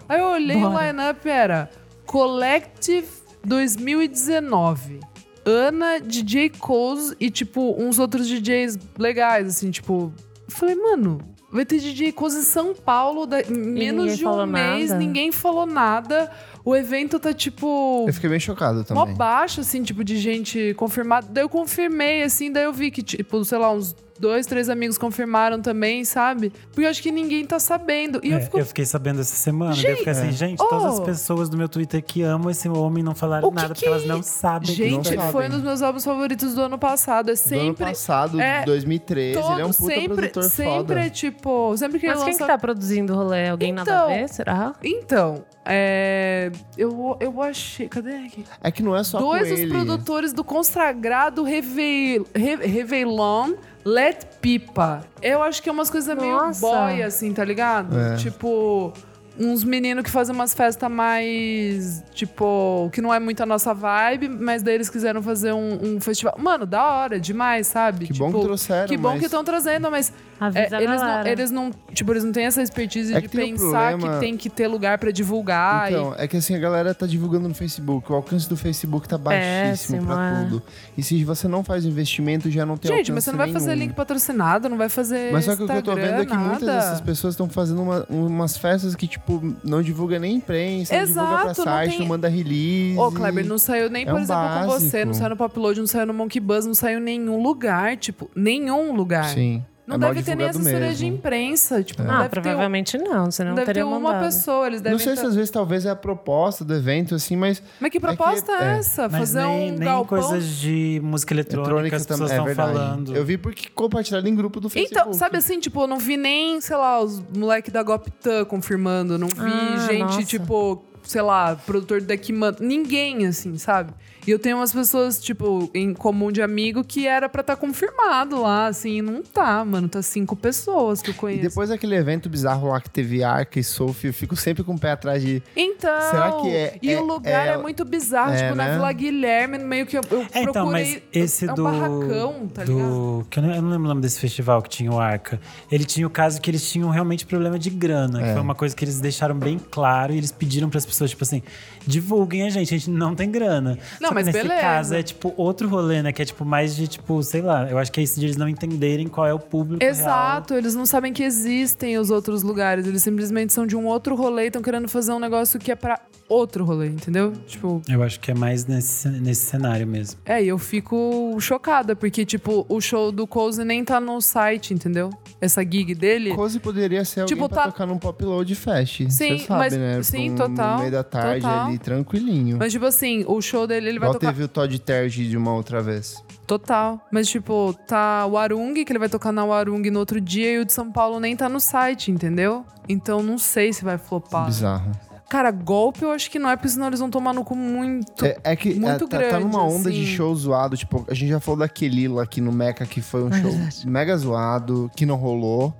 S2: Aí eu olhei o line-up era Collective 2019. Ana, DJ Coz e, tipo, uns outros DJs legais, assim, tipo. Eu falei, mano, vai ter DJ Coz em São Paulo da- em menos
S1: ninguém
S2: de um
S1: falou
S2: mês,
S1: nada?
S2: ninguém falou nada. O evento tá, tipo.
S3: Eu fiquei bem chocado
S2: Mó
S3: também.
S2: baixo, assim, tipo, de gente confirmada. Daí eu confirmei, assim, daí eu vi que, tipo, sei lá, uns dois, três amigos confirmaram também, sabe? Porque eu acho que ninguém tá sabendo. E
S5: É,
S2: eu fico.
S5: fiquei sabendo essa semana. daí eu fiquei assim, gente,
S2: Oh!
S5: todas as pessoas do meu Twitter que amam esse homem não falaram
S2: O que
S5: nada,
S2: que
S5: porque
S2: é
S5: elas não sabem.
S2: Gente,
S3: não
S2: foi
S3: sabem.
S2: um dos meus álbuns favoritos do ano passado. É
S3: Do ano
S2: sempre.
S3: passado,
S2: é,
S3: de 2013, ele é um
S2: todo-
S3: puta
S2: sempre,
S3: produtor
S2: sempre, é
S3: foda.
S2: tipo. Sempre que
S1: Mas
S2: ele
S1: quem que
S2: lança
S1: tá produzindo o rolê? Alguém nada a
S2: Então-
S1: ver? Será?
S2: Então, é. Eu, eu achei. Cadê aqui?
S3: É que não é só
S2: Dois
S3: com
S2: dos
S3: ele.
S2: produtores do consagrado Reveil, Re- Reveilon Let Pipa. Eu acho que é umas coisas meio
S1: Nossa.
S2: boy, assim, tá ligado?
S3: É.
S2: Tipo, uns meninos que fazem umas festas mais. Tipo, que não é muito a nossa vibe, mas daí eles quiseram fazer um, um festival. Mano, da hora, demais, sabe?
S3: Que bom que
S2: Tipo,
S3: trouxeram,
S2: Que bom
S3: mas-
S2: que estão trazendo, mas é,
S1: Avisa a
S2: eles, não,
S1: galera.
S2: eles não. Tipo, eles não têm essa expertise
S3: É
S2: de
S3: que tem um
S2: pensar
S3: problema-
S2: que tem que ter lugar pra divulgar. e-
S3: Então, é que assim, a galera tá divulgando no Facebook. O alcance do Facebook tá baixíssimo
S1: Péssimo,
S3: pra
S1: é.
S3: tudo. E se você não faz investimento, já não tem alcance
S2: Gente, mas você não vai fazer
S3: nenhum.
S2: link patrocinado, não vai fazer.
S3: Mas só que o que eu tô
S2: Instagram,
S3: vendo é que muitas
S2: nada.
S3: dessas pessoas estão fazendo uma- umas festas que, tipo, não divulga nem imprensa, não divulga pra
S2: Exato, não
S3: site, não,
S2: tem-
S3: manda release.
S2: Ô, Kleber, não saiu nem,
S3: É
S2: por
S3: um
S2: exemplo, com
S3: básico.
S2: você, não saiu no Popload, não saiu no Monkey Buzz, não saiu em nenhum lugar, tipo, nenhum lugar.
S3: Sim.
S2: Não
S3: é mal
S2: deve ter nem
S3: divulgado
S2: assessoria
S3: mesmo. É.
S2: de imprensa, tipo, não
S1: Ah,
S2: deve ter, não
S1: provavelmente não, senão não
S2: deve ter
S1: teria
S2: uma
S1: mandado.
S2: pessoa, eles devem
S3: Não sei
S2: ter... um
S3: se às vezes talvez é a proposta do evento, assim, mas
S2: Mas que proposta é,
S3: é.
S2: essa?
S5: Mas
S2: fazer
S5: nem,
S2: um
S5: nem
S2: galpão?
S5: coisas de música eletrônica,
S3: eletrônica
S5: as pessoas
S3: também. É
S5: estão
S3: verdade.
S5: falando.
S3: Eu vi porque compartilharam em grupo do Facebook.
S2: Então, sabe assim, tipo, eu não vi nem, sei lá, os moleque da Goptan confirmando, não vi
S1: Ah,
S2: gente,
S1: nossa.
S2: tipo, sei lá, produtor da Kimanto, ninguém, assim, sabe? E eu tenho umas pessoas, tipo, em comum de amigo que era pra estar confirmado lá, assim, e não tá, mano, tá cinco pessoas que eu
S3: E
S2: conheço.
S3: depois daquele evento bizarro lá que teve Arca e Sophie, eu fico sempre com o pé atrás de.
S2: Então,
S3: Será que é-
S2: e
S3: é-
S2: o lugar é,
S3: é-
S2: muito bizarro,
S3: é,
S2: tipo, na
S3: né?
S2: Vila Guilherme, meio que eu, eu
S5: É, então, mas
S2: procurei,
S5: esse
S2: é um
S5: do.
S2: barracão, tá ligado?
S5: do que eu, não, eu não lembro o nome desse festival que tinha o Arca. Ele tinha o caso que eles tinham realmente problema de grana, que foi uma coisa que eles deixaram bem claro e eles pediram para as pessoas, tipo assim, divulguem a gente, a gente não tem grana.
S2: Não,
S5: Só que
S2: mas
S5: nesse
S2: beleza.
S5: caso é tipo outro rolê, né? Que é tipo mais de tipo, sei lá, eu acho que é isso de eles não entenderem qual é o público.
S2: Exato, eles não sabem que existem os outros lugares. Eles simplesmente são de um outro rolê e estão querendo fazer um negócio que é pra outro rolê, entendeu? Tipo.
S5: Real. Eu acho que é mais nesse, nesse cenário mesmo.
S2: É, e eu fico chocada, porque, tipo, o show do Cozy nem tá no site, entendeu? Essa gig dele.
S3: Cozy poderia ser alguém
S2: Tipo,
S3: pra
S2: tá-
S3: tocar num pop load fest.
S2: Sim,
S3: Você sabe,
S2: mas-
S3: né?
S2: sim,
S3: Pra um-
S2: total,
S3: No meio da tarde
S2: total.
S3: ali, tranquilinho.
S2: Mas, tipo assim, o show dele ele vai
S3: Igual
S2: tocar.
S3: teve o Todd Terge de uma outra vez.
S2: Total. Mas, tipo, tá o Arung, que ele vai tocar na Arung no outro dia, e o de São Paulo nem tá no site, entendeu? Então não sei se vai flopar.
S3: Bizarro.
S2: Cara, golpe eu acho que não é, porque senão eles vão tomar no cu muito.
S3: É, é que é,
S2: muito
S3: tá, tá
S2: grande,
S3: numa onda
S2: assim.
S3: de show zoado. Tipo, a gente já falou da Kelila aqui no Meca, que foi um show mega zoado, que não rolou.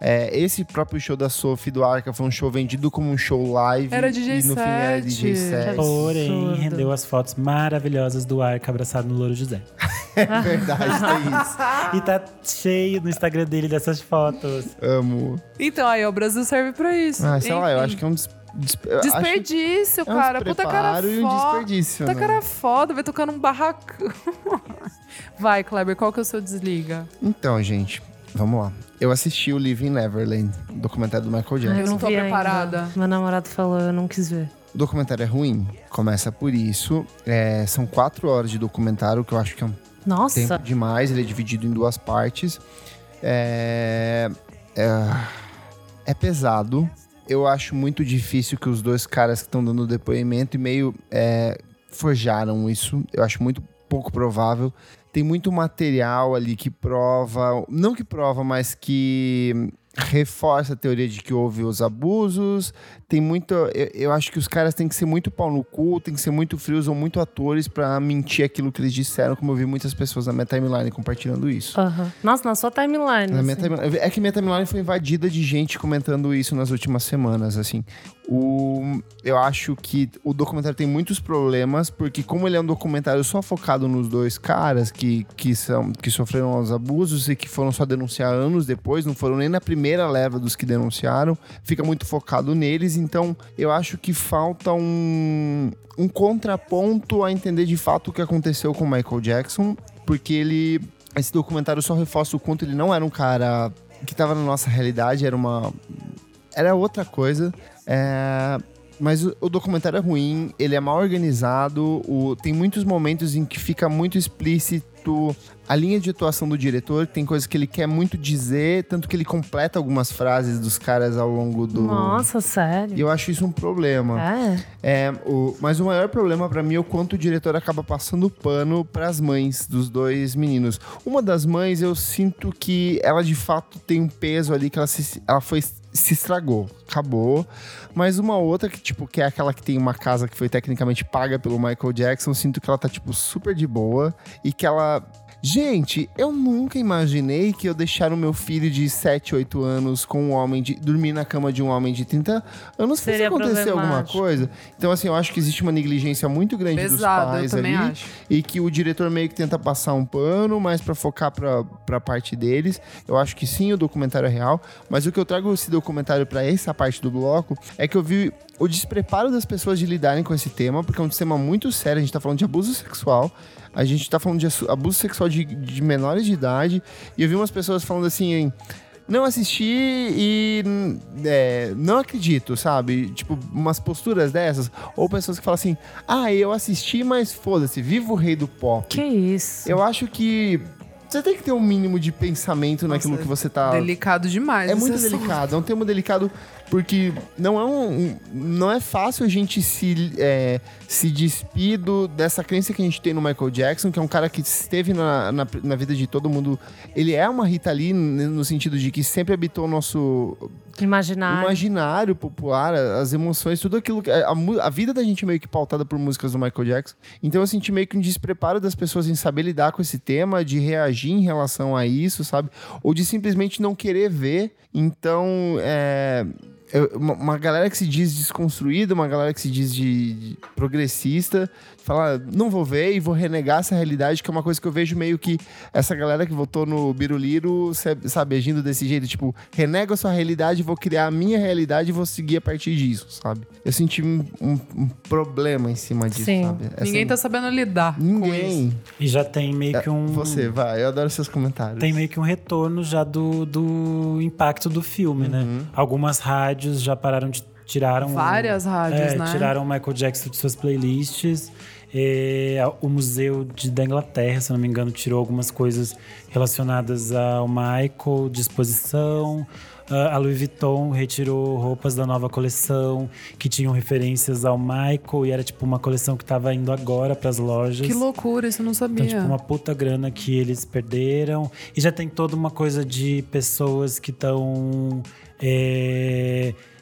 S3: É, esse próprio show da Sophie do Arca foi um show vendido como um show live.
S2: Era DJ
S3: E no fim era
S2: set.
S3: DJ
S2: <laughs>
S3: set.
S5: Porém,
S1: absurdo.
S5: rendeu as fotos maravilhosas do Arca abraçado no Louro José.
S3: É verdade, tem isso.
S2: Ah.
S5: E tá cheio no Instagram dele dessas fotos.
S3: Amo.
S2: Então, aí, ó, o Brasil serve pra isso.
S3: Ah, sei lá, eu
S2: Enfim.
S3: acho que é um des- des- eu acho que
S2: Desperdício,
S3: é um
S2: cara. Puta cara
S3: despreparo e um
S2: foda.
S3: desperdício.
S2: Puta
S3: né?
S2: cara foda, vai tocar num barracão. <laughs> Vai, Kleber, qual que é o seu desliga?
S3: Então, gente, vamos lá. Eu assisti o Living Neverland, documentário do Michael Jackson.
S2: não tô
S1: Ah, vi
S2: preparada.
S1: Ainda. Meu namorado falou, eu não quis ver.
S3: O documentário é ruim, começa por isso. É, são quatro horas de documentário, que eu acho que é um
S1: Nossa,
S3: tempo demais. Ele é dividido em duas partes. É, é, é pesado. Eu acho muito difícil que os dois caras que estão dando depoimento e meio é, forjaram isso. Eu acho muito pouco provável. Tem muito material ali que prova, não que prova, mas que reforça a teoria de que houve os abusos. Tem muito, eu, eu acho que os caras têm que ser muito pau no cu, têm que ser muito frios ou muito atores pra mentir aquilo que eles disseram, como eu vi muitas pessoas na minha timeline compartilhando isso.
S1: Aham. Nossa, na sua timeline.
S3: Na
S1: assim.
S3: minha timeline- é que minha timeline foi invadida de gente comentando isso nas últimas semanas, assim. O, eu acho que o documentário tem muitos problemas, porque como ele é um documentário só focado nos dois caras que, que, são, que sofreram os abusos e que foram só denunciar anos depois, não foram nem na primeira leva dos que denunciaram, fica muito focado neles, então eu acho que falta um, um contraponto a entender de fato o que aconteceu com o Michael Jackson, porque ele esse documentário só reforça o quanto ele não era um cara que tava na nossa realidade, era uma. Era outra coisa. É, Mas o, o documentário é ruim, ele é mal organizado, o- tem muitos momentos em que fica muito explícito a linha de atuação do diretor, tem coisas que ele quer muito dizer, tanto que ele completa algumas frases dos caras ao longo do.
S1: Nossa,
S3: E
S1: sério.
S3: eu acho isso um problema.
S1: É.
S3: É, o- mas o maior problema pra mim é o quanto o diretor acaba passando pano pras mães dos dois meninos. Uma das mães, eu sinto que ela de fato tem um peso ali que ela se, ela foi, se estragou, acabou. Mas uma outra que, tipo, que é aquela que tem uma casa que foi tecnicamente paga pelo Michael Jackson, eu sinto que ela tá, tipo, super de boa e que ela. Gente, eu nunca imaginei que eu deixar o meu filho de 7, 8 anos com um homem de. dormir na cama de um homem de 30 anos. Fosse
S1: Seria
S3: acontecer alguma
S1: problemático.
S3: coisa. Então, assim, eu acho que existe uma negligência muito grande
S2: Pesado, eu
S3: dos pais
S2: também
S3: ali.
S2: acho.
S3: E que o diretor meio que tenta passar um pano, mas pra focar pra, pra parte deles. Eu acho que sim, o documentário é real. Mas o que eu trago esse documentário pra essa parte do bloco é que eu vi o despreparo das pessoas de lidarem com esse tema, porque é um tema muito sério. A gente tá falando de abuso sexual. A gente tá falando de assu- abuso sexual de, de menores de idade. E eu vi umas pessoas falando assim, hein, não assisti e hum, é, não acredito, sabe? Tipo, umas posturas dessas. Ou pessoas que falam assim, ah, eu assisti, mas foda-se, viva o rei do pop.
S1: Que isso.
S3: Eu acho que você tem que ter um mínimo de pensamento naquilo que você tá...
S2: Delicado demais.
S3: É
S2: esse
S3: muito
S2: assunto.
S3: delicado, é um tema delicado porque não é um, um- não é fácil a gente se é, se despir do- dessa crença que a gente tem no Michael Jackson, que é um cara que esteve na, na, na vida de todo mundo. Ele é uma Rita Lee n- no sentido de que sempre habitou o nosso
S1: Imaginar.
S3: imaginário popular, a- as emoções, tudo aquilo que. é, A, mu- a vida da gente é meio que pautada por músicas do Michael Jackson. Então eu senti meio que um despreparo das pessoas em saber lidar com esse tema, de reagir em relação a isso, sabe? Ou de simplesmente não querer ver. Então, é. eu- Uma uma galera que se diz desconstruída, uma galera que se diz de, de progressista, fala, não vou ver e vou renegar essa realidade, que é uma coisa que eu vejo meio que essa galera que votou no Biruliro, se- sabe, agindo desse jeito, tipo, renego a sua realidade, vou criar a minha realidade e vou seguir a partir disso, sabe? Eu senti um, um- um problema em cima disso,
S1: Sim.
S3: sabe? Essa-
S2: Ninguém tá sabendo lidar com isso.
S3: assim. Ninguém.
S5: E já tem meio que um.
S3: É, Você, vai, eu adoro seus comentários.
S5: Tem meio que um retorno já do, do impacto do filme, né? Algumas rádios já pararam de. Tiraram.
S2: Várias rádios,
S5: é,
S2: né?
S5: Tiraram o Michael Jackson de suas playlists. É, a- o Museu de, da Inglaterra, se não me engano, tirou algumas coisas relacionadas ao Michael, de exposição. Ah, A Louis Vuitton retirou roupas da nova coleção que tinham referências ao Michael e era tipo uma coleção que tava indo agora pras lojas.
S2: Que loucura, isso eu não sabia.
S5: Então, tipo, uma puta grana que eles perderam. E já tem toda uma coisa de pessoas que estão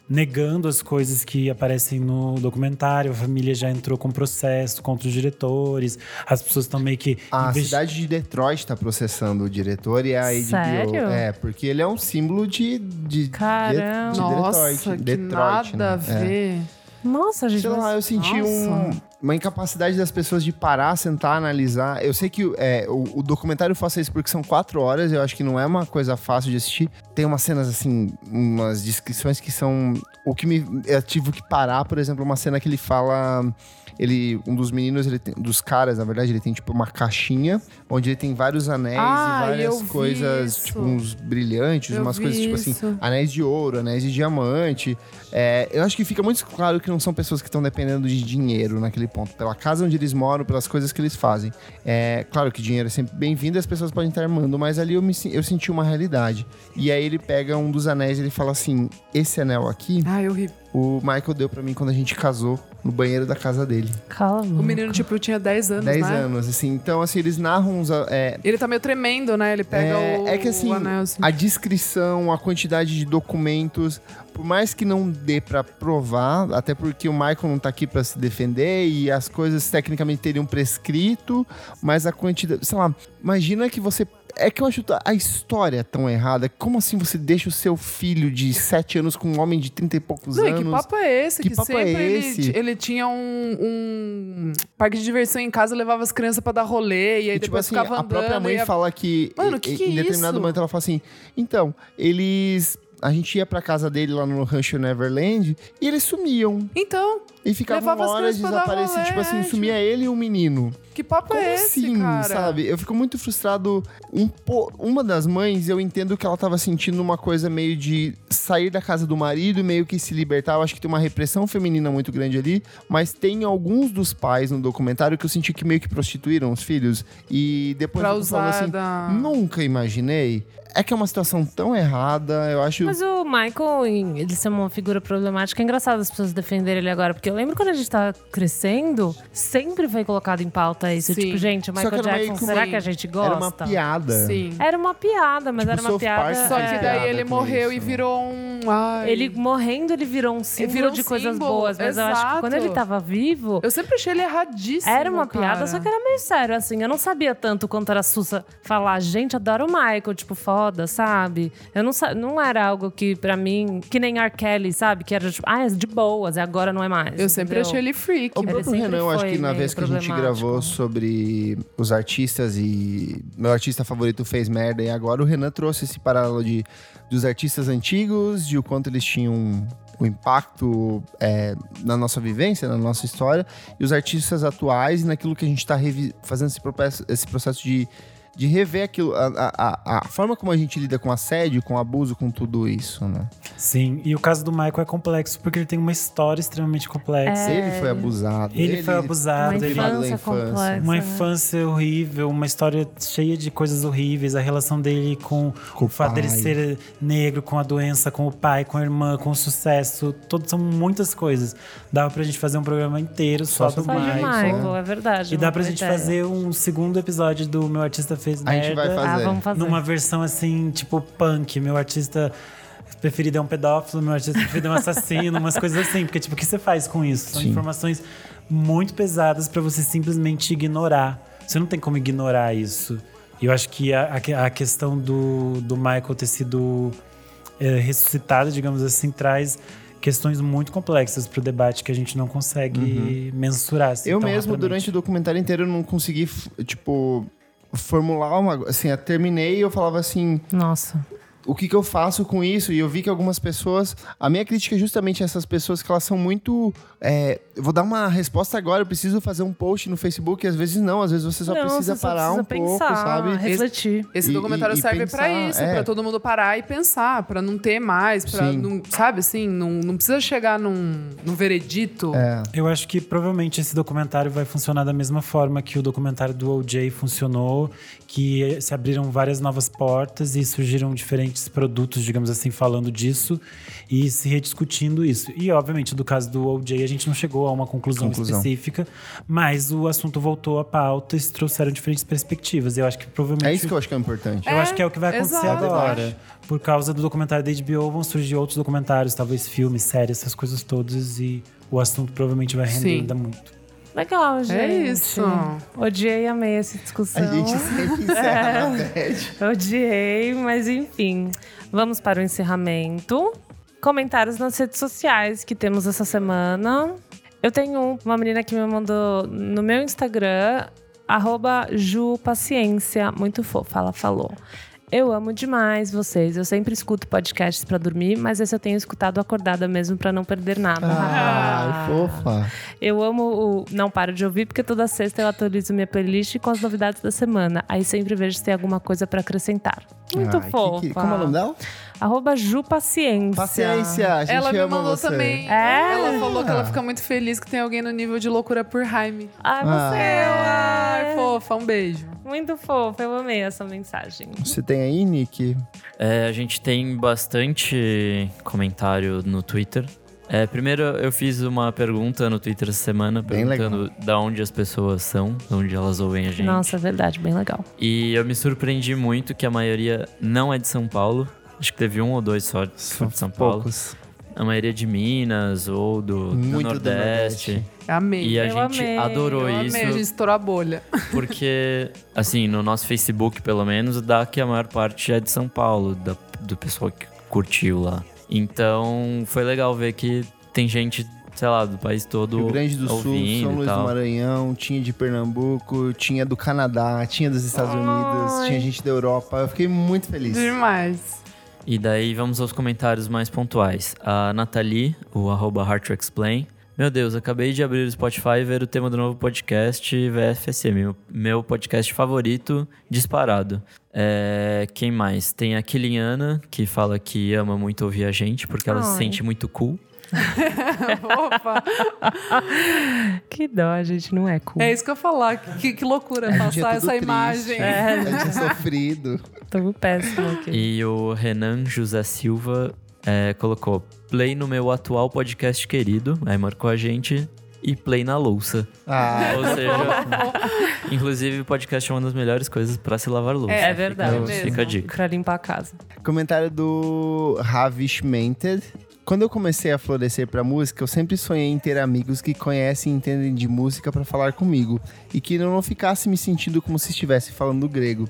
S5: negando as coisas que aparecem no documentário. A família já entrou com processo contra os diretores. As pessoas estão meio que.
S3: A
S5: investi-
S3: cidade de Detroit tá processando o diretor e a HBO.
S1: Sério?
S3: É, porque ele é um símbolo de, de, de-
S1: Caramba.
S3: de
S2: Nossa,
S3: Detroit.
S2: que
S3: Detroit,
S2: nada a
S3: né? É.
S2: ver.
S1: Nossa, gente.
S3: Sei lá,
S1: mas-
S3: eu senti um-
S2: Nossa.
S3: uma incapacidade das pessoas de parar, sentar, analisar. Eu sei que é, o, o documentário faça isso porque são quatro horas, eu acho que não é uma coisa fácil de assistir. Tem umas cenas, assim, umas descrições que são. O que me. Eu tive que parar, por exemplo, uma cena que ele fala. Ele, um dos meninos, ele tem- dos caras, na verdade, ele tem tipo uma caixinha onde ele tem vários anéis
S2: Ah,
S3: e várias
S2: eu vi
S3: coisas,
S2: isso.
S3: tipo uns brilhantes,
S2: Eu
S3: umas
S2: vi
S3: coisas tipo assim,
S2: isso.
S3: anéis de ouro, anéis de diamante. É, eu acho que fica muito claro que não são pessoas que estão dependendo de dinheiro naquele ponto, pela casa onde eles moram, pelas coisas que eles fazem. É, claro que dinheiro é sempre bem-vindo, e as pessoas podem estar armando, mas ali eu, me, sen- eu senti uma realidade. E aí ele pega um dos anéis e ele fala assim: esse anel aqui,
S2: Ai, horrível.
S3: o Michael deu pra mim quando a gente casou no banheiro da casa dele.
S1: Cala a boca.
S2: O menino, tipo, tinha 10 anos,
S3: 10
S2: né?
S3: anos, assim. Então, assim, eles narram os, a- é,
S2: Ele tá meio tremendo, né? Ele pega
S3: É,
S2: o,
S3: é que assim,
S2: o anel, assim.
S3: a descrição, a quantidade de documentos, por mais que não dê pra provar, até porque o Michael não tá aqui pra se defender e as coisas tecnicamente teriam prescrito, mas a quantidade, sei lá, imagina que você é que eu acho a história tão errada. Como assim você deixa o seu filho de 7 anos com um homem de 30 e poucos
S2: Não, e
S3: anos?
S2: que papo é esse?
S3: Que
S2: Que,
S3: papo é
S2: sempre ele
S3: esse?
S2: ti- Ele, tinha um, um parque de diversão em casa, levava as crianças pra dar rolê, e aí
S3: E, tipo
S2: depois
S3: assim,
S2: ficava
S3: a
S2: andando.
S3: própria mãe
S2: e a-
S3: fala que.
S2: Mano,
S3: e-
S2: que que
S3: Em
S2: é
S3: determinado
S2: isso?
S3: momento ela fala assim: então, eles. A gente ia pra casa dele lá no Rancho Neverland e eles sumiam.
S2: Então,
S3: E ficavam
S2: Levava as
S3: horas
S2: crianças pra dar
S3: desaparecidos.
S2: rolê,
S3: Tipo assim,
S2: é,
S3: sumia ele e o menino.
S2: que papo
S3: Como
S2: é esse,
S3: assim,
S2: cara?
S3: sabe? Eu fico muito frustrado. Um po- Uma das mães, eu entendo que ela tava sentindo uma coisa meio de sair da casa do marido, e meio que se libertar. Eu acho que tem uma repressão feminina muito grande ali. Mas tem alguns dos pais no documentário que eu senti que meio que prostituíram os filhos. E depois
S2: Pra
S3: eu falo
S2: usar
S3: assim,
S2: da...
S3: Nunca imaginei. É que é uma situação tão errada, eu acho.
S1: Mas o Michael, em- ele ser uma figura problemática, é engraçado as pessoas defenderem ele agora. Porque eu lembro quando a gente tá crescendo, sempre foi colocado em pauta isso.
S2: Sim.
S1: Tipo, gente, o
S3: Só que
S1: Michael
S3: era meio
S1: Jackson,
S3: que um
S1: será
S2: uma-
S1: que a gente gosta?
S3: era uma piada.
S2: Sim.
S1: Era uma piada, mas
S3: Tipo,
S1: era uma
S3: South Park
S1: piada.
S3: fez
S2: Só
S1: é.
S2: que
S3: piada
S2: daí ele
S3: com
S2: morreu
S3: isso,
S2: e
S3: né?
S2: virou um... Ai.
S1: Ele morrendo, ele virou um símbolo
S2: virou um
S1: de coisas
S2: símbolo,
S1: boas. Mas eu acho que quando
S2: exato.
S1: ele tava vivo,
S2: Eu sempre achei ele erradíssimo,
S1: era uma piada,
S2: cara.
S1: só que era meio sério, assim. Eu não sabia tanto quanto era Sussa falar, gente, adoro o Michael, tipo, foda, sabe? Eu não, sa- não era algo que, pra mim, que nem R. Kelly, sabe? Que era tipo, ah, é de boas, e agora não é mais.
S2: Eu sempre
S1: entendeu?
S2: achei ele freak. assim,
S3: O
S1: Ele
S3: próprio
S1: sempre
S3: Renan, eu acho
S1: foi
S3: que na
S1: meio
S3: vez que a gente
S1: problemático,
S3: gravou
S1: né?
S3: sobre os artistas e meu artista favorito fez merda e agora o Renan trouxe esse paralelo de, dos artistas antigos, de o quanto eles tinham o impacto é, na nossa vivência, na nossa história, e os artistas atuais e naquilo que a gente está fazendo esse processo, esse processo de, de rever aquilo, a, a- a- a forma como a gente lida com assédio, com abuso, com tudo isso, né?
S5: Sim, e o caso do Michael é complexo porque ele tem uma história extremamente complexa.
S1: É.
S3: Ele foi abusado.
S5: Ele foi abusado,
S1: Uma
S5: ele-
S3: privado da
S1: infância complexa.
S5: Ah, Uma
S1: né?
S5: infância horrível, uma história cheia de coisas horríveis, a relação dele com,
S3: Com
S5: o fato dele
S3: pai.
S5: ser negro, com a doença, com o pai, com a irmã, com o sucesso. Todos são muitas coisas. Dava pra gente fazer um programa inteiro só,
S3: Só
S5: do
S1: Só de
S5: Michael.
S1: Michael, é verdade.
S5: E dá
S1: uma
S5: pra
S1: boa
S5: gente
S1: ideia.
S5: fazer um segundo episódio do Meu Artista Fez
S3: A gente
S5: Merda.
S3: vai fazer.
S1: Ah, vamos fazer.
S5: Numa versão assim, tipo punk. Meu artista preferido é um pedófilo, meu artista preferido é um assassino, <laughs> umas coisas assim. Porque, tipo, o que você faz com isso? São
S3: Sim.
S5: informações muito pesadas pra você simplesmente ignorar. Você não tem como ignorar isso. E eu acho que a, a- a questão do, do Michael ter sido é, ressuscitado, digamos assim, traz questões muito complexas pro debate que a gente não consegue mensurar. assim,
S3: eu
S5: tão
S3: mesmo,
S5: rapidamente.
S3: durante o documentário inteiro, eu não consegui, f- tipo, formular uma. Assim, eu terminei e eu falava assim:
S1: Nossa.
S3: o que, que eu faço com isso? E eu vi que algumas pessoas. A minha crítica é justamente essas pessoas que elas são muito. é, eu vou dar uma resposta agora, eu preciso fazer um post no Facebook, e às vezes não, às vezes você só
S1: Não,
S3: precisa
S1: você só
S3: parar
S1: precisa
S3: um
S1: pensar, ah,
S3: pouco, sabe?
S1: Refletir.
S2: Esse
S3: E-
S2: documentário
S3: e- e
S2: serve pra
S3: pensar,
S2: isso,
S3: é.
S2: pra todo mundo parar e pensar, pra não ter mais, pra
S3: Sim.
S2: não, sabe assim, não, não precisa chegar num, num veredito.
S3: É.
S5: Eu acho que provavelmente esse documentário vai funcionar da mesma forma que o documentário do OJ funcionou, que eh, se abriram várias novas portas e surgiram diferentes produtos, digamos assim, falando disso e se rediscutindo isso. E obviamente do caso do OJ a gente não chegou a uma conclusão,
S3: Conclusão.
S5: específica, mas o assunto voltou à pauta e se trouxeram diferentes perspectivas. Eu acho que provavelmente
S3: É isso que eu acho que é importante.
S5: eu acho que é o que vai acontecer
S2: exato.
S5: agora. Por causa do documentário da HBO, vão surgir outros documentários, talvez filmes, séries, essas coisas todas, e o assunto provavelmente vai render
S2: Sim.
S5: ainda muito.
S1: Legal, gente.
S2: isso.
S1: Odiei e amei essa discussão.
S3: A
S1: <laughs>
S3: gente sempre encerra na
S1: É.
S3: TED.
S1: Odiei, mas enfim. Vamos para o encerramento. Comentários nas redes sociais que temos essa semana. Eu tenho uma menina que me mandou no meu Instagram, arroba Ju Paciência, muito fofa, ela falou. Eu amo demais vocês. Eu sempre escuto podcasts pra dormir, mas esse eu tenho escutado acordada mesmo pra não perder nada.
S3: Ah,
S1: Ah.
S3: Ai, fofa.
S1: Eu amo o Não Paro de Ouvir, porque toda sexta eu atualizo minha playlist com as novidades da semana. Aí sempre vejo se tem alguma coisa pra acrescentar. Muito
S3: Ai, que-
S1: fofa.
S3: que- como é o nome dela?
S1: Arroba Ju Paciência.
S3: Paciência, a gente
S2: Ela me
S3: ama
S2: mandou
S3: você.
S2: também.
S1: É?
S2: Ela falou que ela fica muito feliz que tem alguém no nível de loucura por Jaime.
S1: Ai,
S3: Ah.
S1: você. é
S2: Ai, fofa, um beijo.
S1: Muito fofa. Eu amei essa mensagem.
S3: Você tem aí, Nick?
S4: É, a gente tem bastante comentário no Twitter. É, primeiro, eu fiz uma pergunta no Twitter essa semana,
S3: Bem
S4: perguntando da onde as pessoas são, de onde elas ouvem a gente.
S1: Nossa, é verdade, bem legal.
S4: E eu me surpreendi muito que a maioria não é de São Paulo. Acho que teve um ou dois só que foi de São Paulo.
S3: Poucos.
S4: A maioria é de Minas ou do, do
S3: Muito do
S4: Nordeste.
S3: Nordeste.
S2: Amei.
S4: E a
S1: Eu
S4: gente
S1: amei,
S4: adorou
S2: Eu
S4: isso,
S2: amei, a gente estourou a bolha.
S4: porque, assim, no nosso Facebook, pelo menos, dá que a maior parte é de São Paulo, da- do pessoal que curtiu lá. Então, foi legal ver que tem gente, sei lá, do país todo
S3: Rio Grande do Sul,
S4: ouvindo
S3: São Luís do
S4: e tal.
S3: Maranhão, tinha de Pernambuco, tinha do Canadá, tinha dos Estados Unidos,
S1: Ai.
S3: tinha gente da Europa. Eu fiquei muito feliz.
S2: Demais.
S4: E daí vamos aos comentários mais pontuais. A Nathalie, o arroba Heart to Explain. Meu Deus, acabei de abrir o Spotify e ver o tema do novo podcast VFSM, meu, meu podcast favorito disparado. É, quem mais? Tem a Kiliana, que fala que ama muito ouvir a gente, porque ela se
S1: Ai.
S4: sente muito cool.
S2: Opa.
S1: Que dó, gente, não é cool.
S2: É isso que eu ia falar. Que, que loucura
S3: A gente é
S2: passar essa
S3: tudo triste,
S2: imagem.
S3: A gente é
S4: <laughs>
S3: sofrido.
S1: Tô péssimo aqui.
S4: E o Renan José Silva é, colocou play no meu atual podcast querido, aí marcou a gente, e play na louça.
S3: Ah,
S2: Tá
S4: Ou seja, inclusive o podcast é uma das melhores coisas pra se lavar louça. Então,
S2: É,
S1: é verdade.
S4: Fica,
S2: mesmo.
S4: fica a dica.
S1: Pra limpar a casa.
S3: Comentário do Ravish Mented. Quando eu comecei a florescer pra música, eu sempre sonhei em ter amigos que conhecem e entendem de música pra falar comigo e que eu não ficasse me sentindo como se estivesse falando grego.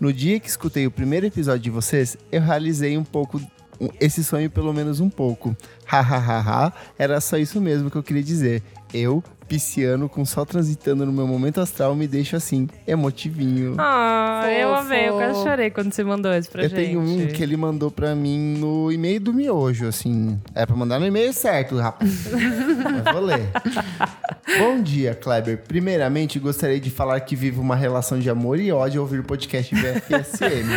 S3: No dia que escutei o primeiro episódio de vocês, eu realizei um pouco um- esse sonho, pelo menos um pouco. Ha ha ha ha, era só isso mesmo que eu queria dizer. Eu, pisciano, com sol transitando no meu momento astral, me deixo assim, emotivinho.
S1: Ah, eu
S2: Fofo.
S1: amei. Eu quase chorei quando você mandou isso pra
S3: Eu
S1: gente.
S3: tenho um que ele mandou pra mim no e-mail do miojo, assim. É pra mandar no e-mail certo,
S1: <laughs>
S3: rapaz. Mas vou ler. Bom dia, Kleber. Primeiramente, gostaria de falar que vivo uma relação de amor e ódio ao ouvir o podcast BFSM.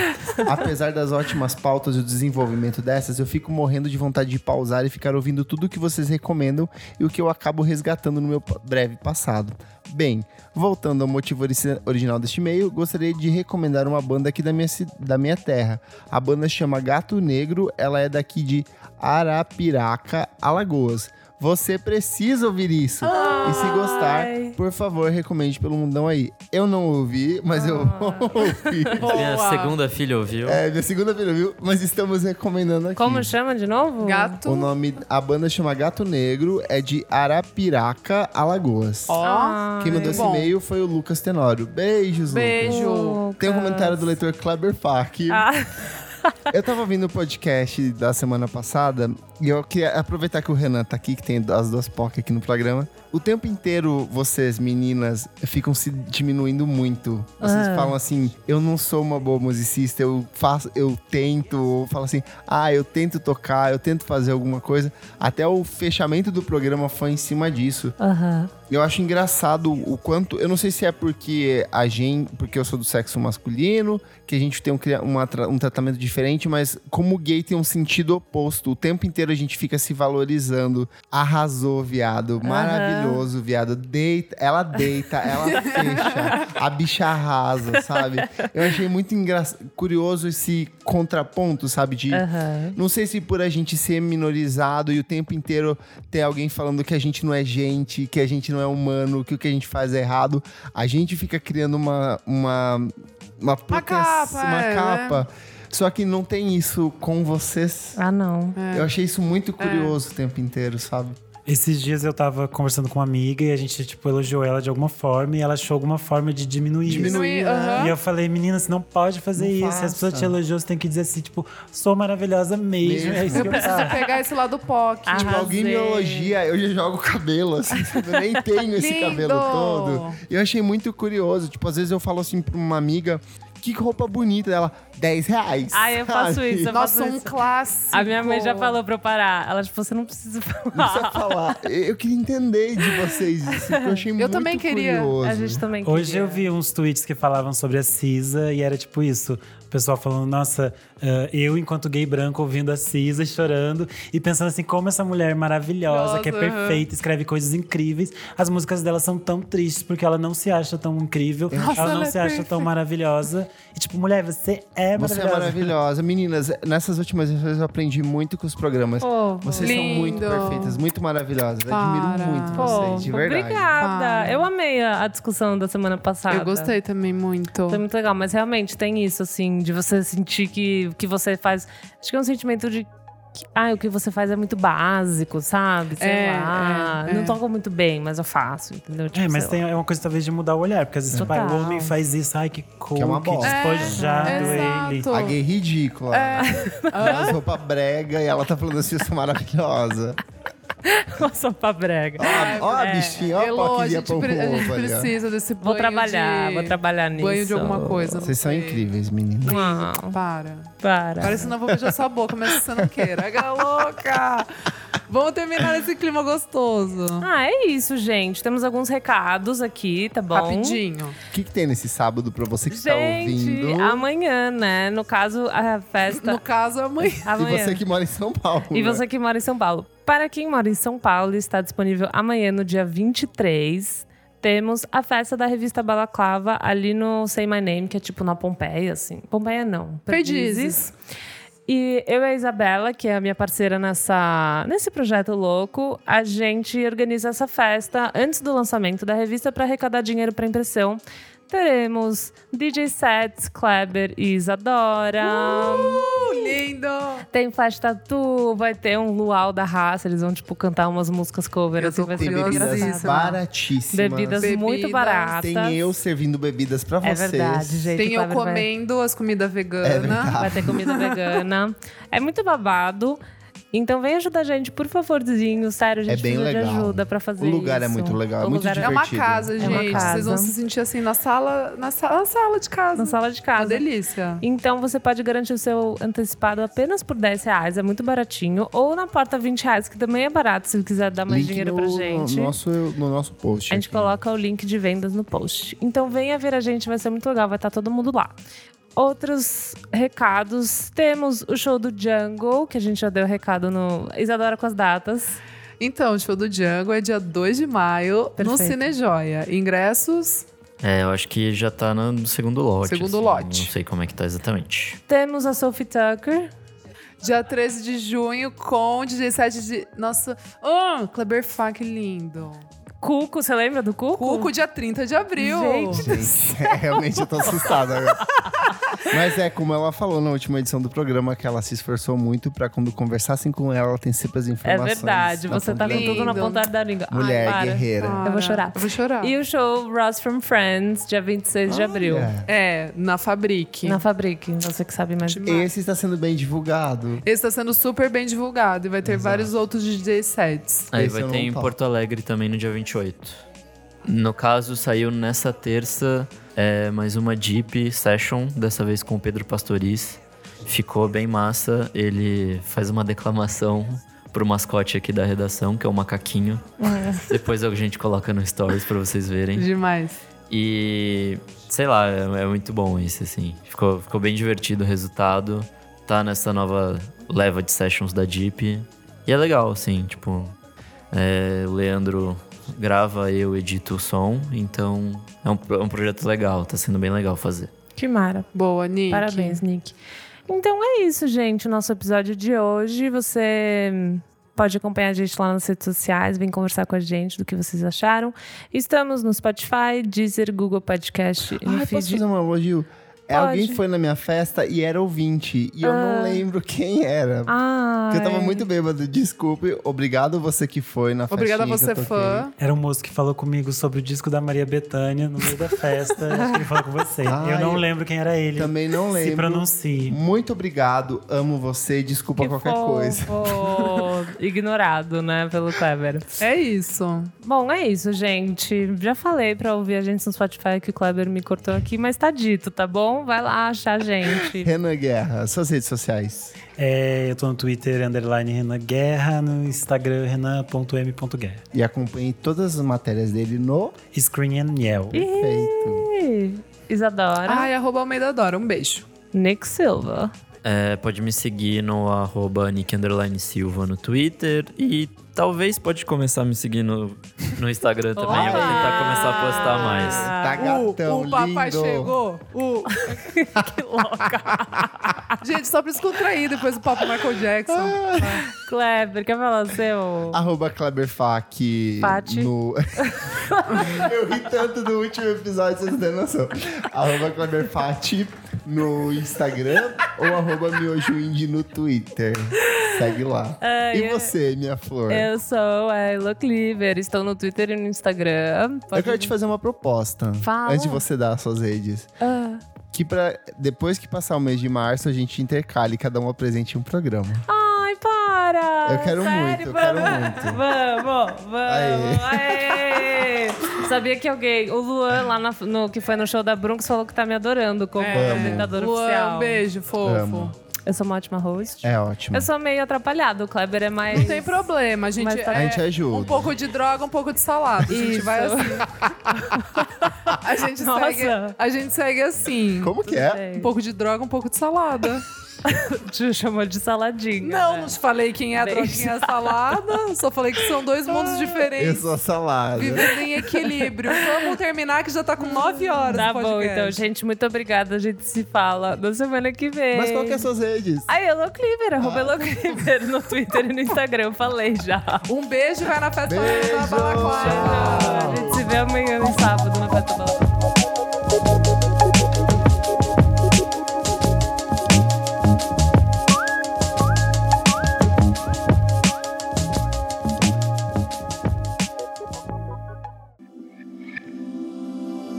S3: Apesar das ótimas pautas e o desenvolvimento dessas, eu fico morrendo de vontade de pausar e ficar ouvindo tudo o que vocês recomendam e o que eu acabo resgatando no meu pa- breve passado. Bem, voltando ao motivo ori- original deste e-mail, gostaria de recomendar uma banda aqui da minha, ci- da minha terra. A banda chama Gato Negro, ela é daqui de Arapiraca, Alagoas. Você precisa ouvir isso. E se gostar,
S1: Ai.
S3: por favor, recomende pelo mundão aí. Eu não ouvi, mas eu
S1: Ah.
S3: vou ouvir.
S4: Minha
S2: Boa.
S4: segunda filha ouviu.
S3: É, minha segunda-feira, viu? Mas estamos recomendando aqui.
S1: Como chama de novo?
S2: Gato.
S3: O nome, a banda chama Gato Negro, é de Arapiraca, Alagoas.
S2: Ó.
S1: Ah,
S3: Quem mandou esse
S2: bom.
S3: e-mail foi o Lucas Tenório. Beijos, Lucas.
S2: Beijo.
S3: Tem um comentário do leitor Kleber Fak.
S1: Ah.
S3: Eu tava ouvindo o podcast da semana passada e eu queria aproveitar que o Renan tá aqui, que tem as duas POC aqui no programa. O tempo inteiro vocês, meninas, ficam se diminuindo muito. Vocês
S1: Ah.
S3: falam assim: eu não sou uma boa musicista, eu faço, eu tento, ou falam assim, ah, eu tento tocar, eu tento fazer alguma coisa. Até o fechamento do programa foi em cima disso.
S1: Aham.
S3: Eu acho engraçado o quanto. Eu não sei se é porque a gente. Porque eu sou do sexo masculino, que a gente tem um, cria- uma tra- um tratamento diferente, mas como gay tem um sentido oposto. O tempo inteiro a gente fica se valorizando. Arrasou, viado. Maravilhoso, viado. Deita. Ela deita, ela fecha. A bicha arrasa, sabe? Eu achei muito engra- curioso esse contraponto, sabe? De.
S1: Aham.
S3: Não sei se por a gente ser minorizado e o tempo inteiro ter alguém falando que a gente não é gente, que a gente não é humano, que o que a gente faz é errado, a gente fica criando uma uma uma, proteção,
S2: capa,
S3: uma
S2: é, né?
S3: capa. Só que não tem isso com vocês.
S1: Ah, não.
S2: É.
S3: Eu achei isso muito curioso o tempo inteiro, sabe?
S5: Esses dias eu tava conversando com uma amiga e a gente, tipo, elogiou ela de alguma forma e ela achou alguma forma de diminuir. isso.
S2: Diminuir,
S3: né?
S2: aham.
S5: E eu falei, menina, você não pode fazer
S3: Não
S5: isso. Se as
S3: faça.
S5: pessoas te elogiam, você tem que dizer assim, tipo, sou maravilhosa mesmo.
S3: Mesmo.
S5: É isso que
S2: <laughs>
S5: eu
S2: Precisa
S5: faço.
S2: pegar esse lado POC.
S1: Ah.
S3: Tipo, alguém me
S1: Arrasei.
S3: elogia, eu já jogo o cabelo, assim, sabe?
S1: <laughs>
S3: eu nem tenho esse
S2: Lindo!
S3: cabelo todo. E eu achei muito curioso, tipo, às vezes eu falo assim pra uma amiga que roupa bonita dela. 10 reais.
S1: Ah, eu faço
S3: sabe?
S1: isso, eu faço
S2: Nossa, um
S1: isso.
S2: clássico.
S1: A minha mãe já falou pra eu parar. Ela, tipo, você não precisa
S2: é
S3: Não precisa
S1: falar. <laughs>
S3: falar. Eu eu queria entender de vocês isso, porque eu achei muito
S2: também queria.
S3: curioso.
S1: A gente também
S5: Hoje
S1: queria.
S5: eu vi uns tweets que falavam sobre a Cisa e era tipo isso. O pessoal falando, nossa, eh, eu enquanto gay branco ouvindo a Cisa e chorando e pensando assim, como essa mulher maravilhosa,
S2: Nossa,
S5: que é
S2: aham.
S5: perfeita, escreve coisas incríveis. As músicas dela são tão tristes porque ela não se acha tão incrível,
S2: Nossa,
S5: ela não
S2: ela é
S5: se acha tão maravilhosa. E tipo, mulher, você é
S3: Você é
S5: maravilhosa.
S3: maravilhosa. Meninas, nessas últimas vezes eu aprendi muito com os programas.
S1: Pô,
S3: Vocês são
S2: Lindo.
S3: muito perfeitas, muito maravilhosas.
S2: Para.
S3: Admiro muito
S1: pô,
S3: vocês, de verdade.
S1: obrigada.
S2: Ah.
S1: Eu amei a, a discussão da semana passada.
S2: Eu gostei também muito.
S1: Foi muito legal, mas realmente tem isso, assim, de você sentir que o que você faz. Acho que é um sentimento de. que, Ah, o que você faz é muito básico, sabe? Sei
S2: É,
S1: lá.
S2: é,
S1: não
S2: é.
S1: toca muito bem, mas eu faço, entendeu?
S5: É,
S1: Tipo,
S5: mas
S1: sei
S5: tem, é uma coisa talvez de mudar o olhar, porque às vezes
S1: Total.
S5: tipo, ah, o homem faz isso, ai que cool,
S3: uma
S5: que
S3: bosta.
S2: É,
S5: despojado ele.
S2: exato.
S3: A gay ridícula.
S2: É.
S1: <laughs>
S3: As roupas brega e ela tá falando assim, eu sou maravilhosa.
S1: <laughs> lá. Sopa brega.
S3: Ó, ó
S1: é,
S3: a bichinha, ó a
S2: Elô, É a
S3: porquinha
S2: gente,
S3: pão com
S2: pre- a gente
S3: um ovo ali, ó.
S2: precisa desse banho
S1: Vou trabalhar,
S2: de...
S1: vou trabalhar nisso.
S2: Banho de alguma coisa. não
S3: Vocês são
S2: sei.
S3: incríveis, meninas.
S1: Ah,
S2: Para.
S1: para.
S2: Agora senão eu vou beijar sua boca, mas você não queira. Aga louca! Vamos terminar esse clima gostoso.
S1: Ah, é isso, gente. Temos alguns recados aqui, tá bom?
S2: Rapidinho.
S3: O que, que tem nesse sábado pra você que tá
S1: Gente,
S3: ouvindo?
S1: amanhã, né? No caso, a festa.
S2: No caso, amanhã.
S1: Amanhã.
S3: E você que mora em São Paulo.
S1: E
S3: né?
S1: você que mora em São Paulo. Para quem mora em São Paulo, está disponível amanhã, no dia 23. Temos a festa da revista Balaclava ali no Say My Name, que é tipo na Pompeia, assim. Pompeia não.
S2: Perdizes.
S1: E eu e a Isabela, que é a minha parceira nessa, nesse projeto louco, a gente organiza essa festa antes do lançamento da revista para arrecadar dinheiro para impressão. Teremos DJ Sets, Kleber e Isadora.
S2: Uh, lindo!
S1: Tem flash tatu, vai ter um luau da raça, eles vão, tipo, cantar umas músicas cover,
S2: Eu
S1: assim,
S2: tô
S1: vai
S3: Tem
S1: ser muito
S3: bebidas
S2: curiosíssima.
S1: engraçado.
S3: baratíssimas.
S1: Bebidas,
S2: Bebidas.
S1: muito baratas.
S3: Tem eu servindo bebidas pra
S1: É
S3: vocês.
S1: verdade, gente.
S2: Tem
S1: o
S2: eu
S1: Kleber vai-
S2: comendo as comidas
S3: É
S2: veganas.
S3: verdade.
S1: Vai ter
S3: <laughs>
S1: comida vegana. É muito babado. Então vem ajudar a gente, por favorzinho. Sério, a gente
S3: É bem
S1: precisa de
S3: legal.
S1: ajuda pra fazer
S3: O lugar é
S1: isso.
S3: muito legal, é
S1: O
S3: muito
S1: lugar
S2: É
S1: é
S2: uma
S3: Divertido.
S2: casa,
S1: É uma
S2: gente.
S1: casa.
S2: Vocês vão se sentir assim na sala, na sala, na sala de casa.
S1: na sala de
S2: Uma
S1: casa.
S2: delícia.
S1: Então você pode garantir o seu antecipado apenas por 10 reais, é muito baratinho. Ou na porta 20 reais, que também é barato, se quiser dar mais
S3: Link
S1: dinheiro
S3: no,
S1: pra gente.
S3: No nosso, no nosso post.
S1: A gente
S3: aqui.
S1: coloca o link de vendas no post. Então venha ver a gente, vai ser muito legal, vai estar todo mundo lá. Outros recados, temos o show do Jungle, que a gente já deu recado no Isadora com as datas.
S2: Então, o show do Django é dia 2 de maio no
S1: Perfeito.
S2: Cinejoia. Ingressos
S4: É, eu acho que já tá no no segundo lote.
S2: Segundo
S4: assim,
S2: lote.
S4: Não sei como é que tá exatamente.
S1: Temos a Sophie Tucker,
S2: Dia 13 de junho com DJ 7 de. Nossa. Ah, Kleber Fá, que lindo.
S1: Cuco, você lembra do Cuco?
S2: Cuco, dia 30 de abril.
S1: Gente.
S3: Gente, é, <laughs> realmente eu tô assustado agora. Mas é, como ela falou na última edição do programa, que ela se esforçou muito pra quando conversassem com ela, ela tem sempre as
S1: É
S3: informações.
S1: verdade,
S3: na
S1: você
S3: ponta
S1: tá com
S3: da língua.
S1: tudo na
S2: Lindo.
S1: ponta da língua. Ai,
S3: Mulher
S1: para.
S3: guerreira.
S2: Para.
S1: Eu vou chorar.
S2: Eu vou chorar.
S1: E o show Ross from Friends, dia 26 de abril.
S3: Olha,
S2: É, na Fabrique.
S1: Na Fabrique, você que sabe mais.
S3: Esse está sendo bem divulgado.
S2: Esse tá sendo super bem divulgado e vai ter vários outros DJ sets.
S4: Aí
S3: Esse
S4: vai
S3: eu
S4: ter
S3: não
S4: em
S3: topo.
S4: Porto Alegre também no dia 28. No caso, saiu nessa terça é, mais uma Deep Session, dessa vez com o Pedro Pastoriz. Ficou bem massa. Ele faz uma declamação pro mascote aqui da redação, que é o macaquinho.
S3: É.
S4: Depois a gente coloca no stories pra vocês verem.
S2: Demais.
S4: E sei lá, é, é muito bom isso, assim. Ficou, ficou bem divertido o resultado. Tá nessa nova leva de sessions da Deep. E é legal, assim, tipo. é, o Leandro grava, eu edito o som, então é um, pro- é um projeto legal, tá sendo bem legal fazer.
S1: Que mara.
S2: Boa, Nick.
S1: Parabéns, Nick. Então é isso, gente, o nosso episódio de hoje. Você hum, pode acompanhar a gente lá nas redes sociais, vem conversar com a gente do que vocês acharam. Estamos no Spotify, Deezer, Google Podcast e no
S3: Ai, posso
S1: feed.
S3: fazer um elogio? É,
S1: Pode.
S3: Alguém foi na minha festa e era ouvinte. E eu não lembro quem era.
S1: Ah,
S3: Porque eu tava muito bêbado. Desculpe. Obrigado você que foi na festa.
S2: Obrigada a você, fã.
S5: Era um moço que falou comigo sobre o disco da Maria Bethânia no meio da festa. Acho que ele falou com você.
S3: Ai,
S5: eu não lembro quem era ele.
S3: Também não lembro.
S5: Se pronuncie.
S3: Muito obrigado. Amo você. Desculpa
S1: que
S3: qualquer
S1: fofo.
S3: coisa.
S1: <laughs> Ignorado, né, pelo Kleber.
S2: É isso.
S1: Bom, é isso, gente. Já falei pra ouvir a gente no Spotify que o Kleber me cortou aqui, mas tá dito, tá bom? Então vai lá achar a
S3: <laughs>
S1: gente.
S3: Renan Guerra, suas redes sociais.
S5: É, eu tô no Twitter, underline Renan Guerra, no Instagram, renan.m.guerra.
S3: E acompanhe todas as matérias dele no
S5: Screen and Yell.
S3: Perfeito.
S1: Ih, Isadora.
S2: Ai, arroba Almeida Dora. Um beijo.
S1: Nick Silva.
S4: É, pode me seguir no arroba Nick Underline Silva no Twitter e talvez pode começar a me seguir no, no Instagram também. Eu vou tentar começar a postar mais.
S3: Tá gatão,
S2: o, o papai
S3: lindo.
S2: chegou. <laughs> O...
S1: Que louca.
S2: Gente, só pra descontrair depois do papo Michael
S1: Ah,
S2: Jackson.
S1: Kleber, quer falar o seu?
S3: Arroba Kleberfac
S1: Pati.
S3: no... <laughs> Eu ri tanto do último episódio, vocês não têm noção. Arroba Kleberfac no Instagram ou arroba miojoindy no Twitter. Segue lá.
S1: É,
S3: e
S1: eu-
S3: você, minha flor?
S1: Eu sou a Elo Cleaver, estou no Twitter e no Instagram.
S3: Eu
S1: Pode-
S3: quero te fazer uma proposta.
S1: Fala.
S3: Antes de você dar as suas redes.
S1: Ah.
S3: Que pra, depois que passar o mês de março, a gente intercale e cada um apresente um programa.
S1: Ai, para!
S3: Eu quero muito, eu quero muito.
S1: Vamos, vamos! Aê. Sabia que alguém, o Luan, lá na- no, que foi no show da Brunx, falou que tá me adorando como
S2: É.
S1: apresentador
S2: Luan,
S1: oficial.
S2: um beijo, fofo.
S3: Amo.
S1: Eu sou uma ótima host.
S3: É ótimo.
S1: Eu sou meio atrapalhado, o Kleber é mais.
S2: Não tem problema, a gente,
S1: Mas tá-
S3: A gente
S2: é
S3: ajuda.
S2: um pouco de droga, um pouco de salada. A gente
S1: Isso. <laughs>
S2: vai assim. a, gente
S1: Nossa.
S2: segue, a gente segue assim.
S3: Como que é?
S2: Um pouco de droga, um pouco de salada.
S1: Te chamou de saladinha. né?
S2: Não, não te falei quem é a
S1: Bem
S2: droga e quem é a salada. Só falei que são dois mundos
S3: Eu
S2: diferentes.
S3: sou a salada.
S2: Vivendo em equilíbrio. Vamos terminar que já tá com nove horas.
S1: Tá
S2: o
S1: bom,
S2: podcast.
S1: então, gente, muito obrigada. A gente se fala na semana que vem.
S3: Mas qual que é as suas redes?
S1: Ai, Elo Cleaver, arroba Elo Cleaver no Twitter e no Instagram, falei já.
S2: Um beijo e vai na festa
S3: Beijo,
S2: da Balaclava.
S1: A gente se vê amanhã no sábado na Festa Balada.